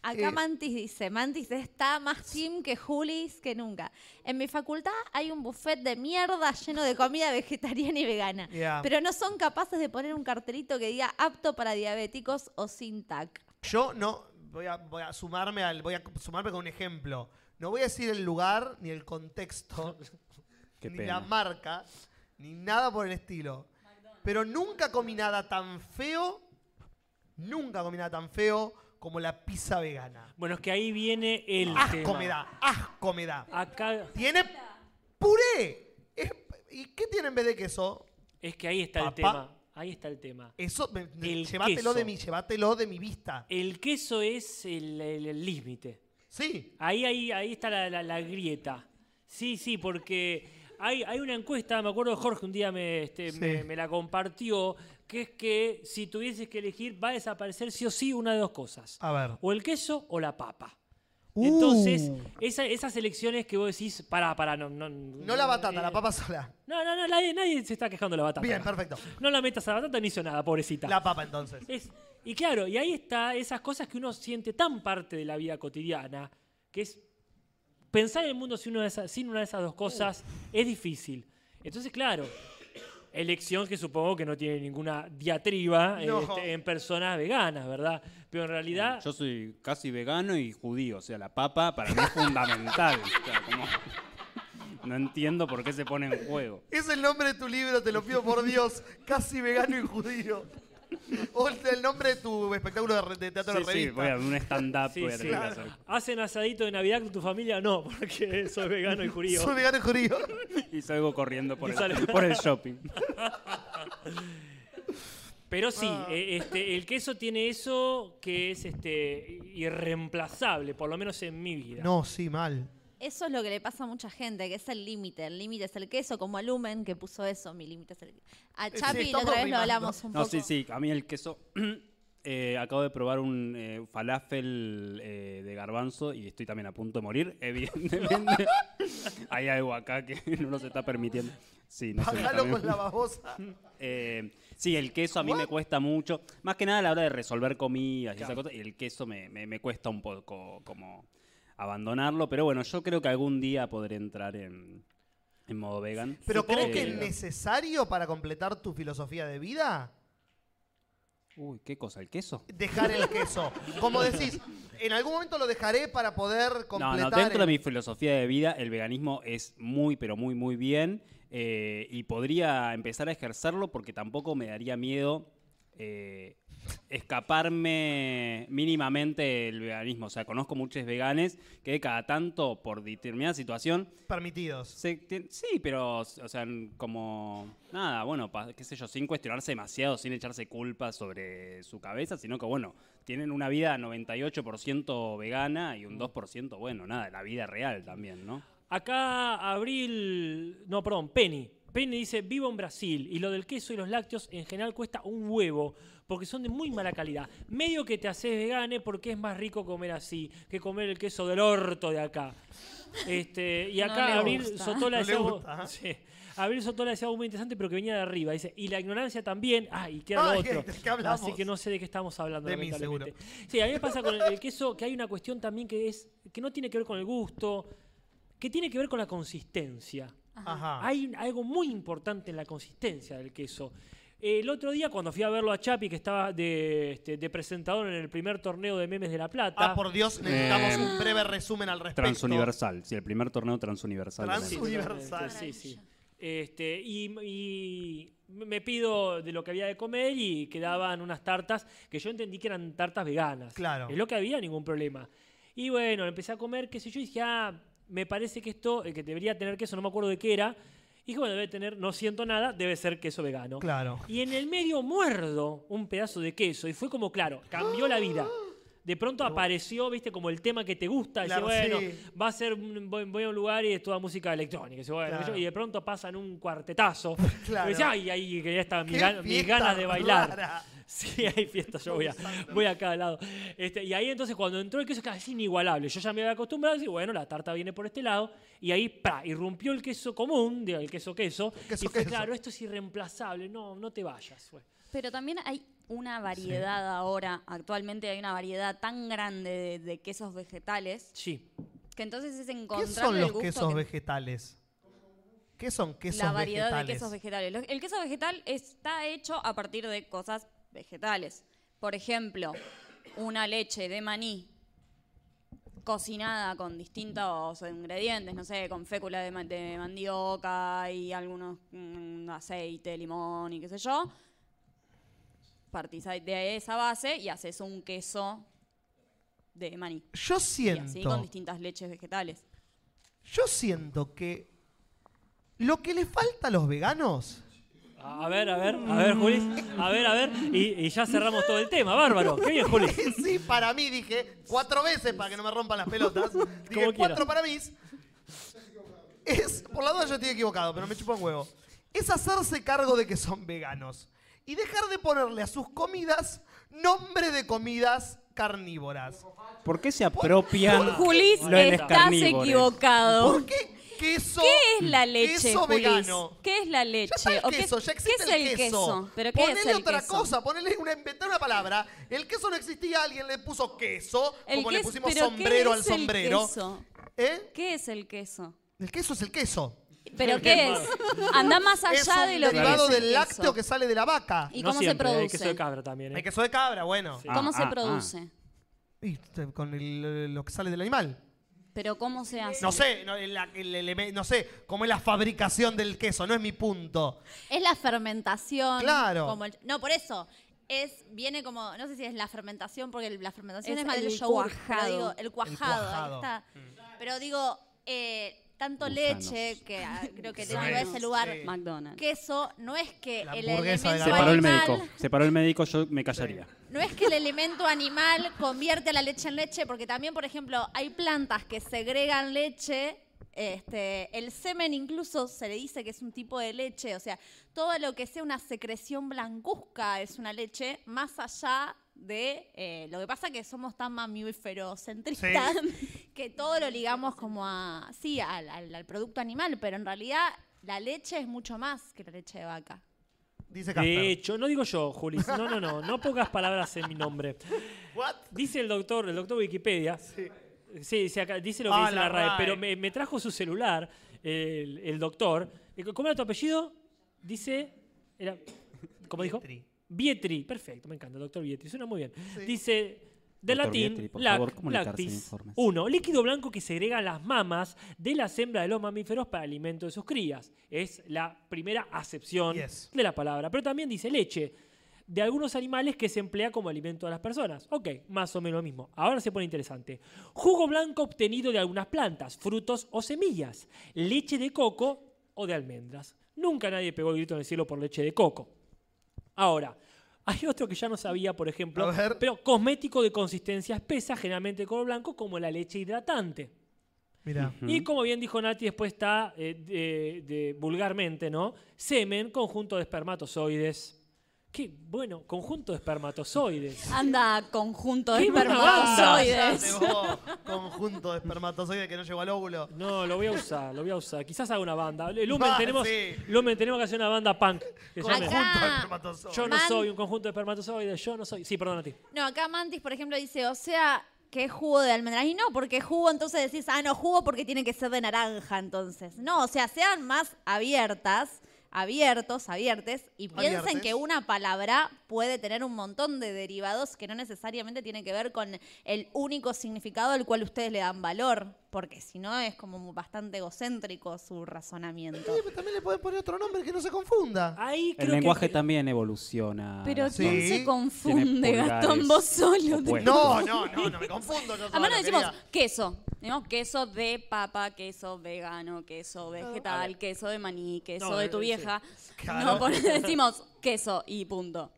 Acá
Eh,
Mantis dice, Mantis está más team que Julis que nunca. En mi facultad hay un buffet de mierda lleno de comida vegetariana y vegana.
Yeah.
Pero no son capaces de poner un cartelito que diga apto para diabéticos o sin TAC.
Yo no voy a, voy a sumarme al voy a sumarme con un ejemplo. No voy a decir el lugar ni el contexto
Qué
ni
pena.
la marca ni nada por el estilo. Pero nunca comí nada tan feo, nunca comí nada tan feo como la pizza vegana.
Bueno, es que ahí viene el.
Asco
tema.
me da, asco me da.
Acá.
Tiene puré. Es- ¿Y qué tiene en vez de queso?
Es que ahí está el
Papá.
tema. Ahí está el tema.
Eso, me- me-
El
llévatelo
queso.
de mí, llévatelo de mi vista.
El queso es el- el el límite.
Sí.
Ahí, ahí, ahí está la, la- la grieta. Sí, sí, porque hay, hay una encuesta, me acuerdo Jorge un día me, este,
Sí.
me, me la compartió, que es que si tuvieses que elegir va a desaparecer sí o sí una de dos cosas.
A ver.
O el queso o la papa.
Uh.
Entonces, esa- esas elecciones que vos decís, para, para, no, no.
No la batata,
Eh.
la papa sola.
No, no, no, nadie, nadie se está quejando de la batata.
Bien, perfecto.
No la metas a la batata, ni hizo nada, pobrecita.
La papa entonces.
Es- y claro, y ahí está esas cosas que uno siente tan parte de la vida cotidiana, que es pensar en el mundo sin una de esas, sin una de esas dos cosas es difícil. Entonces, claro, elección que supongo que no tiene ninguna diatriba eh,
No.
este, en personas veganas, ¿verdad? Pero en realidad,
Yo soy casi vegano y judío, o sea, la papa para mí es fundamental. O sea, como- no entiendo por qué se pone en juego.
Es el nombre de tu libro, te lo pido por Dios. Casi vegano y judío. O es el nombre de tu espectáculo de, re- de teatro
Sí,
de
sí,
revista.
voy a un stand-up.
Sí,
voy a
sí.
tener que
Claro.
hacer.
¿hacen asadito de Navidad con tu familia? No, porque soy vegano y judío.
Soy vegano y judío.
Y salgo corriendo por,
Y
el,
sale-
por el shopping.
Pero sí,
Ah.
eh, este, el queso tiene eso que es este, irreemplazable, por lo menos en mi vida.
No, sí, mal.
Eso es lo que le pasa a mucha gente, que es el límite. El límite es el queso, como a Lumen que puso eso, mi límite es el queso.
Eh,
A Chapi la otra vez lo hablamos un
No,
poco.
sí, sí, a mí el queso. eh, acabo de probar un eh, falafel eh, de garbanzo y estoy también a punto de morir, evidentemente. Hay algo acá que no nos está permitiendo. Sí, no sé,
Bájalo
también-
con la babosa.
Eh, sí, el queso a mí me cuesta mucho. Más que nada a la hora de resolver comidas y esas cosas. Y el queso me, me- me cuesta un poco como abandonarlo. Pero bueno, yo creo que algún día podré entrar en, en modo vegan.
Pero ¿crees
Eh,
que es necesario para completar tu filosofía de vida?
Uy, ¿qué cosa? ¿El queso?
Dejar el queso. Como decís, en algún momento lo dejaré para poder
No,
completar.
no, dentro de
el-
mi filosofía de vida, el veganismo es muy, pero muy, muy bien. eh, y podría empezar a ejercerlo porque tampoco me daría miedo eh, escaparme mínimamente del veganismo. O sea, conozco muchos veganes que cada tanto, por determinada situación,
Permitidos.
se ti- sí, pero, o sea, n- como nada, bueno, pa- qué sé yo, sin cuestionarse demasiado, sin echarse culpa sobre su cabeza, sino que, bueno, tienen una vida 98% vegana y un 2%, bueno, nada, la vida real también, ¿no?
Acá Abril, no, perdón, Penny. Penny dice, vivo en Brasil y lo del queso y los lácteos en general cuesta un huevo porque son de muy mala calidad. Medio que te haces vegane porque es más rico comer así que comer el queso del orto de acá. Este, y
No
acá
le
Abril
gusta. No
Sotola decía
le
algo-
¿eh?
gusta.
sí. Abril Sotola decía algo muy interesante pero que venía de arriba. Dice, y la ignorancia también. Ah, y queda
Ay,
lo otro.
¿de qué hablamos?
Así que no sé de qué estamos hablando.
De mí,
lamentablemente. Sí, a mí me pasa con el, el queso que hay una cuestión también que es que no tiene que ver con el gusto, que tiene que ver con la consistencia.
Ajá.
Hay un- algo muy importante en la consistencia del queso. El otro día, cuando fui a verlo a Chapi, que estaba de, este, de presentador en el primer torneo de memes de La Plata.
Ah, por Dios, necesitamos
Eh,
un breve resumen al respecto.
Transuniversal, sí, el primer torneo transuniversal. de la
Sí,
NBA.
totalmente, Sí, sí. Este, y, y me pido de lo que había de comer y quedaban unas tartas que yo entendí que eran tartas veganas.
Claro.
Es lo que había, ningún problema. Y bueno, empecé a comer, qué sé yo, y dije, ah, me parece que esto, el que debería tener queso, no me acuerdo de qué era. Y dije, bueno, debe tener, no siento nada, debe ser queso vegano.
Claro.
Y en el medio muerdo un pedazo de queso y fue como, claro, cambió la vida. De pronto apareció, viste, como el tema que te gusta. y
Claro,
bueno,
sí.
va a ser, un- voy, voy a un lugar y es toda música electrónica. Y, dice, bueno,
Claro.
yo- y de pronto pasan un cuartetazo.
Claro.
Y dice, ay, ahí que ya está mi
¡Qué
gan- mis
fiesta
ganas de bailar.
rara!
Sí, hay fiesta, yo voy a, voy a cada lado. Este, y ahí entonces cuando entró el queso es casi inigualable. Yo ya me había acostumbrado y bueno, la tarta viene por este lado. Y ahí, ¡pra! irrumpió el queso común, digo, el queso queso.
queso
y fue,
queso.
claro, esto es irreemplazable, no, no te vayas. güey.
Pero también hay una variedad ahora, actualmente hay una variedad tan grande de, de quesos vegetales.
Sí.
Que entonces es
¿Qué
encontrar
son
el
los
gusto
quesos
que-
vegetales? ¿Qué son quesos
la variedad
vegetales?
de quesos vegetales. Los- El queso vegetal está hecho a partir de cosas vegetales. Por ejemplo, una leche de maní cocinada con distintos ingredientes, no sé, con fécula de, ma- de mandioca y algunos mm, aceite, limón y qué sé yo. Partís ahí de esa base y haces un queso de maní.
Yo
Y así con
siento,
distintas leches vegetales.
yo siento que lo que le falta a los veganos
A a ver, a ver, a ver, Julis. A ver, a ver. Y, y ya cerramos todo el tema, bárbaro. Qué bien, Julis.
sí, para mí dije cuatro veces para que no me rompan las pelotas. Dije
Como quiera.
cuatro para mí. Es, por la duda yo estoy equivocado, pero me chupa un huevo. Es hacerse cargo de que son veganos y dejar de ponerle a sus comidas nombre de comidas carnívoras.
¿Por qué se apropian
Julis,
lo de los
estás
carnívoros?
equivocado.
¿Por qué queso?
¿Qué es la leche,
queso
Julis?
vegano.
¿Qué es la leche?
Ya está
¿O
el
qué-
queso,
qué
ya existe
es el queso? ¿Pero qué
ponele
es el
otra
queso?
cosa, ponele una, inventar una palabra. El queso no existía, alguien le puso queso,
El
como le
queso-
pusimos
¿pero qué
sombrero al
es el
sombrero. ¿Eh?
queso? ¿Qué es el queso?
El queso es el queso.
¿Pero qué es? Anda más
Es
allá
un
de lo que
derivado
es el
del
queso.
lácteo que sale de la vaca.
¿Y No cómo se siempre, hay produce? queso de ¿eh?
cabra también.
Hay queso de cabra, bueno. Ah,
¿Cómo se produce?
Y, este, con el- lo que sale del animal.
¿Pero cómo se hace?
No sé, no, el- la- el eleme- no sé cómo es la fabricación del queso, no es mi punto.
Es la fermentación.
Claro.
como el- no, por eso. Es, viene como, no sé si es la fermentación, porque el- la fermentación
Es
es, más del
el
yogur,
cuajado.
pero digo, el cuajado,
El cuajado.
ahí está. Pero digo, eh, tanto
Gusanos.
leche, que ah, creo que
Gusanos,
tengo ese lugar,
sí. McDonald's.
queso, no es que el
hamburguesa de
elemento
Se paró el
animal-
médico, se paró el médico, yo me callaría.
No es que el elemento animal convierte la leche en leche, porque también, por ejemplo, hay plantas que segregan leche. Este, el semen incluso se le dice que es un tipo de leche, o sea, todo lo que sea una secreción blancuzca es una leche, más allá de eh, lo que pasa que somos tan mamíferocentristas que todo lo ligamos como a, sí, al, al- al producto animal, pero en realidad la leche es mucho más que la leche de vaca.
Dice Casper.
De hecho, no digo yo, Julis. No, no, no. No pocas palabras en mi nombre.
What?
Dice el doctor, el doctor Wikipedia. Sí. dice, acá- dice lo que
Ah,
dice
la
la RAE,
RAE.
pero me, me trajo su celular el, el doctor. Eh, ¿Cómo era tu apellido? Dice. Era, ¿Cómo dijo?
Vietri.
Vietri. Perfecto, me encanta, doctor Vietri. Suena muy bien. Dice. De
Doctor
latín,
Vietri, por
lac-
favor, comunicarse,
lactis,
informes.
uno, líquido blanco que segrega las mamas de la hembra de los mamíferos para alimento de sus crías. Es la primera acepción
Yes.
de la palabra. Pero también dice leche de algunos animales que se emplea como alimento a las personas. Ok, más o menos lo mismo. Ahora se pone interesante. Jugo blanco obtenido de algunas plantas, frutos o semillas. Leche de coco o de almendras. Nunca nadie pegó el grito en el cielo por leche de coco. Ahora, Hay otro que ya no sabía, por ejemplo,
A ver.
pero cosmético de consistencia espesa, generalmente de color blanco, como la leche hidratante.
Mira.
Y como bien dijo Nati, después está, eh, de- de- vulgarmente, ¿no? Semen, conjunto de espermatozoides. Qué bueno, conjunto de espermatozoides.
Anda, conjunto de
¡Qué buena
Ah, espermatozoides.
banda! Conjunto de espermatozoides que no llegó al óvulo.
No, lo voy a usar, lo voy a usar. Quizás haga una banda. Lumen,
Ah,
tenemos,
sí.
Lumen, tenemos que hacer una banda punk. que se llame-
Conjunto de
espermatozoides.
Yo no
Man-
soy un conjunto de espermatozoides, yo no soy. Sí, perdón a ti.
No, acá Mantis, por ejemplo, dice, o sea, que es jugo de almendras. Y no, porque jugo, entonces decís, ah, no, jugo porque tiene que ser de naranja, entonces. No, o sea, sean más abiertas, abiertos, abiertes, y piensen
Abiertes.
que una palabra puede tener un montón de derivados que no necesariamente tienen que ver con el único significado al cual ustedes le dan valor, porque si no es como bastante egocéntrico su razonamiento.
También le pueden poner otro nombre que no se confunda.
Ahí
El lenguaje también evoluciona.
Pero
Gastón.
¿quién se confunde,
Tiene
Gastón?
pulgares
Vos solo. te-
opuestos.
No, no, no, no, me confundo. Yo
A
solo,
menos decimos
querida.
queso. ¿no? Queso de papa, queso vegano, queso vegetal, queso de maní, queso
No,
de
eh,
tu
sí.
vieja.
Claro.
No, por- decimos queso y punto.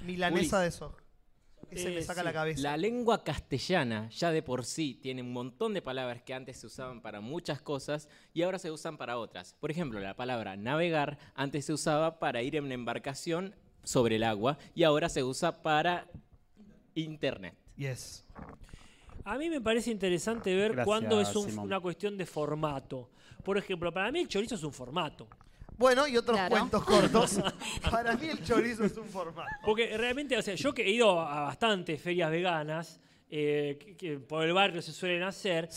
Milanesa
Uli.
de eso. Ese me
Eh,
saca
sí.
la cabeza.
La lengua castellana ya de por sí tiene un montón de palabras que antes se usaban para muchas cosas y ahora se usan para otras. Por ejemplo, la palabra navegar antes se usaba para ir en una embarcación sobre el agua y ahora se usa para internet.
Yes.
A mí me parece interesante ver
Gracias,
cuándo es un-
Simón.
una cuestión de formato. Por ejemplo, para mí el chorizo es un formato.
Bueno, y otros
Claro.
cuentos cortos. Para mí el chorizo es un formato.
Porque realmente, o sea, yo que he ido a bastantes ferias veganas, eh, que, que por el barrio se suelen hacer,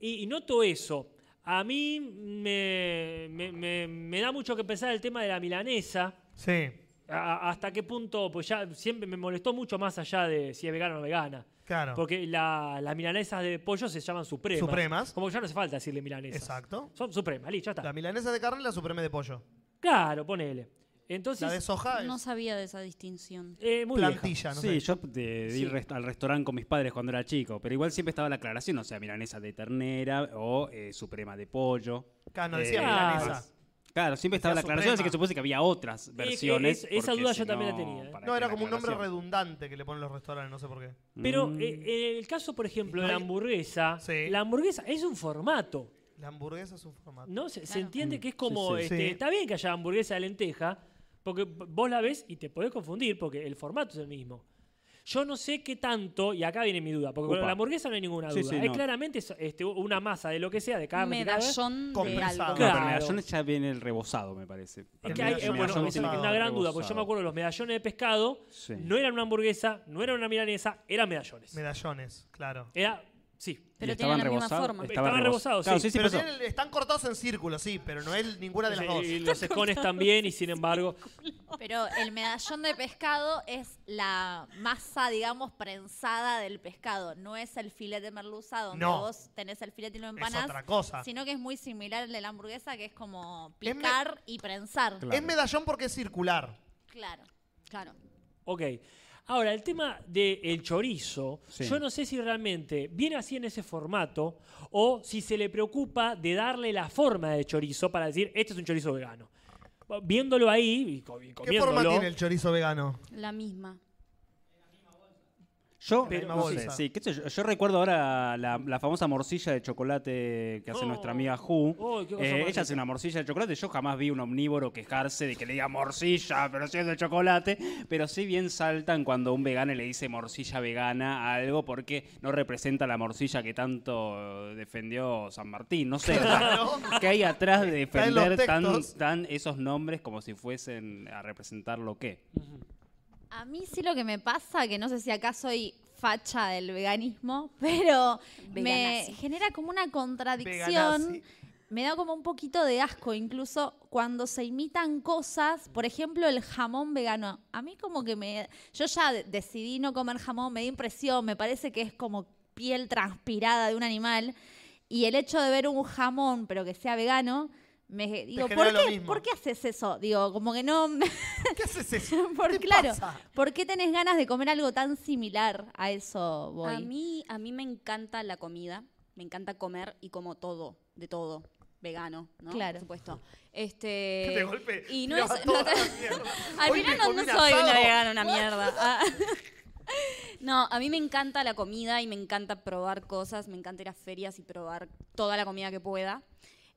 y, y noto eso. A mí me, me- me- me da mucho que pensar el tema de la milanesa.
Sí.
A- a- ¿Hasta qué punto? Pues ya siempre me molestó mucho más allá de si es vegana o no vegana.
Claro.
Porque la- las milanesas de pollo se llaman supremas.
Supremas.
Como que ya no hace falta decirle milanesas.
Exacto.
Son supremas, listo, ya está.
La milanesa de carne y la suprema de pollo.
Claro, ponele. Entonces,
La de soja
No sabía de esa distinción.
Eh, muy
Plantilla, no
sí,
sé.
yo de, de
Sí.
ir rest- al restaurante con mis padres cuando era chico, pero igual siempre estaba la aclaración, o sea, milanesa de ternera o eh, suprema de pollo.
Claro, no
Eh,
decía
demás.
milanesa.
Claro, siempre estaba la
Decía
aclaración, así
suprema.
que supuse que había otras versiones.
es- esa
porque
duda
si
yo también la
no,
tenía, ¿eh?
para
No,
que
era
la
como un nombre
aclaración.
redundante que le ponen los restaurantes, no sé por qué.
Pero
Mm.
eh, en el caso, por ejemplo, de
No
la
hay-
hamburguesa, la hamburguesa es un formato.
La hamburguesa es un formato.
¿no? Se, se entiende que es como,
Sí, sí.
este,
Sí.
está bien que haya hamburguesa de lenteja, porque v- vos la ves y te podés confundir porque el formato es el mismo. Yo no sé qué tanto, y acá viene mi duda, porque con
Upa.
la hamburguesa no hay ninguna duda.
Sí, sí,
es
no.
claramente es, este, una masa de lo que sea, de carne. de carne.
Medallón de
Compensado.
algo.
No, pero
Claro.
medallones ya viene el rebozado, me parece.
Es
Para
que
mí
hay,
el
eh, bueno,
medallón
es
tiene que
una
estar
gran duda, porque yo me
rebozado.
acuerdo de los medallones de pescado,
Sí.
no eran una hamburguesa, no era una milanesa, eran medallones.
Medallones, claro.
Era, sí.
Pero Y tienen estaban la misma rebozados- forma.
Estaban,
estaban
rebozados,
Claro,
sí.
sí, sí,
Pero
pasó.
tienen- están cortados en círculo, sí, pero no es ninguna de las
Sí,
dos.
y los escones también, y sin embargo,
Pero el medallón de pescado es la masa, digamos, prensada del pescado. No es el filete merluza donde
No.
vos tenés el filete y lo empanás.
otra cosa.
Sino que es muy similar al de la hamburguesa, que es como
Es me-
picar y prensar.
Es medallón porque es circular.
Claro. Claro.
Ok. Ahora, el tema del chorizo,
Sí.
yo no sé si realmente viene así en ese formato o si se le preocupa de darle la forma de chorizo para decir, este es un chorizo vegano. Viéndolo ahí y co- y
¿Qué forma
comiéndolo.
tiene el chorizo vegano?
La misma.
Yo,
Pero-
no sé,
bolsa.
sí, qué sé yo, yo recuerdo ahora la, la famosa morcilla de chocolate que hace nuestra amiga Ju.
Oh, qué cosa
Eh,
más
ella
rica.
hace una morcilla de chocolate. Yo jamás vi un omnívoro quejarse de que le diga morcilla, pero si es de chocolate. Pero sí bien saltan cuando un vegano le dice morcilla vegana a algo porque no representa la morcilla que tanto defendió San Martín. No sé, o sea, ¿qué hay atrás de
Está en los
defender tan,
textos.
tan esos nombres como si fuesen a representar lo que?
A mí sí lo que me pasa, que no sé si acá soy facha del veganismo, pero
Veganazzi.
me genera como una
Veganazzi.
contradicción. Me da como un poquito de asco, incluso cuando se imitan cosas, por ejemplo, el jamón vegano. A mí como que me... Yo ya de- decidí no comer jamón, me da impresión, me parece que es como piel transpirada de un animal. Y el hecho de ver un jamón, pero que sea vegano, me digo,
genera
¿por
lo
qué,
mismo.
¿por qué haces eso? Digo, como que no...
¿Qué haces eso?
Por,
¿Qué
claro,
pasa?
¿por qué tenés ganas de comer algo tan similar a eso, voy?
A mí, a mí me encanta la comida, me encanta comer y como todo, de todo. vegano, ¿no?
Claro.
Por supuesto. Este,
De golpe,
Y no
tira
es,
toda
no te-
la mierda.
al
Hoy
final
me
no,
comí
no
un
soy una
asado.
vegana, una mierda. Ah. No, a mí me encanta la comida y me encanta probar cosas, me encanta ir a ferias y probar toda la comida que pueda.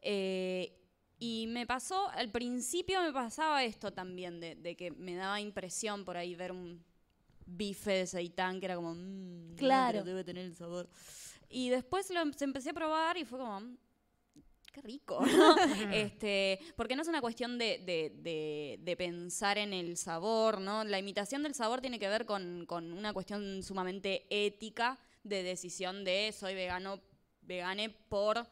Eh, y me pasó, al principio me pasaba esto también, de, de que me daba impresión por ahí ver un bife de seitán que era como, "Mm, no,
Claro.
pero debe tener el sabor. Y después lo em- empecé a probar y fue como, "Mm, qué rico. ¿no? este, porque no es una cuestión de, de- de- de pensar en el sabor, ¿no? La imitación del sabor tiene que ver con, con una cuestión sumamente ética de decisión de soy vegano, vegane por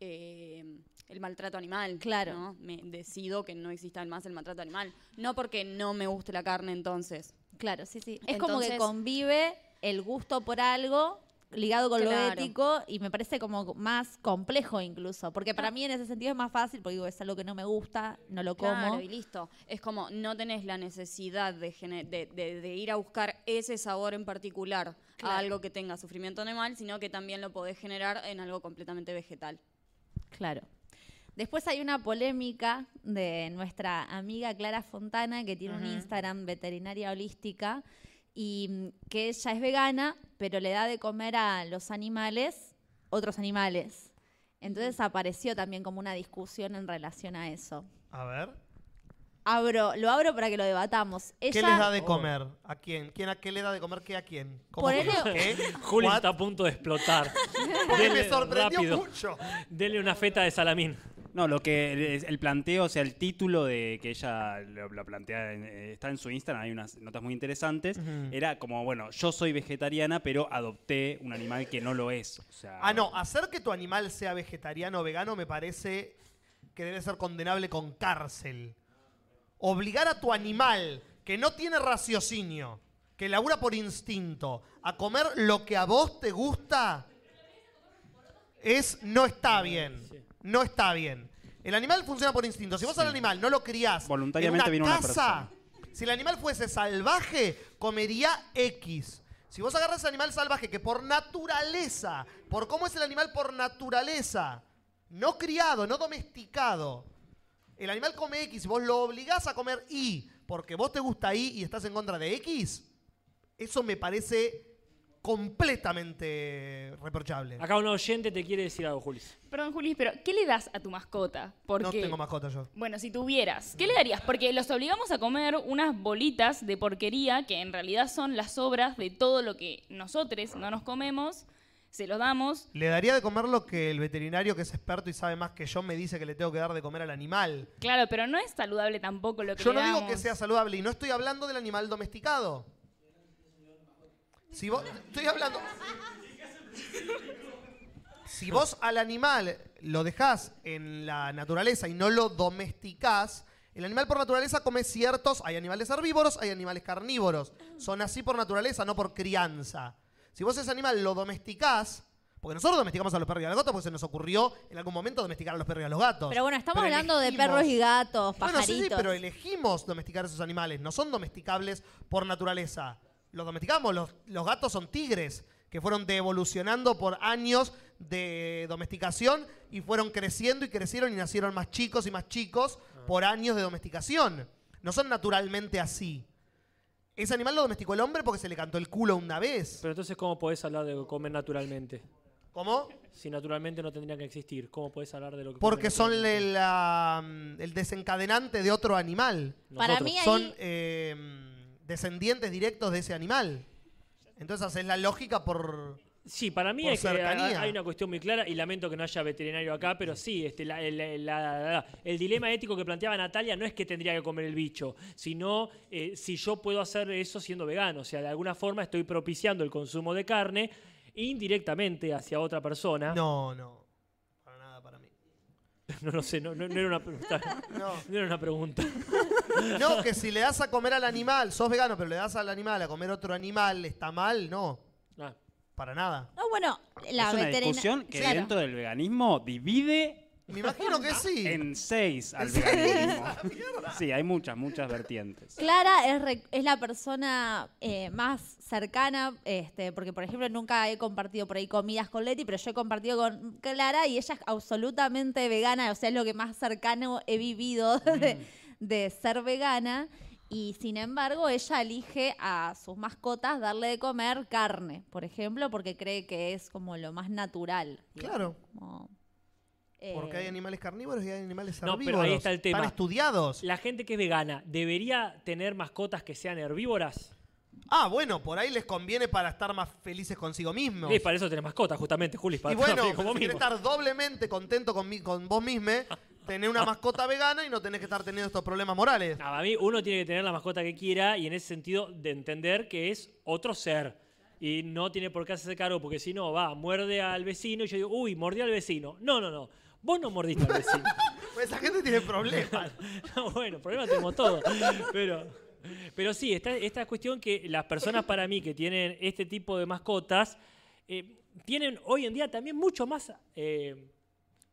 eh, el maltrato animal.
Claro.
¿no? Me decido que no exista más el maltrato animal. No porque no me guste la carne entonces.
Claro, sí, sí. Es como que
Entonces-
convive el gusto por algo ligado con lo
Claro.
ético y me parece como más complejo incluso, porque
Ah.
para mí en ese sentido es más fácil, porque digo, es algo que no me gusta, no lo como.
Claro, y listo. Es como no tenés la necesidad de, gene- de, de- de ir a buscar ese sabor en particular
Claro.
a algo que tenga sufrimiento animal, sino que también lo podés generar en algo completamente vegetal.
Claro. Después hay una polémica de nuestra amiga Clara Fontana, que tiene un
Ujú.
Instagram veterinaria holística, y mm, que ella es vegana, pero le da de comer a los animales otros animales. Entonces apareció también como una discusión en relación a eso.
A ver.
Abro, lo abro para que lo debatamos.
¿Qué
Ella-
les
Oh.
da de comer? ¿A quién? ¿Quién a qué le da de comer qué a quién? ¿Cómo
Ponele-
que-
¿eh?
¿Qué?
Juli está a punto de explotar.
Porque me
Dele,
sorprendió
rápido.
mucho.
Dele una feta de salamín.
No, lo que es el planteo, o sea, el título de que ella lo, lo plantea, en- eh, está en su Instagram, hay unas notas muy interesantes.
Ujú.
Era como, bueno, yo soy vegetariana, pero adopté un animal que no lo es. O sea,
Ah, no, hacer que tu animal sea vegetariano o vegano me parece que debe ser condenable con cárcel. Obligar a tu animal, que no tiene raciocinio, que labura por instinto, a comer lo que a vos te gusta, es no está bien. No está bien. El animal funciona por instinto. Si vos al animal no lo criás
Voluntariamente
en
vino
una
una
casa, si el animal fuese salvaje, comería X. Si vos agarras al animal salvaje, que por naturaleza, por cómo es el animal por naturaleza, no criado, no domesticado, el animal come X y vos lo obligás a comer Y, porque vos te gusta Y y estás en contra de X, eso me parece completamente reprochable.
Acá un oyente te quiere decir algo, Juli.
Perdón, Juli, pero ¿qué le das a tu mascota? Porque,
No tengo mascota yo.
Bueno, si tuvieras, ¿qué le darías? Porque los obligamos a comer unas bolitas de porquería que en realidad son las sobras de todo lo que nosotros no nos comemos, se lo damos.
Le daría de comer lo que el veterinario que es experto y sabe más que yo me dice que le tengo que dar de comer al animal.
Claro, pero no es saludable tampoco lo que
Yo
le
no digo
damos.
que sea saludable y no estoy hablando del animal domesticado. Si vos estoy hablando si vos al animal lo dejás en la naturaleza y no lo domesticás, el animal por naturaleza come ciertos, hay animales herbívoros, hay animales carnívoros. Son así por naturaleza, no por crianza. Si vos ese animal lo domesticás, porque nosotros domesticamos a los perros y a los gatos porque se nos ocurrió en algún momento domesticar a los perros y a los gatos.
Pero bueno, estamos hablando de
elegimos-
perros y gatos,
bueno,
pajaritos.
sí, sí, pero elegimos domesticar esos animales. No son domesticables por naturaleza. Los domesticamos. Los, los gatos son tigres que fueron devolucionando por años de domesticación y fueron creciendo y crecieron y nacieron más chicos y más chicos
Ah.
por años de domesticación. No son naturalmente así. Ese animal lo domesticó el hombre porque se le cantó el culo una vez.
Pero entonces, ¿cómo podés hablar de comer naturalmente?
¿Cómo?
Si naturalmente no tendrían que existir, ¿cómo podés hablar de lo que
Porque
comen
son
naturalmente?
el, la, mm, el desencadenante de otro animal.
Para Nosotros. mí ahí-
son eh, mm, descendientes directos de ese animal. Entonces es la lógica por
Sí, para mí
por
es que
cercanía.
ha- hay una cuestión muy clara y lamento que no haya veterinario acá, pero sí, este, la- el, el- la- la- la- el dilema ético que planteaba Natalia no es que tendría que comer el bicho, sino eh, si yo puedo hacer eso siendo vegano. O sea, de alguna forma estoy propiciando el consumo de carne indirectamente hacia otra persona.
No, no. Para nada, para mí.
No lo sé, no, no- no era una pregunta.
No.
no era una pregunta.
No, que si le das a comer al animal, sos vegano, pero le das al animal a comer otro animal, ¿está mal? No.
Ah.
Para nada.
No, bueno, la
es una
veterina-
discusión que
Claro.
dentro del veganismo divide
Me imagino que sí. Ah,
En seis al
seis.
veganismo. Sí, hay muchas, muchas vertientes.
Clara es, re- es la persona eh, más cercana, este, porque por ejemplo nunca he compartido por ahí comidas con Leti, pero yo he compartido con Clara y ella es absolutamente vegana, o sea, es lo que más cercano he vivido de,
Mm.
de ser vegana. Y sin embargo, ella elige a sus mascotas darle de comer carne, por ejemplo, porque cree que es como lo más natural.
Claro.
Como,
Porque
eh,
hay animales carnívoros y hay animales
No,
herbívoros.
pero ahí está el tema.
Están estudiados.
La gente que es vegana, ¿debería tener mascotas que sean herbívoras?
Ah, bueno, por ahí les conviene para estar más felices consigo mismos.
Sí, para eso tenés mascotas, justamente, Juli. Para
y bueno,
estar como
si querés
mismo.
estar doblemente contento con, mi- con vos mismo, tenés una mascota vegana y no tenés que estar teniendo estos problemas morales.
Para mí, uno tiene que tener la mascota que quiera y en ese sentido de entender que es otro ser. Y no tiene por qué hacerse cargo, porque si no, va, muerde al vecino y yo digo, uy, mordí al vecino. No, no, no. Vos no mordiste al vecino.
Pues esa gente tiene problemas.
No, bueno, problemas tenemos todos. Pero, pero sí, esta, esta cuestión que las personas para mí que tienen este tipo de mascotas eh, tienen hoy en día también mucho más eh,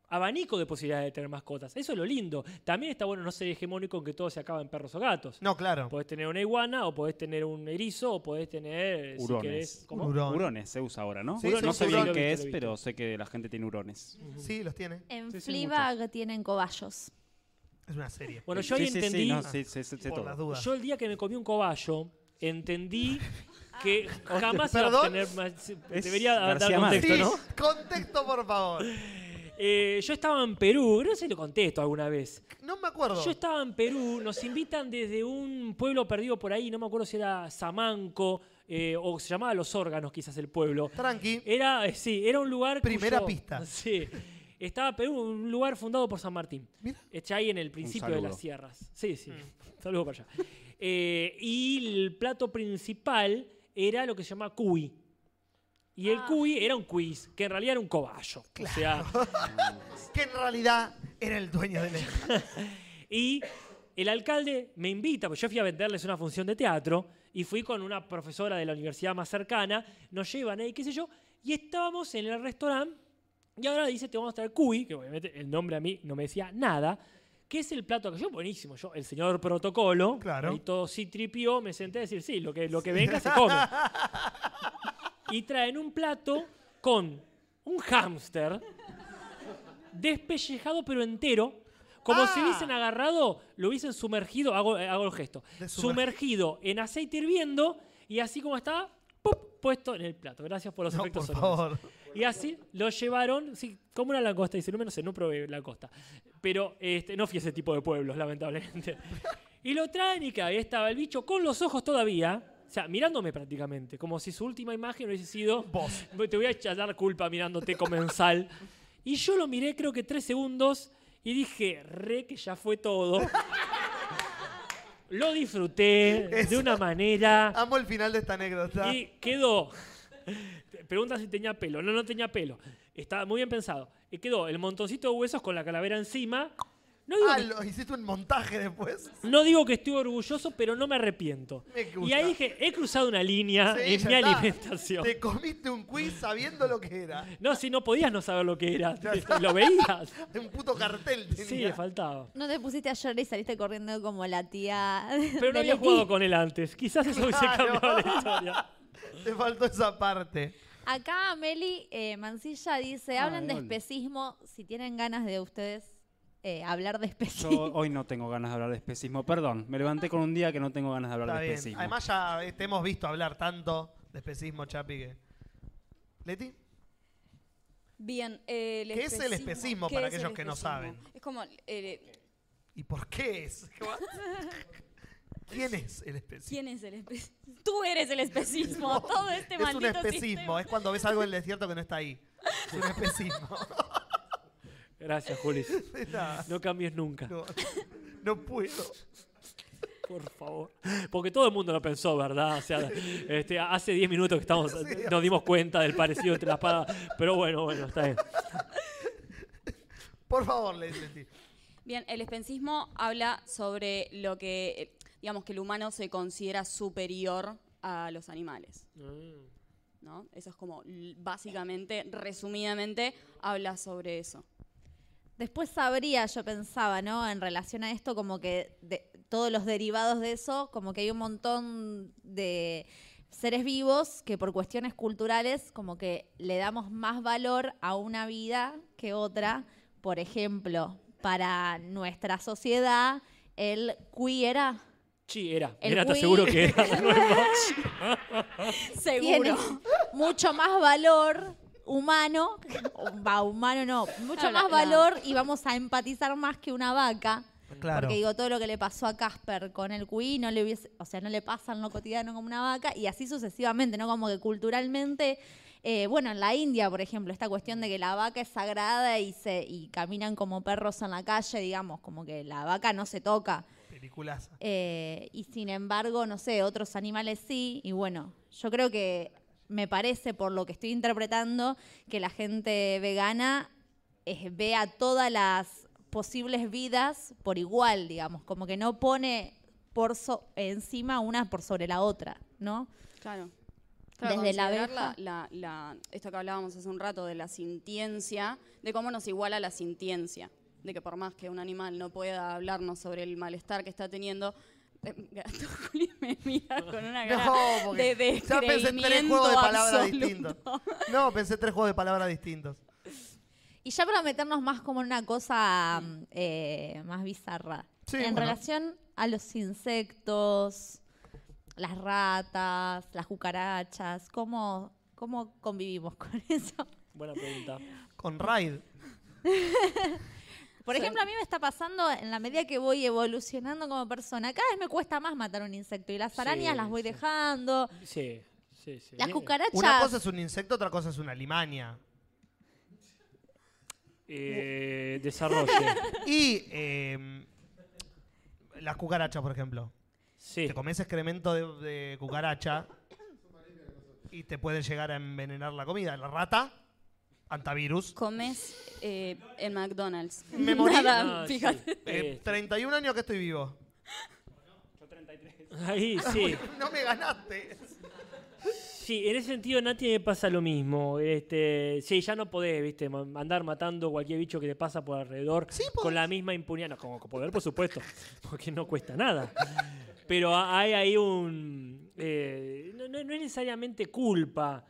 abanico de posibilidades de tener mascotas. Eso es lo lindo. También está bueno no ser hegemónico en que todo se acaba en perros o gatos.
No, claro.
Podés tener una iguana, o podés tener un erizo, o podés tener. eh, si
Hurones.
querés- ¿Cómo?
Hurones se usa ahora, ¿no?
Sí, Hurón,
no
sí,
sé
sí,
bien
lo he
qué
visto,
es,
lo he visto.
pero sé que la gente tiene hurones.
Sí, los tiene.
En
Sí, sí,
Fleabag tienen cobayos.
Es una serie.
Bueno, yo ahí
Sí, sí, sí,
entendí.
no, sí, sí, sí, sé
por
todo.
las dudas. Yo el día que me comí un cobayo, entendí que jamás iba a
¿Perdón?
tener más.
Es
Debería dar
García
contexto,
Márquez,
¿no?
Sí, contexto, por favor.
Eh, yo estaba en Perú, no sé si lo contesto alguna vez.
No me acuerdo.
Yo estaba en Perú, nos invitan desde un pueblo perdido por ahí, no me acuerdo si era Samanco eh, o se llamaba Los Órganos, quizás el pueblo.
Tranqui.
Era, eh, sí, era un lugar.
Primera
cuyo-
pista.
Sí. Estaba Perú, un lugar fundado por San Martín. Está ahí en el principio de
saludo.
las sierras. Sí, sí.
Mm.
Saludos para allá. Eh, y el plato principal era lo que se llama cuy. Y
Ah.
el cuy era un quiz, que en realidad era un cobayo. O sea,
Que en realidad era el dueño del
Y el alcalde me invita, porque yo fui a venderles una función de teatro y fui con una profesora de la universidad más cercana, nos llevan ahí, qué sé yo, y estábamos en el restaurante y ahora dice, te vamos a traer cuy, que obviamente el nombre a mí no me decía nada, que es el plato que yo, buenísimo, yo, el señor protocolo,
Claro.
y todo sí tripió, me senté a decir, sí, lo que, lo que venga se come. y traen un plato con un hámster despellejado pero entero, como
Ah.
si hubiesen agarrado, lo hubiesen sumergido, hago, eh, hago el gesto,
De
sumergido en aceite hirviendo y así como estaba, ¡pup! puesto en el plato. Gracias por los
No,
efectos
por
sonoros.
favor.
Y así lo llevaron, sí, como una langosta, dice, no me lo sé, no probé langosta. Pero este, no fui a ese tipo de pueblos, lamentablemente. Y lo traen y que ahí estaba el bicho con los ojos todavía. O sea, mirándome prácticamente, como si su última imagen hubiese sido... Vos. Te voy a echar dar culpa mirándote comensal. Y yo lo miré creo que tres segundos y dije, re que ya fue todo. lo disfruté de
Eso.
una manera...
Amo el final de esta anécdota.
Y quedó. Pregunta si tenía pelo. No, no tenía pelo. Estaba muy bien pensado. Y quedó el montoncito de huesos con la calavera encima. No digo,
Ah,
que-
lo hiciste un montaje después.
no digo que estoy orgulloso, pero no me arrepiento.
Me gusta.
Y ahí dije, he cruzado una línea
Sí,
en
ya
mi
está.
alimentación.
Te comiste un quiz sabiendo lo que era.
No, si no podías no saber lo que era.
Ya está.
Lo veías.
Un puto cartel
Sí,
tenía.
faltaba.
No te pusiste a llorar y saliste corriendo como la tía.
Pero no
de
había
Leti.
jugado con él antes. Quizás eso hubiese
Claro.
cambiado la historia.
Te faltó esa parte.
Acá Meli eh, Mancilla dice,
Ah,
hablan de
Eol.
especismo, si tienen ganas de ustedes eh, hablar de
Yo
especismo.
hoy no tengo ganas de hablar de especismo, perdón. Me levanté con un día que no tengo ganas de hablar
Está
de
bien.
especismo.
Además ya eh, te hemos visto hablar tanto de especismo, Chapi. que- ¿Leti?
Bien, eh, el
¿Qué es el especismo para aquellos que no saben?
Es como eh,
¿Y por qué es? ¿Quién es el especismo?
¿Quién es el especismo? Tú eres el especismo. Todo este
es un
maldito
especismo, eh.
sistema.
es cuando ves algo en el desierto que no está ahí. Es un especismo.
Gracias, Juli.
De nada.
No cambies nunca.
No, no puedo.
Por favor. Porque todo el mundo lo pensó, ¿verdad? O sea, este, hace 10 minutos que estamos, nos dimos cuenta del parecido entre la espada. Pero bueno, bueno, está bien.
Por favor, Le- Leti.
Bien, el especismo habla sobre lo que, eh, digamos, que el humano se considera superior a los animales.
Mm.
¿no? Eso es como, l- básicamente, resumidamente, habla sobre eso.
Después sabría, yo pensaba, ¿no? En relación a esto, como que de- todos los derivados de eso, como que hay un montón de seres vivos que por cuestiones culturales, como que le damos más valor a una vida que otra. Por ejemplo, para nuestra sociedad, el cuy era.
Sí, era.
El
era, te
Wii.
aseguro que era.
tiene mucho más valor humano, va, humano no, mucho
Ah, la- la-
más valor y vamos a empatizar más que una vaca.
Claro.
Porque digo, todo lo que le pasó a Casper con el QI no le hubiese, o sea, no le pasa en lo cotidiano como una vaca y así sucesivamente, ¿no? Como que culturalmente, eh, bueno, en la India, por ejemplo, esta cuestión de que la vaca es sagrada y se y caminan como perros en la calle, digamos, como que la vaca no se toca.
Peliculaza.
Eh, y sin embargo, no sé, otros animales sí. Y bueno, yo creo que me parece, por lo que estoy interpretando, que la gente vegana eh, ve a todas las posibles vidas por igual, digamos, como que no pone por so- encima una por sobre la otra, ¿no?
Claro.
Desde la
considerar
abeja.
la- la- esto que hablábamos hace un rato de la sintiencia, de cómo nos iguala la sintiencia, de que por más que un animal no pueda hablarnos sobre el malestar que está teniendo, eh, Gato Juli me mira con una cara de
ya pensé en tres
descreimiento
juegos de palabras
absoluto.
distintos. No, pensé tres juegos de palabras distintos.
Y ya para meternos más como en una cosa mm, eh, más bizarra.
Sí,
en
bueno.
relación a los insectos, las ratas, las cucarachas, ¿cómo, cómo convivimos con eso?
Buena pregunta.
Con Raid.
Por ejemplo, a mí me está pasando en la medida que voy evolucionando como persona. Cada vez me cuesta más matar un insecto y las arañas
Sí,
las voy dejando.
Sí, sí, sí.
Las cucarachas.
Una cosa es un insecto, otra cosa es una limaña.
Eh, desarrolle.
Y eh, las cucarachas, por ejemplo. Te comes excremento de, de cucaracha y te puede llegar a envenenar la comida. La rata, antivirus.
Comes eh, en McDonald's.
Me morí.
Nada, fíjate.
Eh, 31 años que estoy vivo.
Ahí, sí.
no me ganaste.
Sí, en ese sentido, Nati, me pasa lo mismo. Este, sí, ya no podés, viste, ma- andar matando cualquier bicho que te pasa por alrededor con la misma impunidad. No, como con poder, por supuesto, porque no cuesta nada. Pero ha- hay ahí un... eh, no, no- no es necesariamente culpa,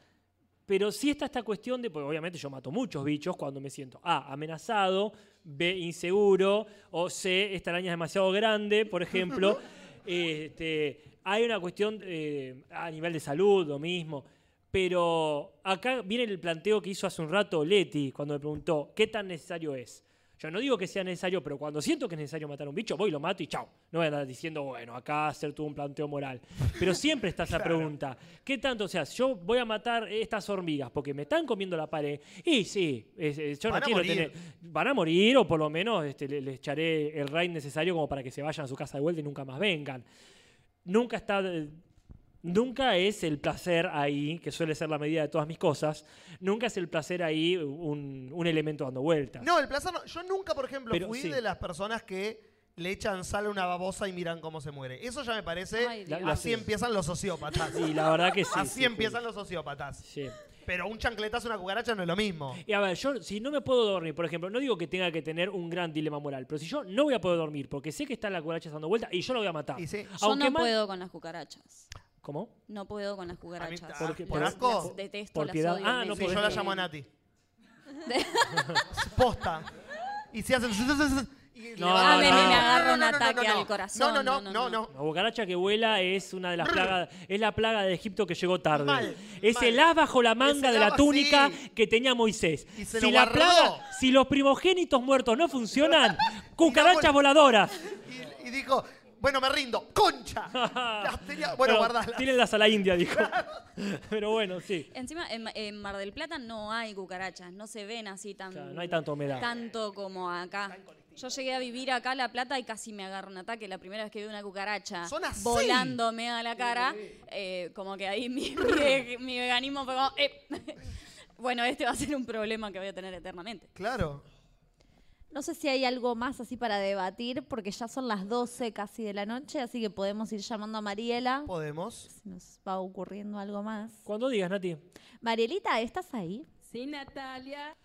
pero sí está esta cuestión de, porque obviamente yo mato muchos bichos cuando me siento A, amenazado, B, inseguro, o C, esta araña es demasiado grande, por ejemplo. Este, hay una cuestión eh, a nivel de salud, lo mismo. Pero acá viene el planteo que hizo hace un rato Leti cuando me preguntó qué tan necesario es. Yo no digo que sea necesario, pero cuando siento que es necesario matar a un bicho, voy y lo mato y chao. No voy a andar diciendo, bueno, acá hacer tuvo un planteo moral. Pero siempre está esa pregunta. ¿Qué tanto? O sea, yo voy a matar estas hormigas porque me están comiendo la pared. Y sí, es- es- yo
Van
no
a
quiero
morir.
tener. Van a morir o por lo menos este, le- les, echaré el raid necesario como para que se vayan a su casa de vuelta y nunca más vengan. Nunca está. eh, Nunca es el placer ahí, que suele ser la medida de todas mis cosas, nunca es el placer ahí un, un elemento dando vueltas.
No, el placer no. Yo nunca, por ejemplo,
Pero
fui
sí.
de las personas que le echan sal a una babosa y miran cómo se muere. Eso ya me parece.
Ay, Dios.
así
La- la-
empiezan los sociópatas.
Y la verdad que sí,
Así
sí,
empiezan los sociópatas. Pero un chancletazo a una cucaracha no es lo mismo.
Y a ver, yo si no me puedo dormir, por ejemplo, no digo que tenga que tener un gran dilema moral, pero si yo no voy a poder dormir porque sé que está la cucaracha dando vueltas y yo la voy a matar.
Yo no
mal-
puedo con las cucarachas.
¿Cómo?
No puedo con las cucarachas.
¿Por qué?
Las-
¿Por
las
asco?
detesto,
¿Por
las
piedad?
odio,
Ah,
me-
no
Sí, yo la
podés.
llamo a Nati. Posta. Y se hacen. y
No,
levantan-
Ah, me- me agarra
no,
un
no, no, no,
ataque
no.
al corazón,
No, no, no,
no,
no, no.
La cucaracha que vuela es una de las plagas, es la plaga de Egipto que llegó tarde. es el as bajo la manga de la túnica que tenía Moisés.
se
si
lo
la
guardó.
plaga, si los primogénitos muertos no funcionan, cucarachas voladoras.
Y dijo, bueno, me rindo. ¡Concha! Las tenía- bueno,
Pero
guardala.
Tírenlas a la India, dijo. Pero bueno, sí.
Encima, en, Ma- en Mar del Plata no hay cucarachas, no se ven así tan.
Claro, no hay tanta humedad.
Tanto como acá. Yo llegué a vivir acá a La Plata y casi me agarró un ataque la primera vez que vi una cucaracha
Son así.
volándome a la cara. eh, como que ahí mi, mi ve- mi veganismo fue como. "Eh". Bueno, este va a ser un problema que voy a tener eternamente.
Claro.
No sé si hay algo más así para debatir, porque ya son las 12 casi de la noche, así que podemos ir llamando a Mariela.
Podemos.
Si nos va ocurriendo algo más.
Cuando digas, Nati.
Marielita, ¿estás ahí?
Sí, Natalia.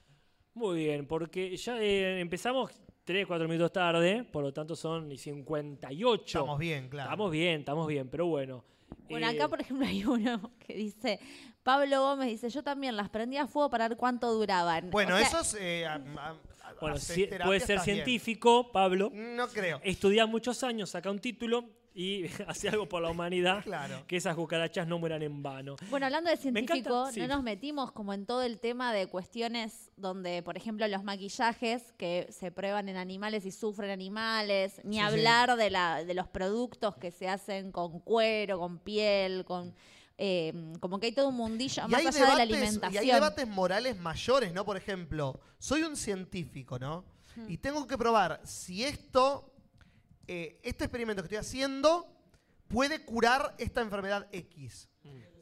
Muy bien, porque ya eh, empezamos 3, 4 minutos tarde, por lo tanto son y 58.
Estamos bien, claro.
Estamos bien, estamos bien, pero bueno.
Bueno,
Eh,
acá por ejemplo hay uno que dice, Pablo Gómez dice, yo también las prendía a fuego para ver cuánto duraban.
Bueno,
O sea,
eso es. eh, a- a- a-
Bueno,
hacer
si-
terapia
puede ser
estás bien.
científico, Pablo.
No creo.
Estudiás muchos años, saca un título y hace algo por la humanidad.
Claro.
Que esas cucarachas no mueran en vano.
Bueno, hablando de
encanta,
científico,
sí.
no nos metimos como en todo el tema de cuestiones donde, por ejemplo, los maquillajes que se prueban en animales y sufren animales, ni
Sí, sí.
hablar De, la, de los productos que se hacen con cuero, con piel, con... eh, como que hay todo un mundillo
Y
más
hay
allá de la
debates-
alimentación.
Y hay debates morales mayores, ¿no? Por ejemplo, soy un científico, ¿no?
Hmm.
Y tengo que probar si esto, eh, este experimento que estoy haciendo, puede curar esta enfermedad X.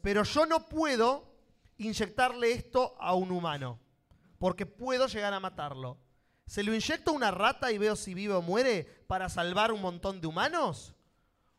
Pero yo no puedo inyectarle esto a un humano, porque puedo llegar a matarlo. ¿Se lo inyecto a una rata y veo si vive o muere para salvar un montón de humanos?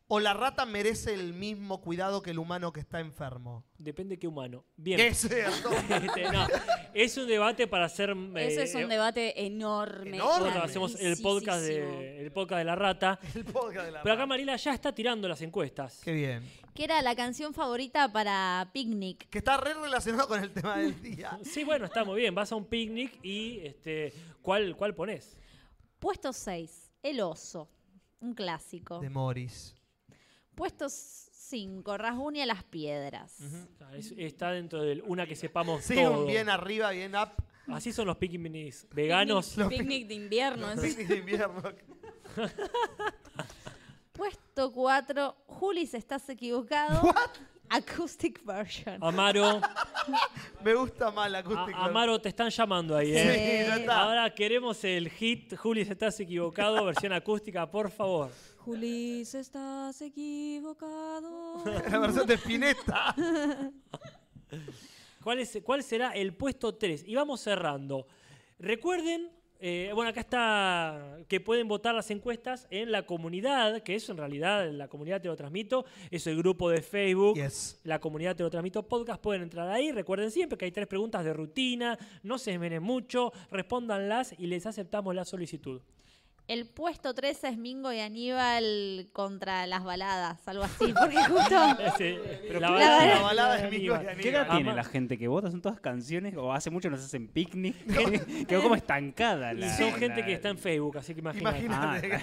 ¿O la rata merece el mismo cuidado que el humano que está enfermo?
Depende qué humano. Bien.
Es cierto.
Este, no, es un debate para hacer. eh,
Ese es un
eh,
debate enorme.
nosotros Hacemos el podcast, de, el podcast de la rata.
El podcast de la
Pero acá Marila ya está tirando las encuestas.
Qué bien.
Que era la canción favorita para Picnic.
Que está re relacionado con el tema del día.
Sí, bueno, está muy bien. Vas a un picnic y este, ¿cuál, cuál pones?
Puesto 6, El Oso, un clásico.
De Morris.
Puesto 5, Rasguña las Piedras.
está dentro del una que sepamos
Sí,
todo.
un bien arriba, bien up.
Así son los picnics veganos.
Picnic, picnic de invierno.
Los
es-
picnics de invierno.
Puesto 4, Julis, estás equivocado. Acoustic version.
Oh,
Amaro,
Me gusta mal
a-
acústico.
Amaro, te están llamando ahí.
Sí,
¿eh?
ya está.
Ahora queremos el hit. Juli, si estás equivocado, versión acústica, por favor.
Julis, estás equivocado.
La versión de Spinetta.
¿Cuál, es- ¿Cuál será el puesto 3? Y vamos cerrando. Recuerden, eh, bueno, acá está que pueden votar las encuestas en la comunidad, que eso en realidad, en la comunidad te lo transmito, es el grupo de Facebook, la comunidad te lo transmito podcast, pueden entrar ahí, recuerden siempre que hay tres preguntas de rutina, no se esmeren mucho, respóndanlas y les aceptamos la solicitud.
El puesto 3 es Mingo y Aníbal contra las baladas, algo así. Porque justo.
Sí,
Pero
la
¿qué-
balada-
la
la
balada
balada de Aníbal.
¿Qué edad tiene
Ama-
la gente que vota? ¿Son todas canciones? ¿O hace mucho nos hacen picnic? Quedó como estancada
Y
la.
son
la- Ah,
gente que está en Facebook, así que imagínate.
Imagínate.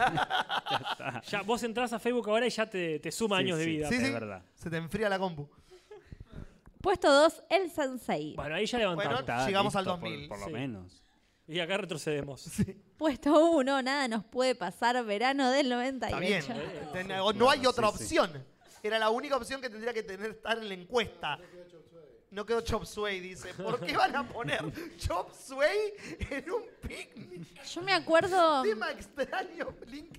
ya, vos entrás a Facebook ahora y ya te, te suma
Sí,
años de
sí,
vida.
sí, Es sí. verdad.
Se te enfría la compu.
Puesto 2, El Sensei.
Bueno, ahí ya levantamos.
Está
llegamos al
listo, por-
2000.
Por, lo
Sí.
menos.
Y acá retrocedemos.
Puesto 1, Nada nos puede pasar, verano del
Está bien.
98.
Ten- o no hay
Bueno,
otra
sí, sí.
opción. Era la única opción que tendría que tener estar en la encuesta. No quedó Chop Suey, dice. ¿Por qué van a poner Chop Suey en un picnic?
Yo me acuerdo
Tema extraño, Link.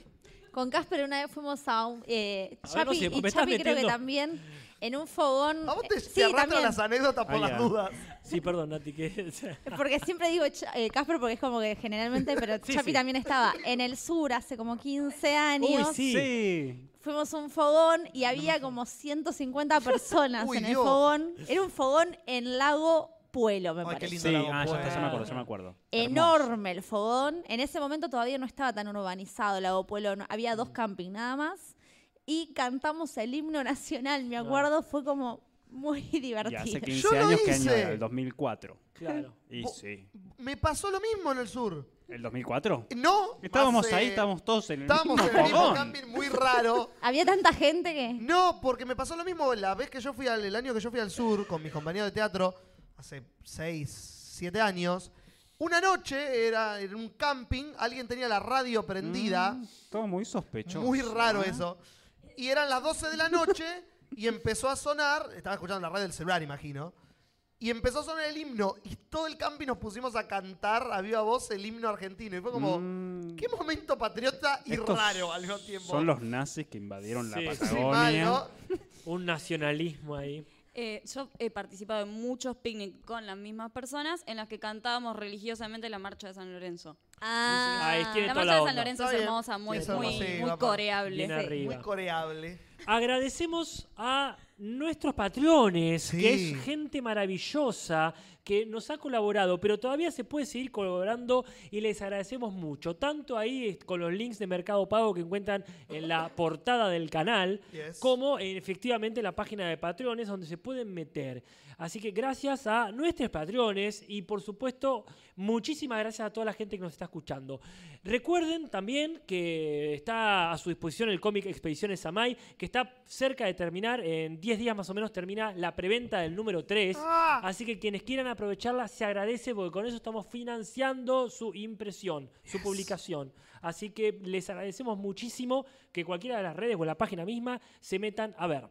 con Casper una vez fuimos a un. Eh,
A ver, no
Chapi-
sé,
y
me estás
Chapi creo que
metiendo-
también. En un fogón.
¿A vos te,
eh,
te
sí,
arrastran
también.
las anécdotas por
Ah,
las
ya.
dudas?
Sí, perdón, Nati, que.
Porque siempre digo Cha- eh, Casper porque es como que generalmente, pero
Sí,
Chapi
sí.
también estaba en el sur hace como 15 años.
Sí.
Fuimos a un fogón y había como 150 personas
Uy,
en el
Dios.
fogón. Era un fogón en Lago Puelo, me
Ay,
parece.
Sí, ah, ya, está, ya me acuerdo, ya me acuerdo.
Enorme el fogón. En ese momento todavía no estaba tan urbanizado Lago Puelo. no- había
Mm.
dos camping nada más. Y cantamos el himno nacional, me acuerdo. Fue como muy
Y
divertido.
hace 15 años, ¿qué año era? El 2004.
Claro.
Y sí.
Me pasó lo mismo en el sur.
¿El 2004?
No.
Estábamos
hace-
ahí, estábamos todos en el
Estábamos
mismo
en el mismo
fogón.
camping muy raro.
Había tanta gente que...
No, porque me pasó lo mismo la vez que yo fui al el año que yo fui al sur con mis compañeros de teatro, hace 6, 7 años. Una noche era en un camping, alguien tenía la radio prendida.
Todo Mm, muy sospechoso.
Muy raro
¿eh?
eso. Y eran las 12 de la noche y empezó a sonar, estaba escuchando la radio del celular, imagino, y empezó a sonar el himno y todo el camping nos pusimos a cantar a viva voz el himno argentino. Y fue como, qué momento patriota y
Mm. Estos
raro al mismo tiempo.
Son los nazis que invadieron
Sí.
la
Sí,
Patagonia.
Un nacionalismo ahí.
Eh, yo he participado en muchos picnic con las mismas personas en las que cantábamos religiosamente la marcha de San Lorenzo.
Ah.
Ahí tiene
la
toda
marcha de
la onda.
San Lorenzo
Está
es
bien.
hermosa, muy,
Es
muy,
hermosa. Sí,
muy
va pa-
coreable.
bien
Sí.
arriba.
Muy coreable.
Agradecemos a nuestros patrones, que
Sí.
es gente maravillosa, que nos ha colaborado, pero todavía se puede seguir colaborando y les agradecemos mucho. Tanto ahí eh, con los links de Mercado Pago que encuentran en la portada del canal,
Yes.
como eh, efectivamente la página de patrones donde se pueden meter. Así que gracias a nuestros patrones y por supuesto muchísimas gracias a toda la gente que nos está escuchando. Recuerden también que está a su disposición el cómic Expediciones Samai, que está cerca de terminar, en 10 días más o menos termina la preventa del número 3. Así que quienes quieran aprovecharla se agradece porque con eso estamos financiando su impresión, su publicación. Así que les agradecemos muchísimo que cualquiera de las redes o la página misma se metan a ver.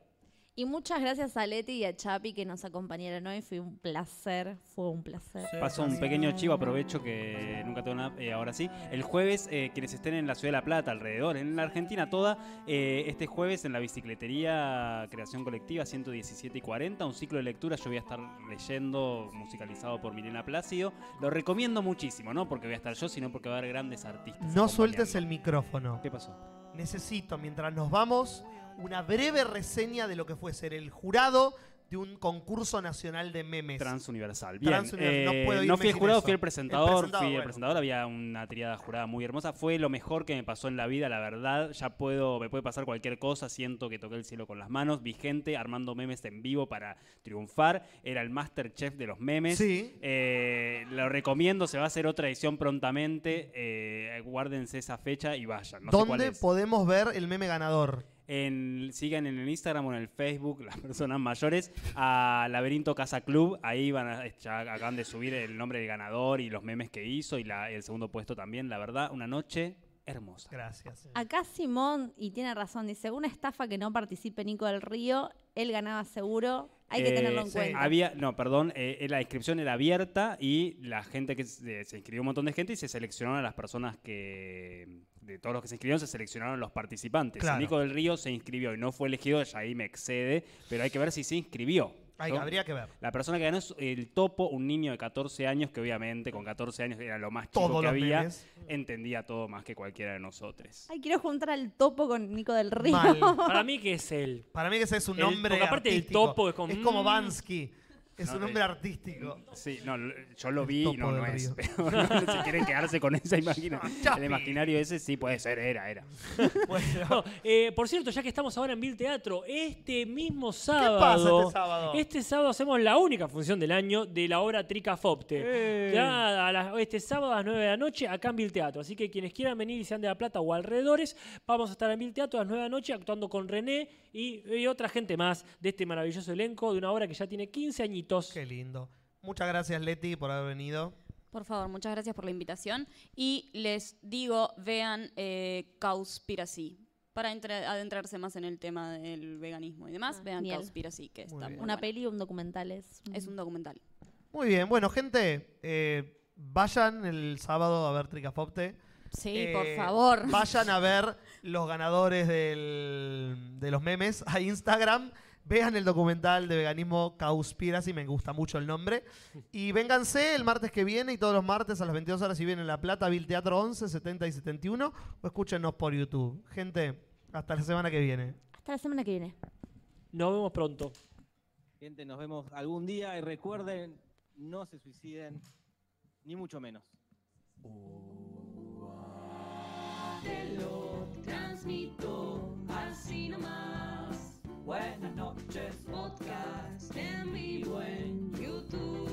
Y muchas gracias a Leti y a Chapi que nos acompañaron hoy. Fue un placer, fue un placer.
Paso un pequeño chivo, aprovecho que nunca tengo nada, eh, ahora sí. El jueves, eh, quienes estén en la Ciudad de la Plata, alrededor, en la Argentina toda, eh, este jueves en la bicicletería Creación Colectiva 117 y 40, un ciclo de lectura, yo voy a estar leyendo, musicalizado por Milena Plácido. Lo recomiendo muchísimo, no porque voy a estar yo, sino porque va a haber grandes artistas.
No sueltes el micrófono.
¿Qué pasó?
Necesito, mientras nos vamos, una breve reseña de lo que fue ser el jurado de un concurso nacional de memes.
Transuniversal. Bien,
Transuniversal,
eh,
no puedo irme
fui el
sin
jurado,
eso.
fui el presentador, fui el
bueno.
presentador, había una triada jurada muy hermosa, fue lo mejor que me pasó en la vida, la verdad, ya puedo, me puede pasar cualquier cosa, siento que toqué el cielo con las manos, vi gente armando memes en vivo para triunfar, era el Masterchef de los memes, Eh, lo recomiendo, se va a hacer otra edición prontamente, eh, guárdense esa fecha y vayan, no sé cuál
¿Dónde
es.
podemos ver el meme ganador?
En, sigan en el Instagram o en el Facebook las personas mayores a Laberinto Casa Club. Ahí van a, ya acaban de subir el nombre del ganador y los memes que hizo y la- el segundo puesto también. La verdad, una noche hermosa.
Gracias.
Acá Simón, y tiene razón, dice, una estafa que no participe Nico del Río, él ganaba seguro, hay que
Eh,
tenerlo en
sí.
cuenta.
Había, no, perdón, eh, eh, la inscripción era abierta y la gente que se, se inscribió un montón de gente y se seleccionaron a las personas que, de todos los que se inscribieron, se seleccionaron los participantes.
Claro.
Nico del Río se inscribió y no fue elegido, ya ahí me excede, pero hay que ver si se inscribió.
Hay-
¿no?
habría que ver.
La persona que ganó es el topo, un niño de 14 años que obviamente con 14 años era lo más chico
Todos
que
los
había,
memes.
entendía todo más que cualquiera de nosotros.
Ay, quiero juntar al topo con Nico del Río.
Para mí que es él.
Para mí que ese es un
El-
nombre
porque aparte el
artístico.
topo es como, mm.
Bansky. Es
No,
un
eh,
nombre artístico.
Sí, no, l- yo lo vi y no,
topo
no
del
es.
río.
Pero no, si quieren quedarse con esa imagen, el
Chapi.
imaginario ese sí puede ser, era, era.
No, eh, por cierto, ya que estamos ahora en Bill Teatro, este mismo sábado.
este sábado?
este sábado hacemos la única función del año de la obra Tricafopte.
Eh.
Ya a las- este sábado a las 9 de la noche acá en Bill Teatro. Así que quienes quieran venir y sean de La Plata o alrededores, vamos a estar en Bill Teatro a las 9 de la noche actuando con René y, y otra gente más de este maravilloso elenco de una obra que ya tiene 15 añitos.
Qué lindo. Muchas gracias, Leti, por haber venido.
Por favor, muchas gracias por la invitación. Y les digo, vean eh, Cowspiracy para entre- adentrarse más en el tema del veganismo y demás. vean
genial.
Cowspiracy, que está muy
Una
buena.
peli o un documental es.
Es un documental.
Muy bien, bueno, gente, eh, vayan el sábado a ver Tricafopte. Eh,
Sí, por favor.
Vayan a ver los ganadores del- de los memes a Instagram. Vean el documental de veganismo Causpiracy, me gusta mucho el nombre. Y vénganse el martes que viene y todos los martes a las 22 horas si vienen La Plata, Vil Teatro 11, 70 y 71 o escúchenos por YouTube. Gente, hasta la semana que viene.
Hasta la semana que viene.
Nos vemos pronto.
Gente, nos vemos algún día y recuerden, no se suiciden, ni mucho menos.
Te lo transmito así nomás. Buenas noches, podcast en vivo en YouTube.